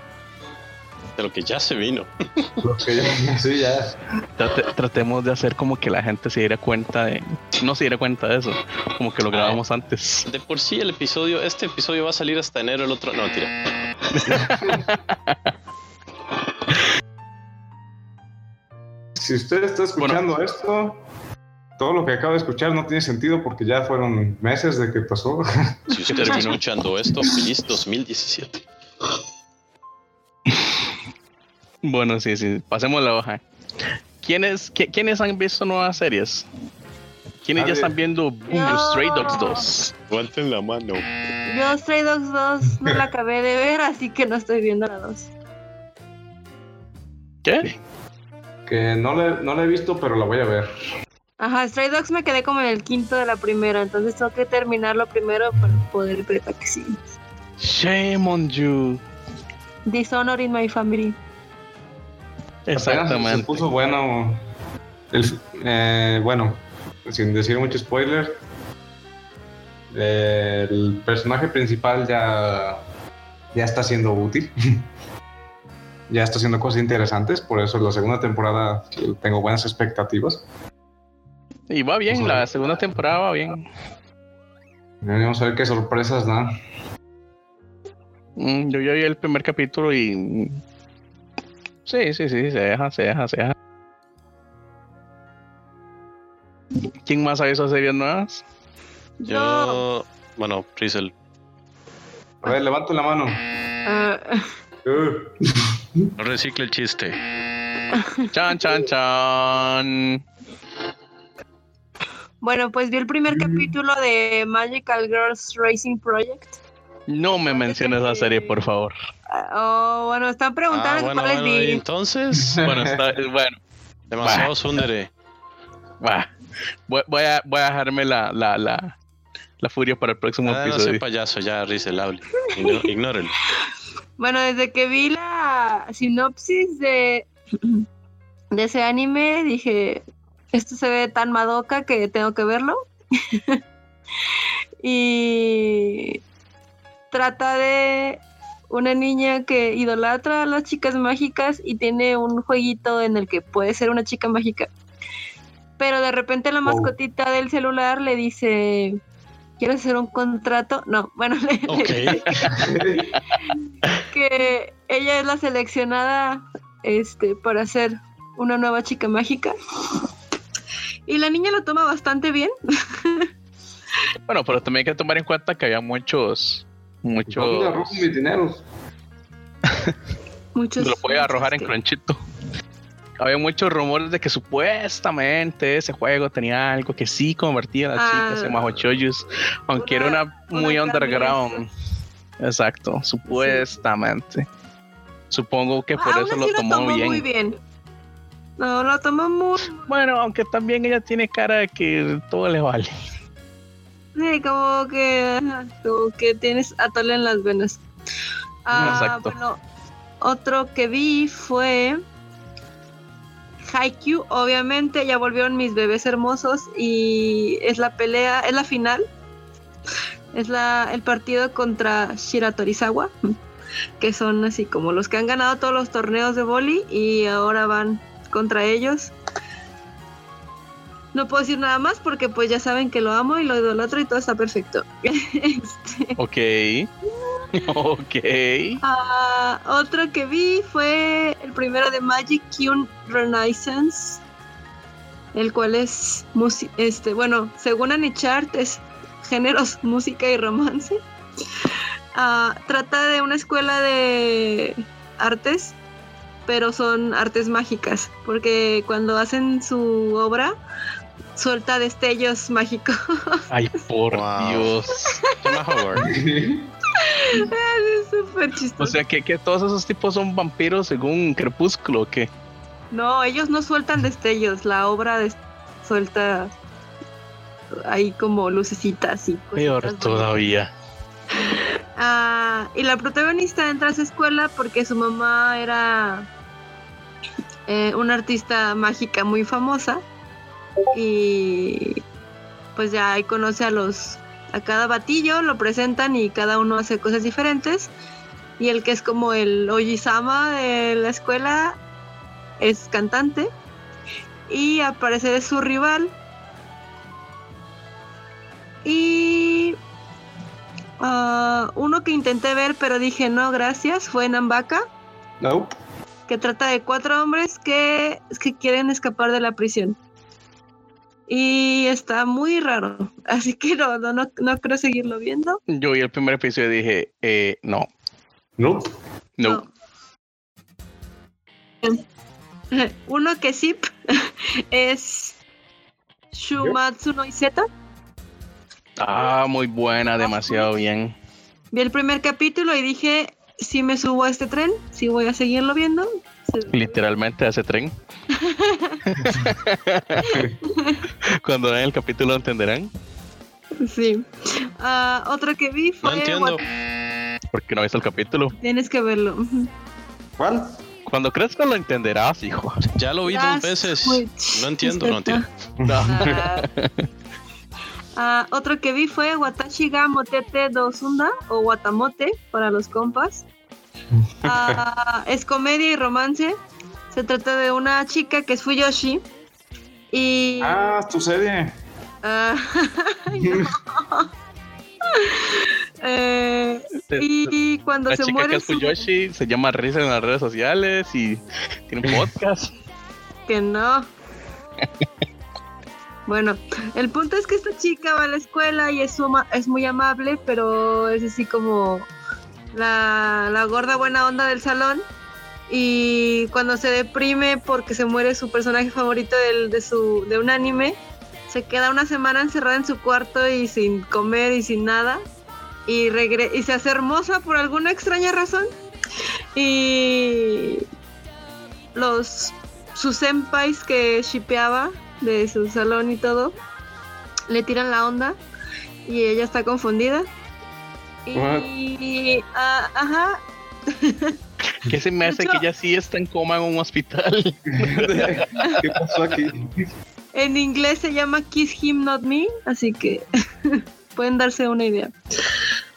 Speaker 4: De lo que ya se vino.
Speaker 5: Lo que ya- (laughs) sí, ya.
Speaker 6: Trate- tratemos de hacer como que la gente se diera cuenta de. No se diera cuenta de eso. Como
Speaker 5: Ah.
Speaker 6: que lo grabamos antes. (laughs)
Speaker 4: De por sí el episodio, este episodio va a salir hasta enero, el otro. No, tira.
Speaker 5: Si usted está escuchando esto, todo lo que acaba de escuchar no tiene sentido porque ya fueron meses de que pasó. (laughs)
Speaker 4: Si usted está escuchando esto, feliz 2017.
Speaker 6: Bueno, sí, sí. Pasemos la hoja. ¿Quiénes, qui- ¿quiénes han visto nuevas series? ¿Quiénes ya
Speaker 5: Nadie.
Speaker 6: están viendo Boom,
Speaker 3: No.
Speaker 6: Stray Dogs 2?
Speaker 4: Aguanten la mano.
Speaker 3: Yo Stray Dogs 2 no la acabé de ver, así que no estoy viendo la 2.
Speaker 6: ¿Qué?
Speaker 5: Que no le, no la he visto, pero la voy a ver.
Speaker 3: Ajá, Stray Dogs me quedé como en el quinto de la primera, entonces tengo que terminarlo primero para poder ver la que sí.
Speaker 6: Shame on you.
Speaker 3: Dishonor in my family.
Speaker 5: Apenas Se
Speaker 6: Exactamente.
Speaker 5: puso bueno. el- eh, bueno, sin decir mucho spoiler, el personaje principal ya, ya está siendo útil. (laughs) ya está haciendo cosas interesantes. Por eso la segunda temporada tengo buenas expectativas.
Speaker 6: Y va bien,
Speaker 5: Vamos a
Speaker 6: la
Speaker 5: ver.
Speaker 6: segunda temporada va bien.
Speaker 5: Vamos a ver qué sorpresas da.
Speaker 6: Mm, Yo ya vi el primer capítulo y. mm, Sí, sí, sí, se deja, se deja, se deja. ¿Quién más ha visto series nuevas?
Speaker 3: Yo.
Speaker 4: Yo. Bueno, Rizel.
Speaker 5: A ver, levanto la mano.
Speaker 3: Ah,
Speaker 5: Uh,
Speaker 4: No recicle el chiste.
Speaker 6: Chan, chan, chan.
Speaker 3: (laughs) bueno, pues vi el primer
Speaker 5: Mm.
Speaker 3: capítulo de Magical Girls Racing Project.
Speaker 6: No me menciones esa serie, por favor.
Speaker 3: Ah, oh, bueno, están preguntando
Speaker 4: bueno,
Speaker 3: cuáles
Speaker 4: bueno, y
Speaker 3: vi.
Speaker 6: (laughs)
Speaker 4: entonces.
Speaker 6: Bueno, está, bueno,
Speaker 4: Demasiado sundere.
Speaker 6: va. Voy, voy a, voy a dejarme la, la, la, la furia para el próximo
Speaker 4: Ah, no
Speaker 6: episodio.
Speaker 4: sea payaso, ya Rizel hable. Igno- Ignórelo.
Speaker 3: Bueno, desde que vi la sinopsis de, de ese anime, dije, esto se ve tan madoka que tengo que verlo. (laughs) y trata de una niña que idolatra a las chicas mágicas y tiene un jueguito en el que puede ser una chica mágica. Pero de repente la
Speaker 5: Wow.
Speaker 3: mascotita del celular le dice, ¿quieres hacer un contrato? No, bueno, (laughs) le, le
Speaker 4: Ok.
Speaker 3: dice que ella es la seleccionada este, para ser una nueva chica mágica. Y la niña lo toma bastante bien.
Speaker 6: (laughs) Bueno, pero también hay que tomar en cuenta que había muchos.
Speaker 5: yo
Speaker 6: Muchos.
Speaker 5: me arrojo mis dineros. (laughs)
Speaker 3: Muchos,
Speaker 6: Lo voy a arrojar en
Speaker 3: este,
Speaker 6: Cronchito. Había muchos rumores de que supuestamente ese juego tenía algo que sí convertía a las
Speaker 3: Ah.
Speaker 6: chicas en majochoyos, aunque
Speaker 3: Una-
Speaker 6: era una
Speaker 3: una
Speaker 6: muy
Speaker 3: gran
Speaker 6: underground. Exacto, supuestamente. Supongo que por
Speaker 3: aún
Speaker 6: eso
Speaker 3: así
Speaker 6: lo tomó bien.
Speaker 3: muy bien. No, lo tomó muy
Speaker 6: Bueno, aunque también ella tiene cara de que todo
Speaker 3: (laughs)
Speaker 6: le vale.
Speaker 3: Sí, como que, ajá, como que tienes atole en las venas. Ah,
Speaker 6: Exacto.
Speaker 3: Bueno, otro que vi fue Haikyuu, obviamente, ya volvieron mis bebés hermosos y es la pelea, es la final. Es la, el partido contra Shiratorizawa, que son así como los que han ganado todos los torneos de boli y ahora van contra ellos. No puedo decir nada más porque pues ya saben que lo amo y lo idolatro y todo está perfecto. (laughs) Este, (laughs)
Speaker 6: Ok. ok.
Speaker 3: ah, otro que vi fue el primero de Magic Kyun Renaissance, el cual es musi- este, bueno, según Anichart es géneros (laughs) música y romance. Ah, trata de una escuela de artes, pero son artes mágicas, porque cuando hacen su obra suelta destellos mágicos.
Speaker 6: Ay, por
Speaker 4: Wow.
Speaker 6: Dios.
Speaker 4: Toma
Speaker 5: ¿eh?
Speaker 4: Howard.
Speaker 3: (laughs) Es súper
Speaker 6: O
Speaker 3: chistoso.
Speaker 6: sea, que, que todos esos tipos son vampiros según Crepúsculo, ¿o qué?
Speaker 3: no, ellos no sueltan destellos, la obra des- suelta hay como lucecitas y cositas
Speaker 6: Peor
Speaker 3: bonitas.
Speaker 6: todavía.
Speaker 3: Ah, y la protagonista entra a esa escuela porque su mamá era eh, una artista mágica muy famosa. Y pues ya ahí conoce a los. a cada batillo, lo presentan y cada uno hace cosas diferentes. Y el que es como el Ojisama de la escuela es cantante. Y al parecer es su rival. Y Ah, uno que intenté ver, pero dije no, gracias, fue Nambaka,
Speaker 5: Nope.
Speaker 3: que trata de cuatro hombres que, que quieren escapar de la prisión. Y está muy raro, (laughs) así que no, no, no, no creo seguirlo viendo.
Speaker 6: Yo vi el primer episodio y dije, eh, no,
Speaker 5: Nope.
Speaker 6: no.
Speaker 3: No. (laughs) Uno que sí (laughs) es Shumatsu no Izeta.
Speaker 6: Ah, muy buena, demasiado bien.
Speaker 3: Vi el primer capítulo y dije, si me subo a este tren, si voy a seguirlo viendo.
Speaker 6: Literalmente hace tren. (laughs) Cuando vean el capítulo entenderán
Speaker 3: Sí. Ah, otro que vi
Speaker 4: No
Speaker 3: fue
Speaker 4: entiendo.
Speaker 6: porque no visto el capítulo.
Speaker 3: Tienes que verlo. ujú.
Speaker 5: ¿Cuál?
Speaker 6: Cuando crezcas lo entenderás, (laughs) hijo.
Speaker 4: Ya lo vi dos
Speaker 3: Las
Speaker 4: veces.
Speaker 3: Witch.
Speaker 4: No entiendo, no entiendo.
Speaker 3: (laughs) Ah. Ah, otro que vi fue Watashi ga Motete Dosunda o Watamote para los compas. Ah, es comedia y romance. Se trata de una chica que es Fuyoshi. Y.
Speaker 5: Ah, es tu serie.
Speaker 3: ah, (laughs) ay, no. Eh, y cuando
Speaker 6: La
Speaker 3: se
Speaker 6: chica que
Speaker 3: muere
Speaker 6: es
Speaker 3: su-
Speaker 6: Fuyoshi se llama Risa en las redes sociales y tiene un (laughs) podcast.
Speaker 3: Que no. Bueno, el punto es que esta chica va a la escuela y es, suma- es muy amable, pero es así como la, la gorda buena onda del salón. Y cuando se deprime porque se muere su personaje favorito del- de, su, de un anime, se queda una semana encerrada en su cuarto y sin comer y sin nada. Y, regre- y se hace hermosa por alguna extraña razón. Y los sus senpais que shipeaba de su salón y todo le tiran la onda y ella está confundida. Y ah, ajá,
Speaker 6: Que se me
Speaker 3: De
Speaker 6: hace
Speaker 3: hecho-
Speaker 6: que ella sí está en coma en un hospital.
Speaker 5: (laughs)
Speaker 6: (laughs)
Speaker 5: ¿Qué pasó aquí?
Speaker 3: en inglés se llama Kiss Him Not Me, así que (laughs) pueden darse una idea.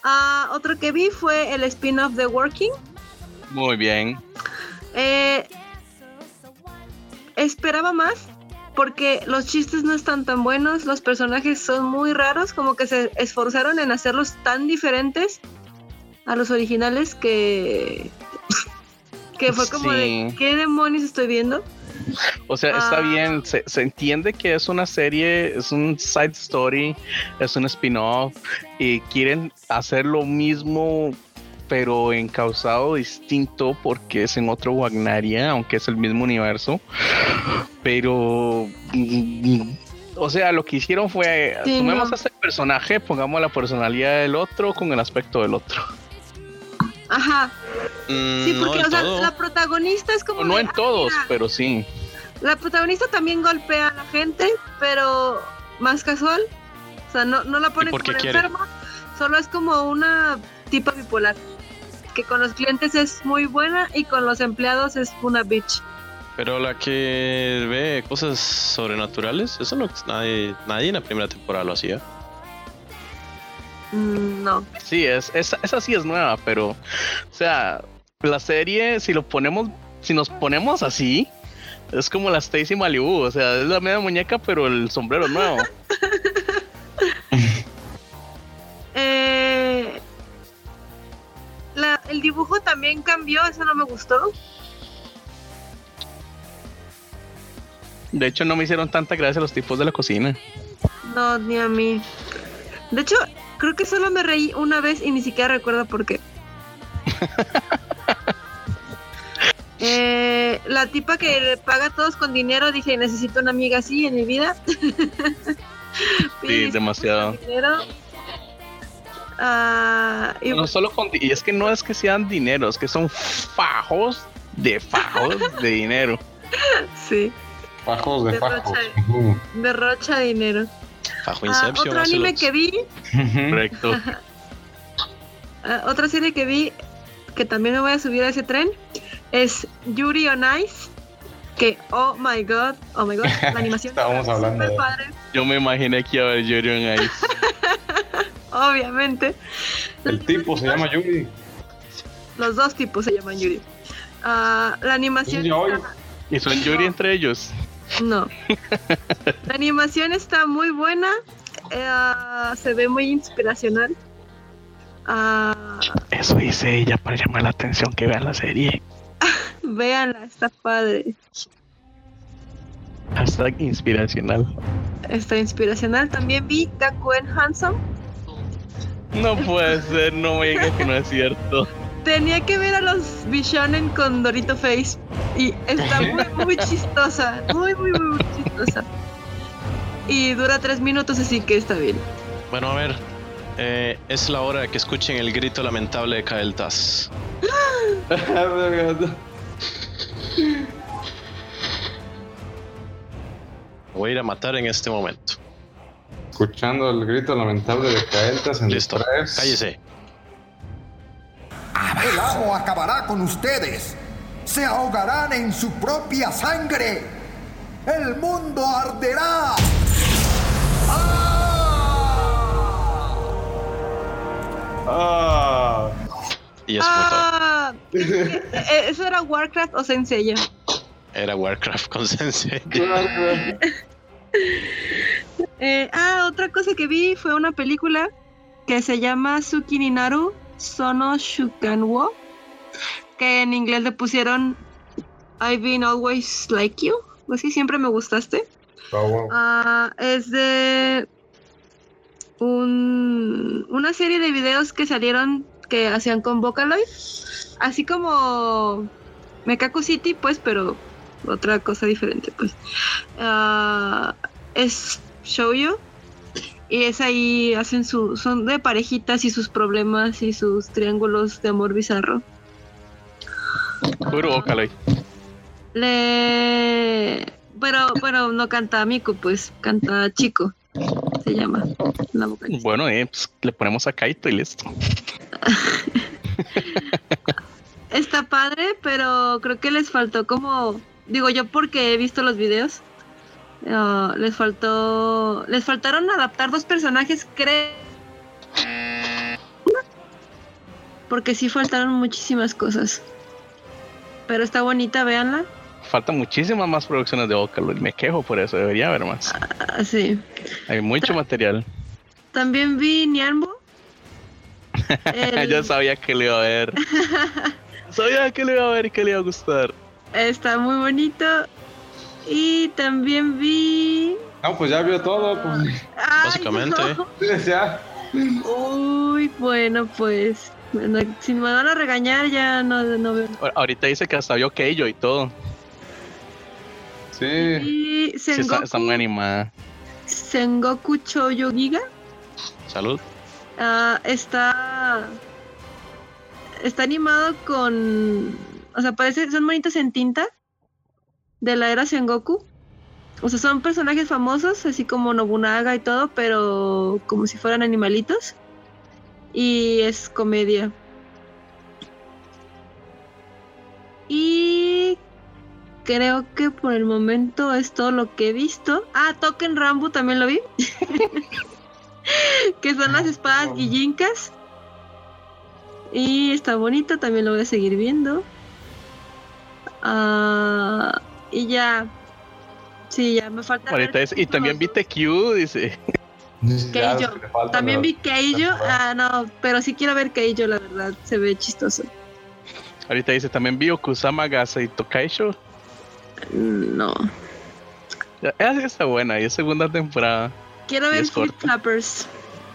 Speaker 3: Ah, otro que vi fue el spin-off de Working.
Speaker 6: Muy bien.
Speaker 3: Eh, esperaba más porque los chistes no están tan buenos, los personajes son muy raros, como que se esforzaron en hacerlos tan diferentes a los originales que que fue como de
Speaker 6: Sí.
Speaker 3: qué demonios estoy viendo.
Speaker 6: O sea, está
Speaker 3: Ah.
Speaker 6: bien, se, se entiende que es una serie, es un side story, es un spin-off y quieren hacer lo mismo pero encausado distinto porque es en otro Wagneria, aunque es el mismo universo. Pero, mm, o sea, lo que hicieron fue,
Speaker 3: Sí,
Speaker 6: tomemos
Speaker 3: no.
Speaker 6: a este personaje, pongamos la personalidad del otro con el aspecto del otro.
Speaker 3: Ajá.
Speaker 4: Mm,
Speaker 3: Sí,
Speaker 4: no
Speaker 3: porque
Speaker 4: del
Speaker 3: o sea,
Speaker 4: todo.
Speaker 3: la protagonista es como
Speaker 6: No
Speaker 3: de,
Speaker 6: en
Speaker 3: "Ah,
Speaker 6: todos,
Speaker 3: mira,
Speaker 6: pero sí.
Speaker 3: La protagonista también golpea a la gente, pero más casual. O sea, no, no la pone
Speaker 4: por
Speaker 3: como
Speaker 4: qué quiere?
Speaker 3: enferma, solo es como una tipa bipolar. Que con los clientes es muy buena y con los empleados es una bitch.
Speaker 4: Pero la que ve cosas sobrenaturales, eso no nadie, nadie en la primera temporada lo hacía.
Speaker 3: Mm, no.
Speaker 6: Sí, es, esa, esa sí es nueva, pero, o sea, la serie, si lo ponemos, si nos ponemos así, es como la Stacy Malibu, o sea, es la media muñeca, pero el sombrero es nuevo.
Speaker 3: Eh, la- el dibujo también cambió, eso no me gustó.
Speaker 6: De hecho, no me hicieron tanta gracia los tipos de la cocina.
Speaker 3: No, ni a mí. De hecho, creo que solo me reí una vez y ni siquiera recuerdo por qué. Eh, la tipa que le paga a todos con dinero, dije, necesito una amiga así en mi vida. Pide disculpas
Speaker 6: demasiado.
Speaker 3: con dinero. Ah, y
Speaker 6: No solo con, y es que no es que sean dinero, es que son fajos de fajos de dinero.
Speaker 3: pues, sí,
Speaker 5: Fajos de
Speaker 3: Derrocha.
Speaker 5: fajos. Ujú.
Speaker 3: derrocha dinero.
Speaker 4: Bajo
Speaker 3: Ah,
Speaker 4: Inception.
Speaker 3: otro
Speaker 4: hace
Speaker 3: anime
Speaker 4: los-
Speaker 3: que vi, (laughs)
Speaker 4: Correcto.
Speaker 3: ah, otra serie que vi, que también me voy a subir a ese tren, es Yuri on Ice. Que, oh my god, oh my god,
Speaker 5: (laughs)
Speaker 3: la animación.
Speaker 5: Estábamos
Speaker 3: está
Speaker 5: hablando
Speaker 3: súper
Speaker 5: de-
Speaker 3: padre.
Speaker 6: Yo me imaginé que iba a haber Yuri on Ice.
Speaker 3: Obviamente.
Speaker 5: El tipo se llama Yuri.
Speaker 3: Los dos tipos se llaman Yuri. Ah, la animación.
Speaker 5: Es yaoi.
Speaker 3: está-
Speaker 6: Y son Yuri entre ellos.
Speaker 5: (laughs)
Speaker 3: No. La animación está muy buena. eh, se ve muy inspiracional. Ah,
Speaker 6: Eso dice ella para llamar la atención que vean la serie.
Speaker 3: véanla, está padre.
Speaker 6: Hashtag inspiracional.
Speaker 3: Está inspiracional. También vi Gakuen Handsome.
Speaker 6: No puede ser, no me digas que no es cierto.
Speaker 3: Tenía que ver a los Bishonen con Dorito Face. Y está muy, muy chistosa. Muy, muy, muy, muy chistosa. Y dura tres minutos, así que está bien.
Speaker 4: Bueno, a ver. eh, es la hora de que escuchen el grito lamentable de Kael Taz. Lo Voy a ir a matar en este momento.
Speaker 5: Escuchando el grito lamentable de Caeltas en
Speaker 4: Listo.
Speaker 5: tres.
Speaker 4: Cállese.
Speaker 7: El ajo acabará con ustedes. Se ahogarán en su propia sangre. El mundo arderá. ¡Ah!
Speaker 5: Ah,
Speaker 4: Y es mutado.
Speaker 3: Ah, eh, ¿Eso era Warcraft o Senseiya?
Speaker 4: Era Warcraft con
Speaker 6: (laughs)
Speaker 4: Sensei.
Speaker 3: Eh, ah, otra cosa que vi fue una película que se llama Tsukininaru Sono Shukanwo, que en inglés le pusieron I've been always like you, o así siempre me gustaste.
Speaker 5: wow, wow.
Speaker 3: Ah, es de un- una serie de videos que salieron que hacían con Vocaloid. Así como Mekaku City, pues, pero otra cosa diferente, pues. Ah, es Shoujo. Y es ahí, hacen su. Son de parejitas y sus problemas y sus triángulos de amor bizarro.
Speaker 6: Puro Vocaloid.
Speaker 3: Le. Pero, pero no canta Miku, pues canta Chico, se llama la vocalista.
Speaker 6: Bueno, eh, pues, le ponemos a Kaito y listo.
Speaker 3: Está padre, pero creo que les faltó como. Digo yo porque he visto los videos. ah, les faltó. Les faltaron adaptar dos personajes, creo. Porque sí faltaron muchísimas cosas. Pero está bonita, véanla.
Speaker 6: Faltan muchísimas más producciones de Vocaloid. Me quejo por eso, debería haber más.
Speaker 3: Ah, sí.
Speaker 6: Hay mucho material.
Speaker 3: También vi Nianbo. El-
Speaker 6: Yo sabía que le iba
Speaker 3: (laughs)
Speaker 6: a ver. sabía que le iba a ver y que le iba a gustar.
Speaker 3: Está muy bonito. Y también vi.
Speaker 5: No, pues ya vio todo. Pues,
Speaker 3: Ay,
Speaker 4: Básicamente.
Speaker 3: Ah.
Speaker 5: (laughs) ya.
Speaker 3: no. Uy, bueno, pues. bueno, si me van a regañar, ya no, no veo.
Speaker 6: A- Ahorita dice que hasta vio Keijo y todo.
Speaker 5: Sí.
Speaker 3: Y
Speaker 6: Sí, está,
Speaker 3: Sengoku,
Speaker 6: está muy animada.
Speaker 3: Sengoku Shoujo Giga.
Speaker 4: Salud.
Speaker 3: ah, está. Está animado con. O sea, parece. Son monitos en tinta. De la era Sengoku. O sea, son personajes famosos, así como Nobunaga y todo, pero como si fueran animalitos. Y es comedia. Y. Creo que por el momento es todo lo que he visto. Ah, Token Rambo también lo vi. (laughs) que son las espadas guillincas. Y está bonito, también lo voy a seguir viendo. Ah, y ya. Sí, ya me falta. ver
Speaker 6: Ahorita dice, y también vi
Speaker 3: los-
Speaker 6: TQ, dice.
Speaker 5: Ya,
Speaker 3: Keijo.
Speaker 5: lo que le falta,
Speaker 3: También
Speaker 5: ¿verdad?
Speaker 3: vi Keijo.
Speaker 5: temporada.
Speaker 3: Ah, no, pero sí quiero ver Keijo, la verdad. Se ve chistoso.
Speaker 6: Ahorita dice, también vi Okusama Gase y Tokaisho.
Speaker 3: No.
Speaker 6: Ya- Esa sí está buena, y es segunda temporada.
Speaker 3: Quiero
Speaker 6: Y
Speaker 3: ver
Speaker 6: es
Speaker 3: Flip
Speaker 6: corta.
Speaker 3: Flappers.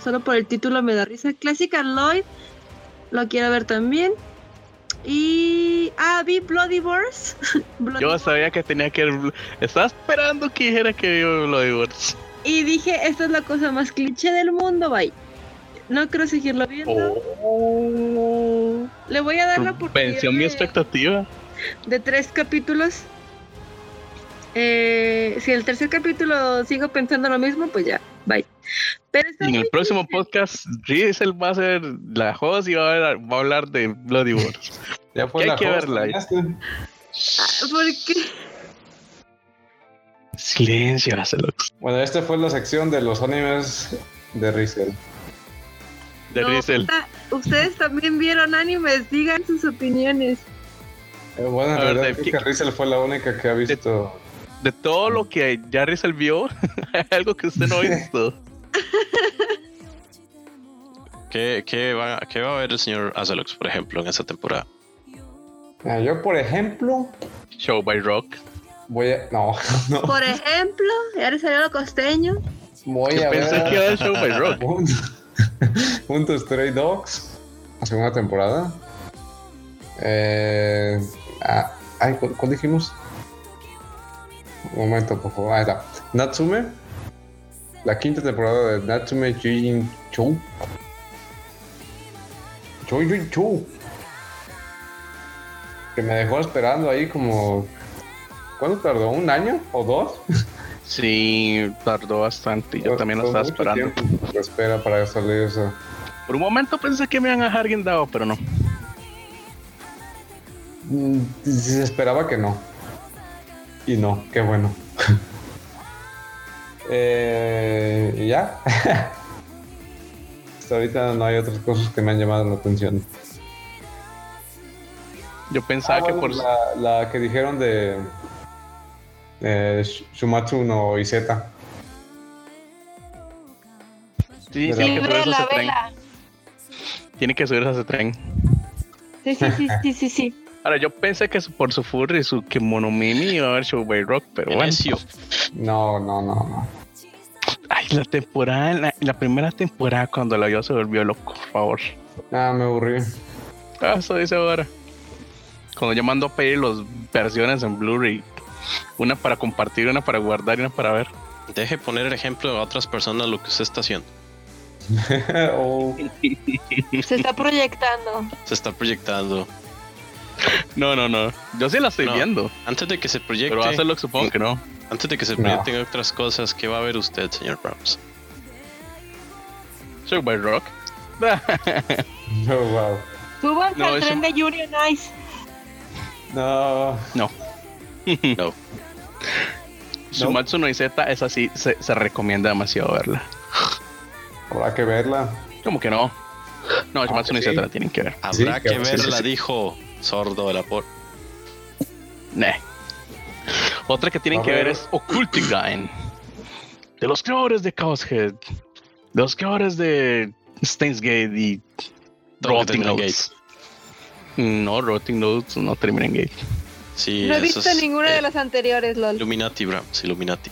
Speaker 3: Solo por el título me da risa. Clásica Lloyd. Lo quiero ver también. Y. Ah, vi Bloody Wars. (laughs) Bloody
Speaker 6: Yo
Speaker 3: Wars.
Speaker 6: sabía que tenía que ver. Estaba esperando que dijera que vio Bloody Wars.
Speaker 3: Y dije, esta es la cosa más cliché del mundo, bye. No quiero seguirlo viendo.
Speaker 6: Oh.
Speaker 3: Le voy a dar la oportunidad
Speaker 6: Venció mi
Speaker 3: de-
Speaker 6: expectativa.
Speaker 3: de tres capítulos. eh, si el tercer capítulo sigo pensando lo mismo, pues ya, bye. Pero está
Speaker 6: En
Speaker 3: muy
Speaker 6: el próximo
Speaker 3: triste.
Speaker 6: podcast, Riesel va a ser la host y va a, hablar- va a hablar de Bloody War.
Speaker 5: Ya fue
Speaker 6: Que hay
Speaker 5: la este.
Speaker 6: que
Speaker 5: host,
Speaker 6: verla.
Speaker 5: ya está.
Speaker 3: Ah, Porque
Speaker 6: (laughs) Silencio, Acelox.
Speaker 5: Bueno, esta fue la sección de los animes de Rizel.
Speaker 6: De
Speaker 3: no,
Speaker 6: Riesel.
Speaker 3: puta, ustedes también vieron animes, digan sus opiniones.
Speaker 5: Eh, bueno, en
Speaker 6: A ver,
Speaker 5: realidad
Speaker 6: de-
Speaker 5: creo que Rizel fue la única que ha visto.
Speaker 6: De todo lo que ya Riesel vio, (laughs) hay algo que usted no ha visto.
Speaker 4: ¿Qué, qué va, qué va a ver el señor Azelux, por ejemplo, en esta temporada?
Speaker 5: Ah, yo, por ejemplo,
Speaker 6: Show by Rock.
Speaker 5: voy a. No, (laughs) no.
Speaker 3: Por ejemplo, ya le salió lo costeño.
Speaker 5: Voy a
Speaker 6: Pensé que
Speaker 5: ver.
Speaker 6: era el Show by Rock.
Speaker 5: Punto, (laughs) punto Stray Dogs, la segunda temporada. Eh, ah, ay, ¿cu- ¿Cuál dijimos? Un momento, por favor. Ahí está. Natsume, la quinta temporada de Natsume Jin Chou. Chou Jin Chou. Que me dejó esperando ahí como. ¿Cuánto tardó? ¿Un año o dos?
Speaker 6: Sí, tardó bastante. Yo también lo
Speaker 5: Fue
Speaker 6: estaba
Speaker 5: mucho
Speaker 6: esperando.
Speaker 5: tiempo de espera para salir esa.
Speaker 6: Por un momento pensé que me iban a Hargen dado, pero no.
Speaker 5: Mm, Se esperaba que no. Y no, qué bueno. (laughs) eh, y ya. (laughs) Hasta ahorita no hay otras cosas que me han llamado la atención.
Speaker 6: Yo pensaba
Speaker 5: Ah, bueno,
Speaker 6: que por.
Speaker 5: la, la que dijeron de eh, Sh- Shumatsu no Izeta.
Speaker 6: Sí,
Speaker 5: de
Speaker 6: tiene que subirse a
Speaker 8: la
Speaker 6: ese tren.
Speaker 8: vela.
Speaker 6: Tiene que subirse a ese tren.
Speaker 8: Sí, sí, sí, sí, sí, sí.
Speaker 6: Ahora, yo pensé que su- por su furry, su kimono mimi iba a haber Show by Rock, pero
Speaker 4: El
Speaker 6: bueno.
Speaker 4: necio.
Speaker 5: No, no, no, no.
Speaker 6: Ay, la temporada, la, la primera temporada cuando la vio se volvió loco, por favor.
Speaker 5: Ah, me aburrí. (laughs)
Speaker 6: Ah, eso dice ahora. Cuando yo mando a pedir las versiones en Blu-ray, una para compartir, una para guardar y una para ver.
Speaker 4: Deje poner el ejemplo de otras personas lo que usted está haciendo.
Speaker 5: Oh,
Speaker 8: Se está proyectando.
Speaker 4: Se está proyectando.
Speaker 6: No, no, no. Yo sí la estoy
Speaker 4: No.
Speaker 6: viendo,
Speaker 4: Antes de que se proyecte,
Speaker 6: pero hace lo que supongo que no.
Speaker 4: antes de que se
Speaker 5: No.
Speaker 4: proyecten otras cosas, ¿qué va a ver usted, señor Browns?
Speaker 6: Show by Rock. (laughs)
Speaker 5: no, wow.
Speaker 8: Súbanse
Speaker 6: No,
Speaker 8: al
Speaker 6: eso-
Speaker 8: tren de Union Ice.
Speaker 5: No.
Speaker 4: No.
Speaker 6: Shumatsu no Z es así, se, se recomienda demasiado verla.
Speaker 5: Habrá que verla.
Speaker 6: ¿Cómo que no? No,
Speaker 4: Ah,
Speaker 6: Shumatsu no
Speaker 5: sí.
Speaker 6: Z la tienen que ver.
Speaker 4: Habrá
Speaker 5: Sí,
Speaker 4: que
Speaker 5: cabrón, sí,
Speaker 4: verla,
Speaker 5: sí, sí.
Speaker 4: dijo sordo de la por.
Speaker 6: Nah. Otra que tienen
Speaker 5: A
Speaker 6: que ver,
Speaker 5: ver.
Speaker 6: es Occultigain. De los creadores de Chaoshead. De los creadores de Stainsgate y
Speaker 4: Todo lo que
Speaker 6: Rotting
Speaker 4: termina en
Speaker 6: Notes. No, Rotting Notes no termina en Gate.
Speaker 4: Sí,
Speaker 3: No he
Speaker 4: eso
Speaker 3: visto
Speaker 4: es,
Speaker 3: ninguna
Speaker 4: eh,
Speaker 3: de las anteriores, LOL.
Speaker 4: Illuminati, Browns, Illuminati.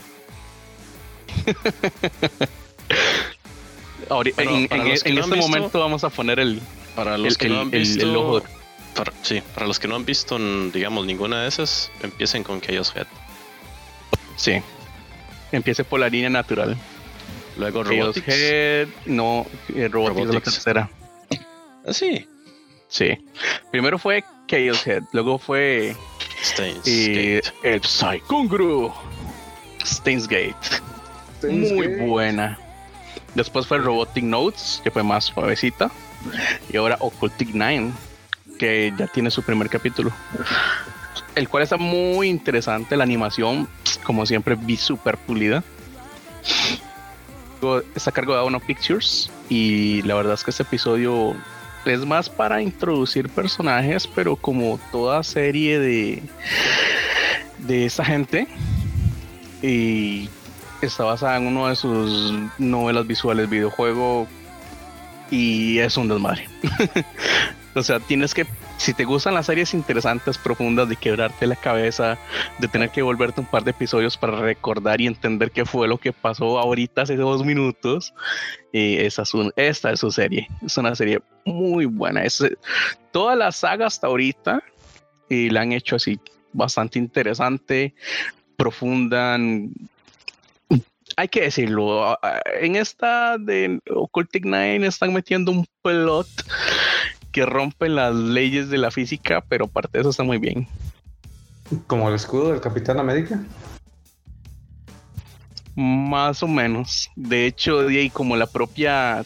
Speaker 6: Ahorita-
Speaker 4: Pero
Speaker 6: en
Speaker 4: para
Speaker 6: en-
Speaker 4: los que
Speaker 6: en
Speaker 4: no han
Speaker 6: este
Speaker 4: visto-
Speaker 6: momento vamos a poner el.
Speaker 4: Para los
Speaker 6: El-
Speaker 4: que
Speaker 6: el-
Speaker 4: no han
Speaker 6: el- el
Speaker 4: visto,
Speaker 6: ojo de-
Speaker 4: para- sí, para los que no han visto, mm, digamos, ninguna de esas, empiecen con Chaos Head.
Speaker 6: Sí. Empiece por la línea natural.
Speaker 4: Luego Robotics.
Speaker 6: Chaoshead. No, eh, Robotics es la
Speaker 4: Robotics.
Speaker 6: tercera.
Speaker 4: Ah, sí.
Speaker 6: Sí. Primero fue Chaoshead. Luego fue
Speaker 4: Steins
Speaker 6: Y
Speaker 4: Gate.
Speaker 6: el Psychongru. Steins Gate. Muy buena. Después fue Robotic Notes, que fue más suavecita. Y ahora Occultic Nine, que ya tiene su primer capítulo. El cual está muy interesante. La animación, como siempre, vi súper pulida. Luego Está a cargo de Auno Pictures. Y la verdad es que este episodio es más para introducir personajes, pero como toda serie de, de esa gente. Y está basada en uno de sus novelas visuales, videojuego, y es un desmadre. (laughs) o sea, tienes que, si te gustan las series interesantes, profundas, de quebrarte la cabeza, de tener que volverte un par de episodios para recordar y entender qué fue lo que pasó ahorita hace dos minutos, y esa es un- esta es su serie. Es una serie muy buena. Es, eh, toda la saga hasta ahorita y la han hecho así bastante interesante, profunda, n- hay que decirlo, a- a- en esta de Occultic Nine están metiendo un plot que rompe las leyes de la física, pero aparte de eso está muy bien.
Speaker 5: Como el escudo del Capitán América.
Speaker 6: Más o menos. De hecho, y como la propia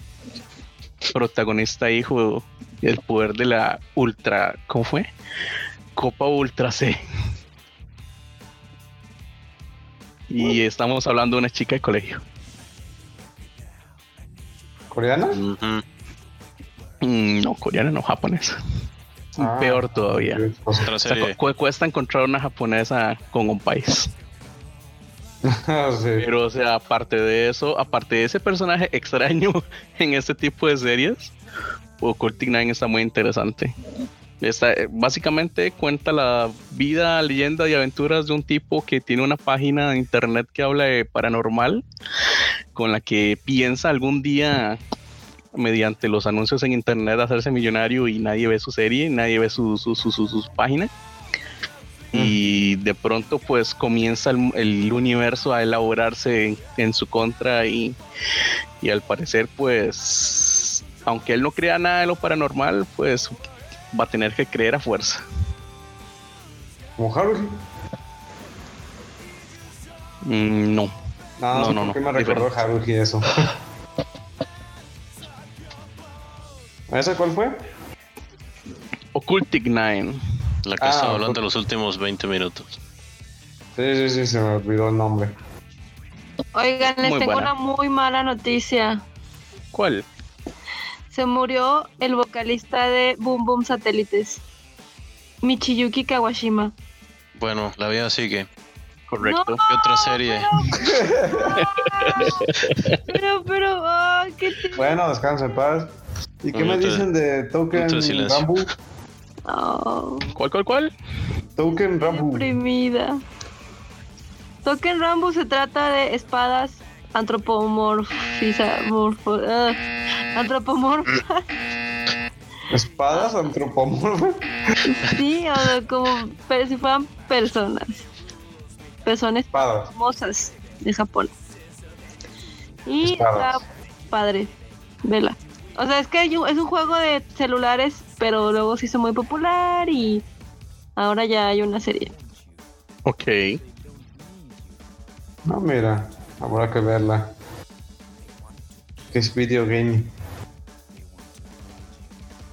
Speaker 6: protagonista dijo, el poder de la ultra, ¿cómo fue? Copa Ultra C. Y estamos hablando de una chica de colegio.
Speaker 5: ¿Coreana?
Speaker 4: Ujú.
Speaker 6: Mm, No, coreana no, japonesa.
Speaker 5: Ah.
Speaker 6: Peor todavía.
Speaker 4: Otra
Speaker 6: O sea,
Speaker 4: serie.
Speaker 6: cu- cu- cuesta encontrar una japonesa con un país. (laughs)
Speaker 5: (laughs) Sí.
Speaker 6: Pero, o sea, aparte de eso, aparte de ese personaje extraño (laughs) en este tipo de series, Occultic Nine está muy interesante. Está, eh, básicamente cuenta la vida, leyenda y aventuras de un tipo que tiene una página de internet que habla de paranormal, con la que piensa algún día, mediante los anuncios en internet, hacerse millonario y nadie ve su serie, nadie ve su, su, su- su- sus páginas y de pronto pues comienza el, el universo a elaborarse en, en su contra y, y al parecer pues aunque él no crea nada de lo paranormal pues va a tener que creer a fuerza
Speaker 5: ¿Como Haruhi?
Speaker 6: Mm, no
Speaker 5: No,
Speaker 6: No,
Speaker 5: no,
Speaker 6: no, no,
Speaker 5: ¿Por qué me recordó
Speaker 6: diferente.
Speaker 5: Haruhi
Speaker 6: (laughs)
Speaker 5: eso? ¿Esa cuál fue?
Speaker 6: Occultic Nine
Speaker 4: La que
Speaker 5: Ah,
Speaker 4: estaba hablando
Speaker 5: ok.
Speaker 4: los últimos 20 minutos.
Speaker 5: Sí, sí, sí, se me olvidó el nombre.
Speaker 3: Oigan, les
Speaker 6: Muy
Speaker 3: tengo
Speaker 6: buena.
Speaker 3: una muy mala noticia.
Speaker 6: ¿cuál?
Speaker 3: Se murió el vocalista de Boom Boom Satélites, Michiyuki Kawashima.
Speaker 4: Bueno, la vida sigue.
Speaker 6: correcto
Speaker 4: ¿Qué otra serie?
Speaker 3: Pero, pero, ah, qué triste.
Speaker 5: Bueno, descansa en paz. ¿Y qué me
Speaker 4: Minuto de-
Speaker 5: dicen de Token
Speaker 4: minuto de silencio.
Speaker 5: Rambu?
Speaker 3: Oh,
Speaker 6: ¿cuál cuál cuál?
Speaker 5: Token Rambu.
Speaker 3: deprimida. Token Rambo se trata de espadas antropomorfiza, morfo- ah, antropomorfas. (laughs)
Speaker 5: Espadas antropomorfas.
Speaker 3: Sí, o sea, como pe- si fueran personas. Personas
Speaker 5: (laughs) Espadas.
Speaker 3: famosas de Japón. Y
Speaker 5: Espadas.
Speaker 3: está padre. Vela. O sea, es que hay un- es un juego de celulares, pero luego se hizo muy popular y ahora ya hay una serie.
Speaker 6: ok
Speaker 5: No, mira, habrá que verla. Que es video game.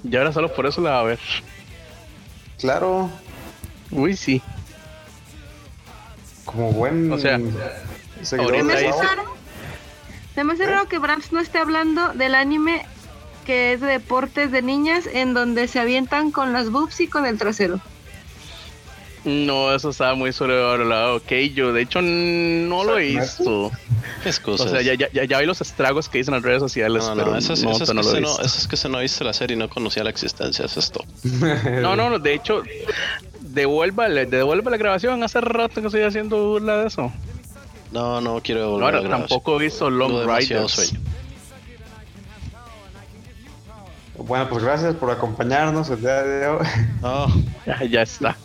Speaker 6: y ahora solo por eso la va a ver
Speaker 5: Claro,
Speaker 6: uy sí
Speaker 5: como buen.
Speaker 6: O sea,
Speaker 5: seguidor
Speaker 3: Se me
Speaker 6: ahorita
Speaker 5: de
Speaker 3: hace
Speaker 6: Ahí dice-
Speaker 5: Sao.
Speaker 6: se-
Speaker 3: raro. Se
Speaker 4: ¿Eh?
Speaker 3: me hace raro que Brams no esté hablando del anime que es de deportes de niñas en donde se avientan con las boobs y con el trasero.
Speaker 6: no eso estaba muy sobrevalorado ok yo de hecho no lo he visto
Speaker 4: Es cosas.
Speaker 6: O sea, ya, ya, ya, ya vi los estragos que dicen las redes sociales,
Speaker 4: no,
Speaker 6: pero
Speaker 4: no, esas,
Speaker 6: no,
Speaker 4: esas que
Speaker 6: no lo he
Speaker 4: se no,
Speaker 6: visto.
Speaker 4: esas que se no viste la serie y no conocía la existencia, eso es todo.
Speaker 6: No, no, no, de hecho, devuelva, devuelva la grabación. Hace rato que estoy haciendo burla de eso.
Speaker 4: No, no quiero volver
Speaker 6: Ahora
Speaker 4: a grabar.
Speaker 6: tampoco he visto Long
Speaker 4: Tengo demasiado
Speaker 6: Riders.
Speaker 4: sueño.
Speaker 5: Bueno, pues gracias por acompañarnos el día de hoy. (laughs)
Speaker 4: Ah,
Speaker 6: Ya, ya está.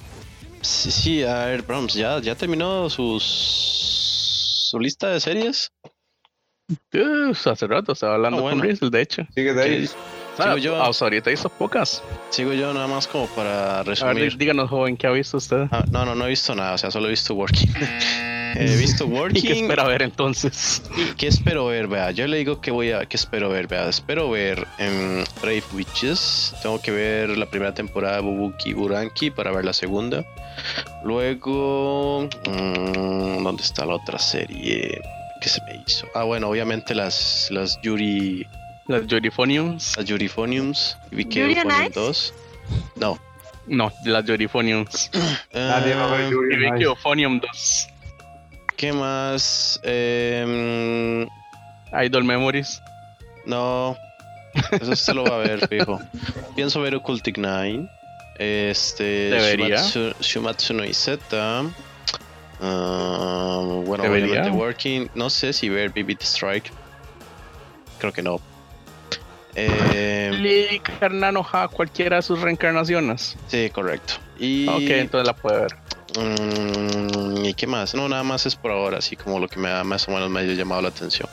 Speaker 4: sí, sí, a ver, Brahms, ¿ya, ya terminó sus, su lista de series?
Speaker 6: Uf, hace rato estaba hablando
Speaker 4: Ah, bueno.
Speaker 6: con Rizel, de hecho.
Speaker 5: Sigue de ahí.
Speaker 4: Sí,
Speaker 6: Ah,
Speaker 4: yo.
Speaker 6: ah, o sea, ahorita hizo pocas.
Speaker 4: Sigo yo nada más como para
Speaker 6: A ver, dí-
Speaker 4: resumir.
Speaker 6: díganos, joven, ¿qué ha visto usted?
Speaker 4: Ah, no, no, no he visto nada, o sea, solo he visto Working. (laughs) he (laughs) visto
Speaker 6: ¿Y
Speaker 4: Working.
Speaker 6: qué espera ver entonces?
Speaker 4: ¿Y ¿Qué espero ver? Vea, yo le digo que voy a. ¿Qué espero ver? Vea, espero ver em, Brave Witches. Tengo que ver la primera temporada de Bubuki Buranki para ver la segunda. Luego. mm, ¿Dónde está la otra serie que se me hizo? Ah, bueno, obviamente las, las Yuri.
Speaker 6: ¿Las Jurifoniums?
Speaker 4: Las Yurifoniums. Vi que
Speaker 3: ¿Yuri on
Speaker 4: fueron
Speaker 3: Ice?
Speaker 4: dos. No.
Speaker 6: No, las Jurifoniums.
Speaker 5: Nadie va a ver
Speaker 4: Ah,
Speaker 6: Y
Speaker 5: Yuri.
Speaker 6: vi
Speaker 5: on
Speaker 6: que
Speaker 5: Ice.
Speaker 6: Ophonium 2.
Speaker 4: ¿Qué más? Em,
Speaker 6: Idol Memories.
Speaker 4: No, eso se lo va a
Speaker 6: (laughs)
Speaker 4: ver, fijo. Pienso ver Occultic Nine. Este.
Speaker 6: Debería.
Speaker 4: Shumatsu, Shumatsu no Izeta. Ah, bueno,
Speaker 6: Debería.
Speaker 4: obviamente Working. No sé si ver Vivid Strike. Creo que no. Eh,
Speaker 6: Lily Carnanoja, cualquiera de sus reencarnaciones.
Speaker 4: sí, correcto. Y.
Speaker 6: Ah, Ok, entonces la puede ver.
Speaker 4: Mm, ¿Y qué más? No, nada más es por ahora, así como lo que me ha más o menos me ha llamado la atención.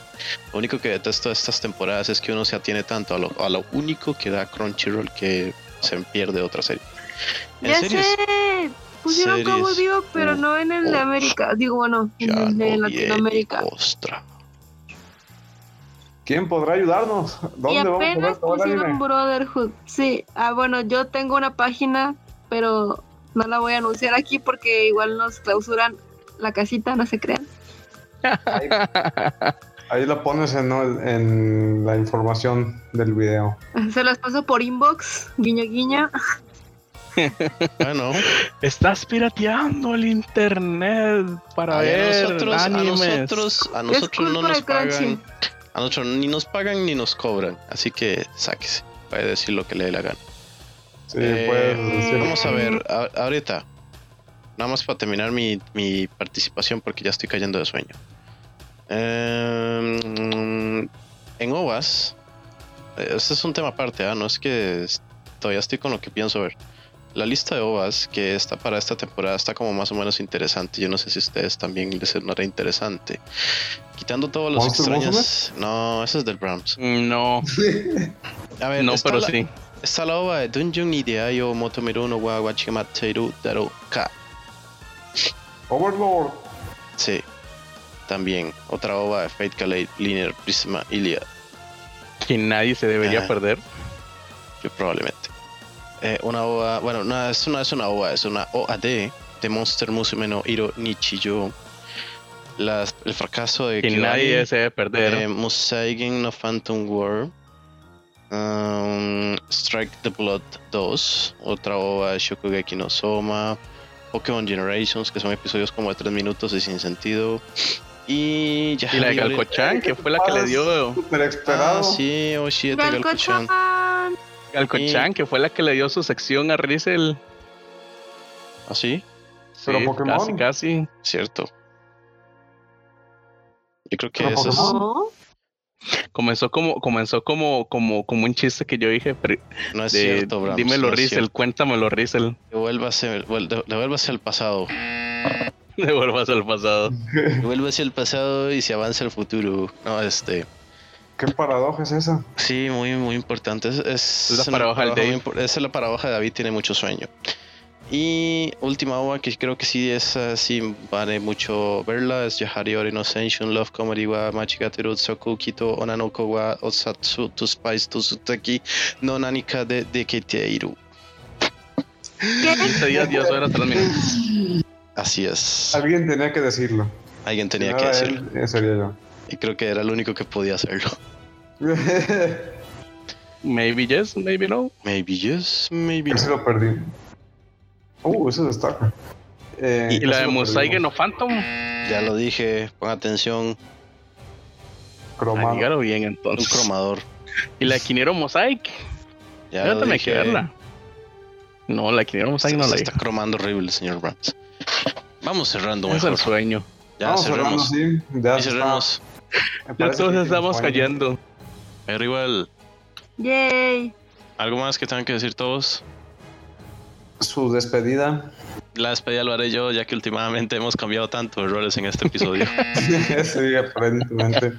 Speaker 4: Lo único que detesto de estas temporadas es que uno se atiene tanto a lo, a lo único que da Crunchyroll que se pierde otra serie. En
Speaker 3: ya
Speaker 4: series,
Speaker 3: sé, Pusieron
Speaker 4: Series.
Speaker 3: Cowboy Bebop, pero
Speaker 4: Uh,
Speaker 3: no en el de
Speaker 4: oh.
Speaker 3: América. Digo, bueno, en
Speaker 4: Ya
Speaker 3: el de
Speaker 4: no viene,
Speaker 3: Latinoamérica.
Speaker 4: Ostra.
Speaker 5: ¿Quién podrá ayudarnos?
Speaker 3: Y
Speaker 5: ¿Dónde vamos a ver
Speaker 3: apenas
Speaker 5: todo el
Speaker 3: pusieron
Speaker 5: anime?
Speaker 3: Brotherhood. Sí, ah, bueno, yo tengo una página, pero no la voy a anunciar aquí porque igual nos clausuran la casita, no se crean. (laughs)
Speaker 5: Ahí lo pones en, en la información del video.
Speaker 3: Se las paso por inbox, guiño guiño.
Speaker 6: (laughs)
Speaker 4: Bueno,
Speaker 6: Estás pirateando el internet para
Speaker 4: a,
Speaker 6: ver
Speaker 4: nosotros, a
Speaker 6: animes.
Speaker 4: nosotros, a
Speaker 3: Es
Speaker 4: nosotros no
Speaker 3: culpa
Speaker 4: nos
Speaker 3: de Crunchy.
Speaker 4: pagan. A nosotros ni nos pagan ni nos cobran. Así que sáquese. Puede decir lo que le dé la gana.
Speaker 5: Sí, pues,
Speaker 4: Eh,
Speaker 5: puedes decir-
Speaker 4: Vamos a ver, a- ahorita. Nada más para terminar mi, mi participación porque ya estoy cayendo de sueño. Em, en OVAS, eh, este es un tema aparte, ah, no es que es- todavía estoy con lo que pienso ver. La lista de OVAS que está para esta temporada está como más o menos interesante. Yo no sé si a ustedes también les sonará interesante. Quitando todos los
Speaker 5: ¿Monster
Speaker 4: extraños. No, ese es del Brahms.
Speaker 6: Mm, No, pues,
Speaker 4: A ver,
Speaker 6: no,
Speaker 4: está
Speaker 6: pero
Speaker 4: la-
Speaker 6: sí.
Speaker 4: Está la ova de Dungeon ni de Ayo Motomiru no wa Wachimateru Daro Ka.
Speaker 5: Overlord.
Speaker 4: Sí. También otra ova de Fate Kale Linear Prisma Iliad.
Speaker 6: Que nadie se debería
Speaker 4: Ajá.
Speaker 6: perder.
Speaker 4: Yo probablemente. Eh, una ova, bueno, no, es una, es una ova, es una OAD de Monster Musume no Hiro Nichiyo. Las, el fracaso de
Speaker 6: Que
Speaker 4: Kyoani,
Speaker 6: nadie se debe perder.
Speaker 4: eh, Musaigen no Phantom War. um, Strike the Blood 2. Otra ova de Shokugeki no Soma. Pokémon Generations, que son episodios como de 3 minutos y sin sentido. Y ya.
Speaker 6: y la de
Speaker 4: y ahorita-
Speaker 6: Galcochan, que fue la que le dio.
Speaker 5: Super
Speaker 4: Ah,
Speaker 5: esperado.
Speaker 4: sí, Oshie de Galcochan.
Speaker 3: Galcochan.
Speaker 6: Galcochan, que fue la que le dio su sección a Rizel.
Speaker 4: Ah, sí,
Speaker 5: Pero
Speaker 6: Sí,
Speaker 5: Pokémon.
Speaker 6: Casi, casi.
Speaker 4: cierto. Yo creo que
Speaker 5: Pero
Speaker 4: eso es.
Speaker 5: Pokémon.
Speaker 3: Oh,
Speaker 6: Comenzó como, comenzó como, como, como un chiste que yo dije. pero-
Speaker 4: No es
Speaker 6: de,
Speaker 4: cierto, Brahms.
Speaker 6: dímelo,
Speaker 4: no es
Speaker 6: Rizel,
Speaker 4: cierto.
Speaker 6: cuéntamelo, (laughs) Rizel.
Speaker 4: Devuélvase, vuel- devuélvase al
Speaker 5: (laughs)
Speaker 4: pasado.
Speaker 6: Devuelvas al pasado.
Speaker 4: Devuélvase al pasado y se avance al futuro. No, este.
Speaker 5: ¿Qué paradoja es esa?
Speaker 4: Sí, muy, muy importante. Es, es
Speaker 6: Es la
Speaker 4: una
Speaker 6: paradoja del
Speaker 4: muy impor- Esa es la paradoja de David, tiene mucho sueño. Y última obra que creo que sí es sí vale mucho verla es Yahari Ori no Senshun Love Comedy wa Machigateru Soku Kito Onanoko wa Osatsu to Spice to Sutaki no Nanika de Deketeiru.
Speaker 3: ¿Qué?
Speaker 6: 15 días, 10 horas, 3 minutos.
Speaker 4: Así es.
Speaker 5: Alguien tenía que decirlo.
Speaker 4: Alguien tenía
Speaker 6: Ah,
Speaker 5: Si
Speaker 4: que
Speaker 5: no era
Speaker 4: decirlo.
Speaker 5: él, eh, sería yo.
Speaker 4: Y creo que era el único que podía hacerlo. (laughs)
Speaker 5: (laughs) Ese
Speaker 6: Maybe yes, maybe no.
Speaker 4: Maybe yes, maybe
Speaker 6: (laughs)
Speaker 4: no.
Speaker 5: lo perdí. Uh, eso es Stark. Eh,
Speaker 6: Y la
Speaker 5: ese
Speaker 6: de
Speaker 5: lo
Speaker 6: Mosaic
Speaker 5: perdimos.
Speaker 6: no Phantom.
Speaker 4: Ya lo dije, pon atención,
Speaker 5: Cromado.
Speaker 6: Ah, dígalo bien
Speaker 4: un
Speaker 6: entonces.
Speaker 4: cromador.
Speaker 6: Y la de Quinero Mosaic.
Speaker 4: Ya
Speaker 6: Ya
Speaker 4: lo
Speaker 6: también que
Speaker 4: dije.
Speaker 6: verla. No, la Quinero Mosaic
Speaker 4: Se-
Speaker 6: no
Speaker 4: se
Speaker 6: la
Speaker 4: está
Speaker 6: dije.
Speaker 4: cromando horrible el señor Brands. Vamos cerrando
Speaker 6: Es
Speaker 4: mejor.
Speaker 6: el sueño.
Speaker 4: Ya
Speaker 5: Vamos cerrando,
Speaker 4: cerremos.
Speaker 5: sí. Ya
Speaker 4: Ya
Speaker 5: está.
Speaker 4: cerremos.
Speaker 5: Me
Speaker 6: Ya
Speaker 5: parece
Speaker 6: todos
Speaker 5: que
Speaker 6: estamos
Speaker 5: tiene sueño.
Speaker 6: callando.
Speaker 4: Rival,
Speaker 3: Yay.
Speaker 4: ¿algo más que tengan que decir todos?
Speaker 5: Su despedida.
Speaker 4: La despedida lo haré yo, ya que últimamente hemos cambiado tantos errores en este episodio.
Speaker 5: (laughs) sí, aparentemente.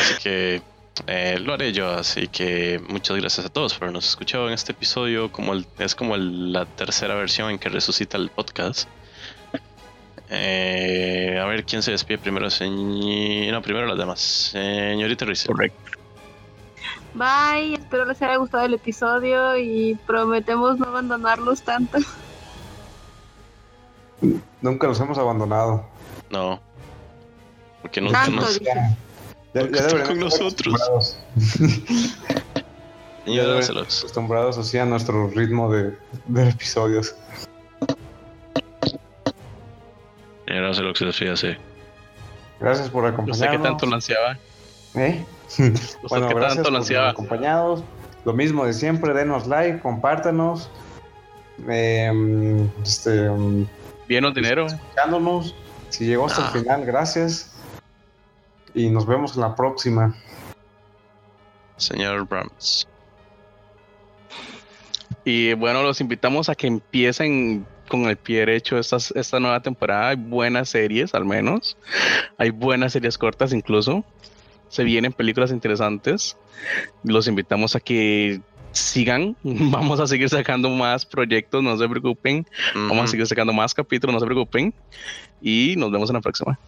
Speaker 4: así que eh, lo haré yo. Así que muchas gracias a todos por habernos escuchado en este episodio. Como el- es como el- la tercera versión en que resucita el podcast. Eh, a ver quién se despide primero. Señ- No, primero las demás. Señorita Ruiz.
Speaker 6: Correcto.
Speaker 3: Bye, espero les haya gustado el episodio y prometemos no abandonarlos tanto.
Speaker 5: Nunca los hemos abandonado.
Speaker 4: No. Porque no
Speaker 3: Tanto,
Speaker 4: no-
Speaker 3: dije.
Speaker 5: Ya,
Speaker 4: Porque están
Speaker 5: deberíamos
Speaker 4: con
Speaker 5: estar
Speaker 4: nosotros.
Speaker 5: acostumbrados.
Speaker 4: Niño,
Speaker 5: Ya deberíamos estar
Speaker 4: dáselos.
Speaker 5: acostumbrados así a nuestro ritmo de, de episodios.
Speaker 4: Niño, dáselos, que los pide así.
Speaker 5: Gracias por
Speaker 6: No
Speaker 5: acompañarnos.
Speaker 6: sé qué tanto lo ansiaba.
Speaker 5: ¿Eh?
Speaker 6: No sé
Speaker 5: Bueno, gracias
Speaker 6: qué tanto lo
Speaker 5: por estar
Speaker 6: ansiaba.
Speaker 5: acompañados. Lo mismo de siempre, denos like, compártanos. Eh, este, mm,
Speaker 6: Vienos
Speaker 4: Pues,
Speaker 6: dinero.
Speaker 5: escuchándonos. Si llegó hasta
Speaker 4: Ah.
Speaker 5: el final, gracias. Y nos vemos en la próxima.
Speaker 4: Señor Brahms.
Speaker 6: Y bueno, los invitamos a que empiecen con el pie derecho estas- esta nueva temporada. Hay buenas series, al menos. Hay buenas series cortas incluso. Se vienen películas interesantes. Los invitamos a que sigan, (laughs) vamos a seguir sacando más proyectos, no se preocupen, vamos a seguir sacando más capítulos, no se preocupen, y nos vemos en la próxima.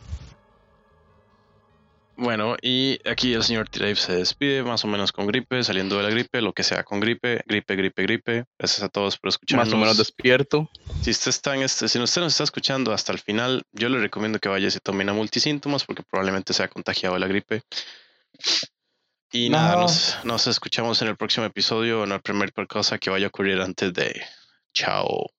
Speaker 4: Bueno, y aquí el señor Tirave se despide más o menos con gripe, saliendo de la gripe, lo que sea con gripe, gripe, gripe, gripe. Gracias a todos por escucharnos.
Speaker 6: Más o menos despierto.
Speaker 4: Si usted está en este, si usted nos está escuchando hasta el final, yo le recomiendo que vaya y se tome una multisíntomas porque probablemente se ha contagiado de la gripe. Y
Speaker 5: No.
Speaker 4: nada, nos, nos escuchamos en el próximo episodio, en la primera cosa que vaya a ocurrir antes de. Chao.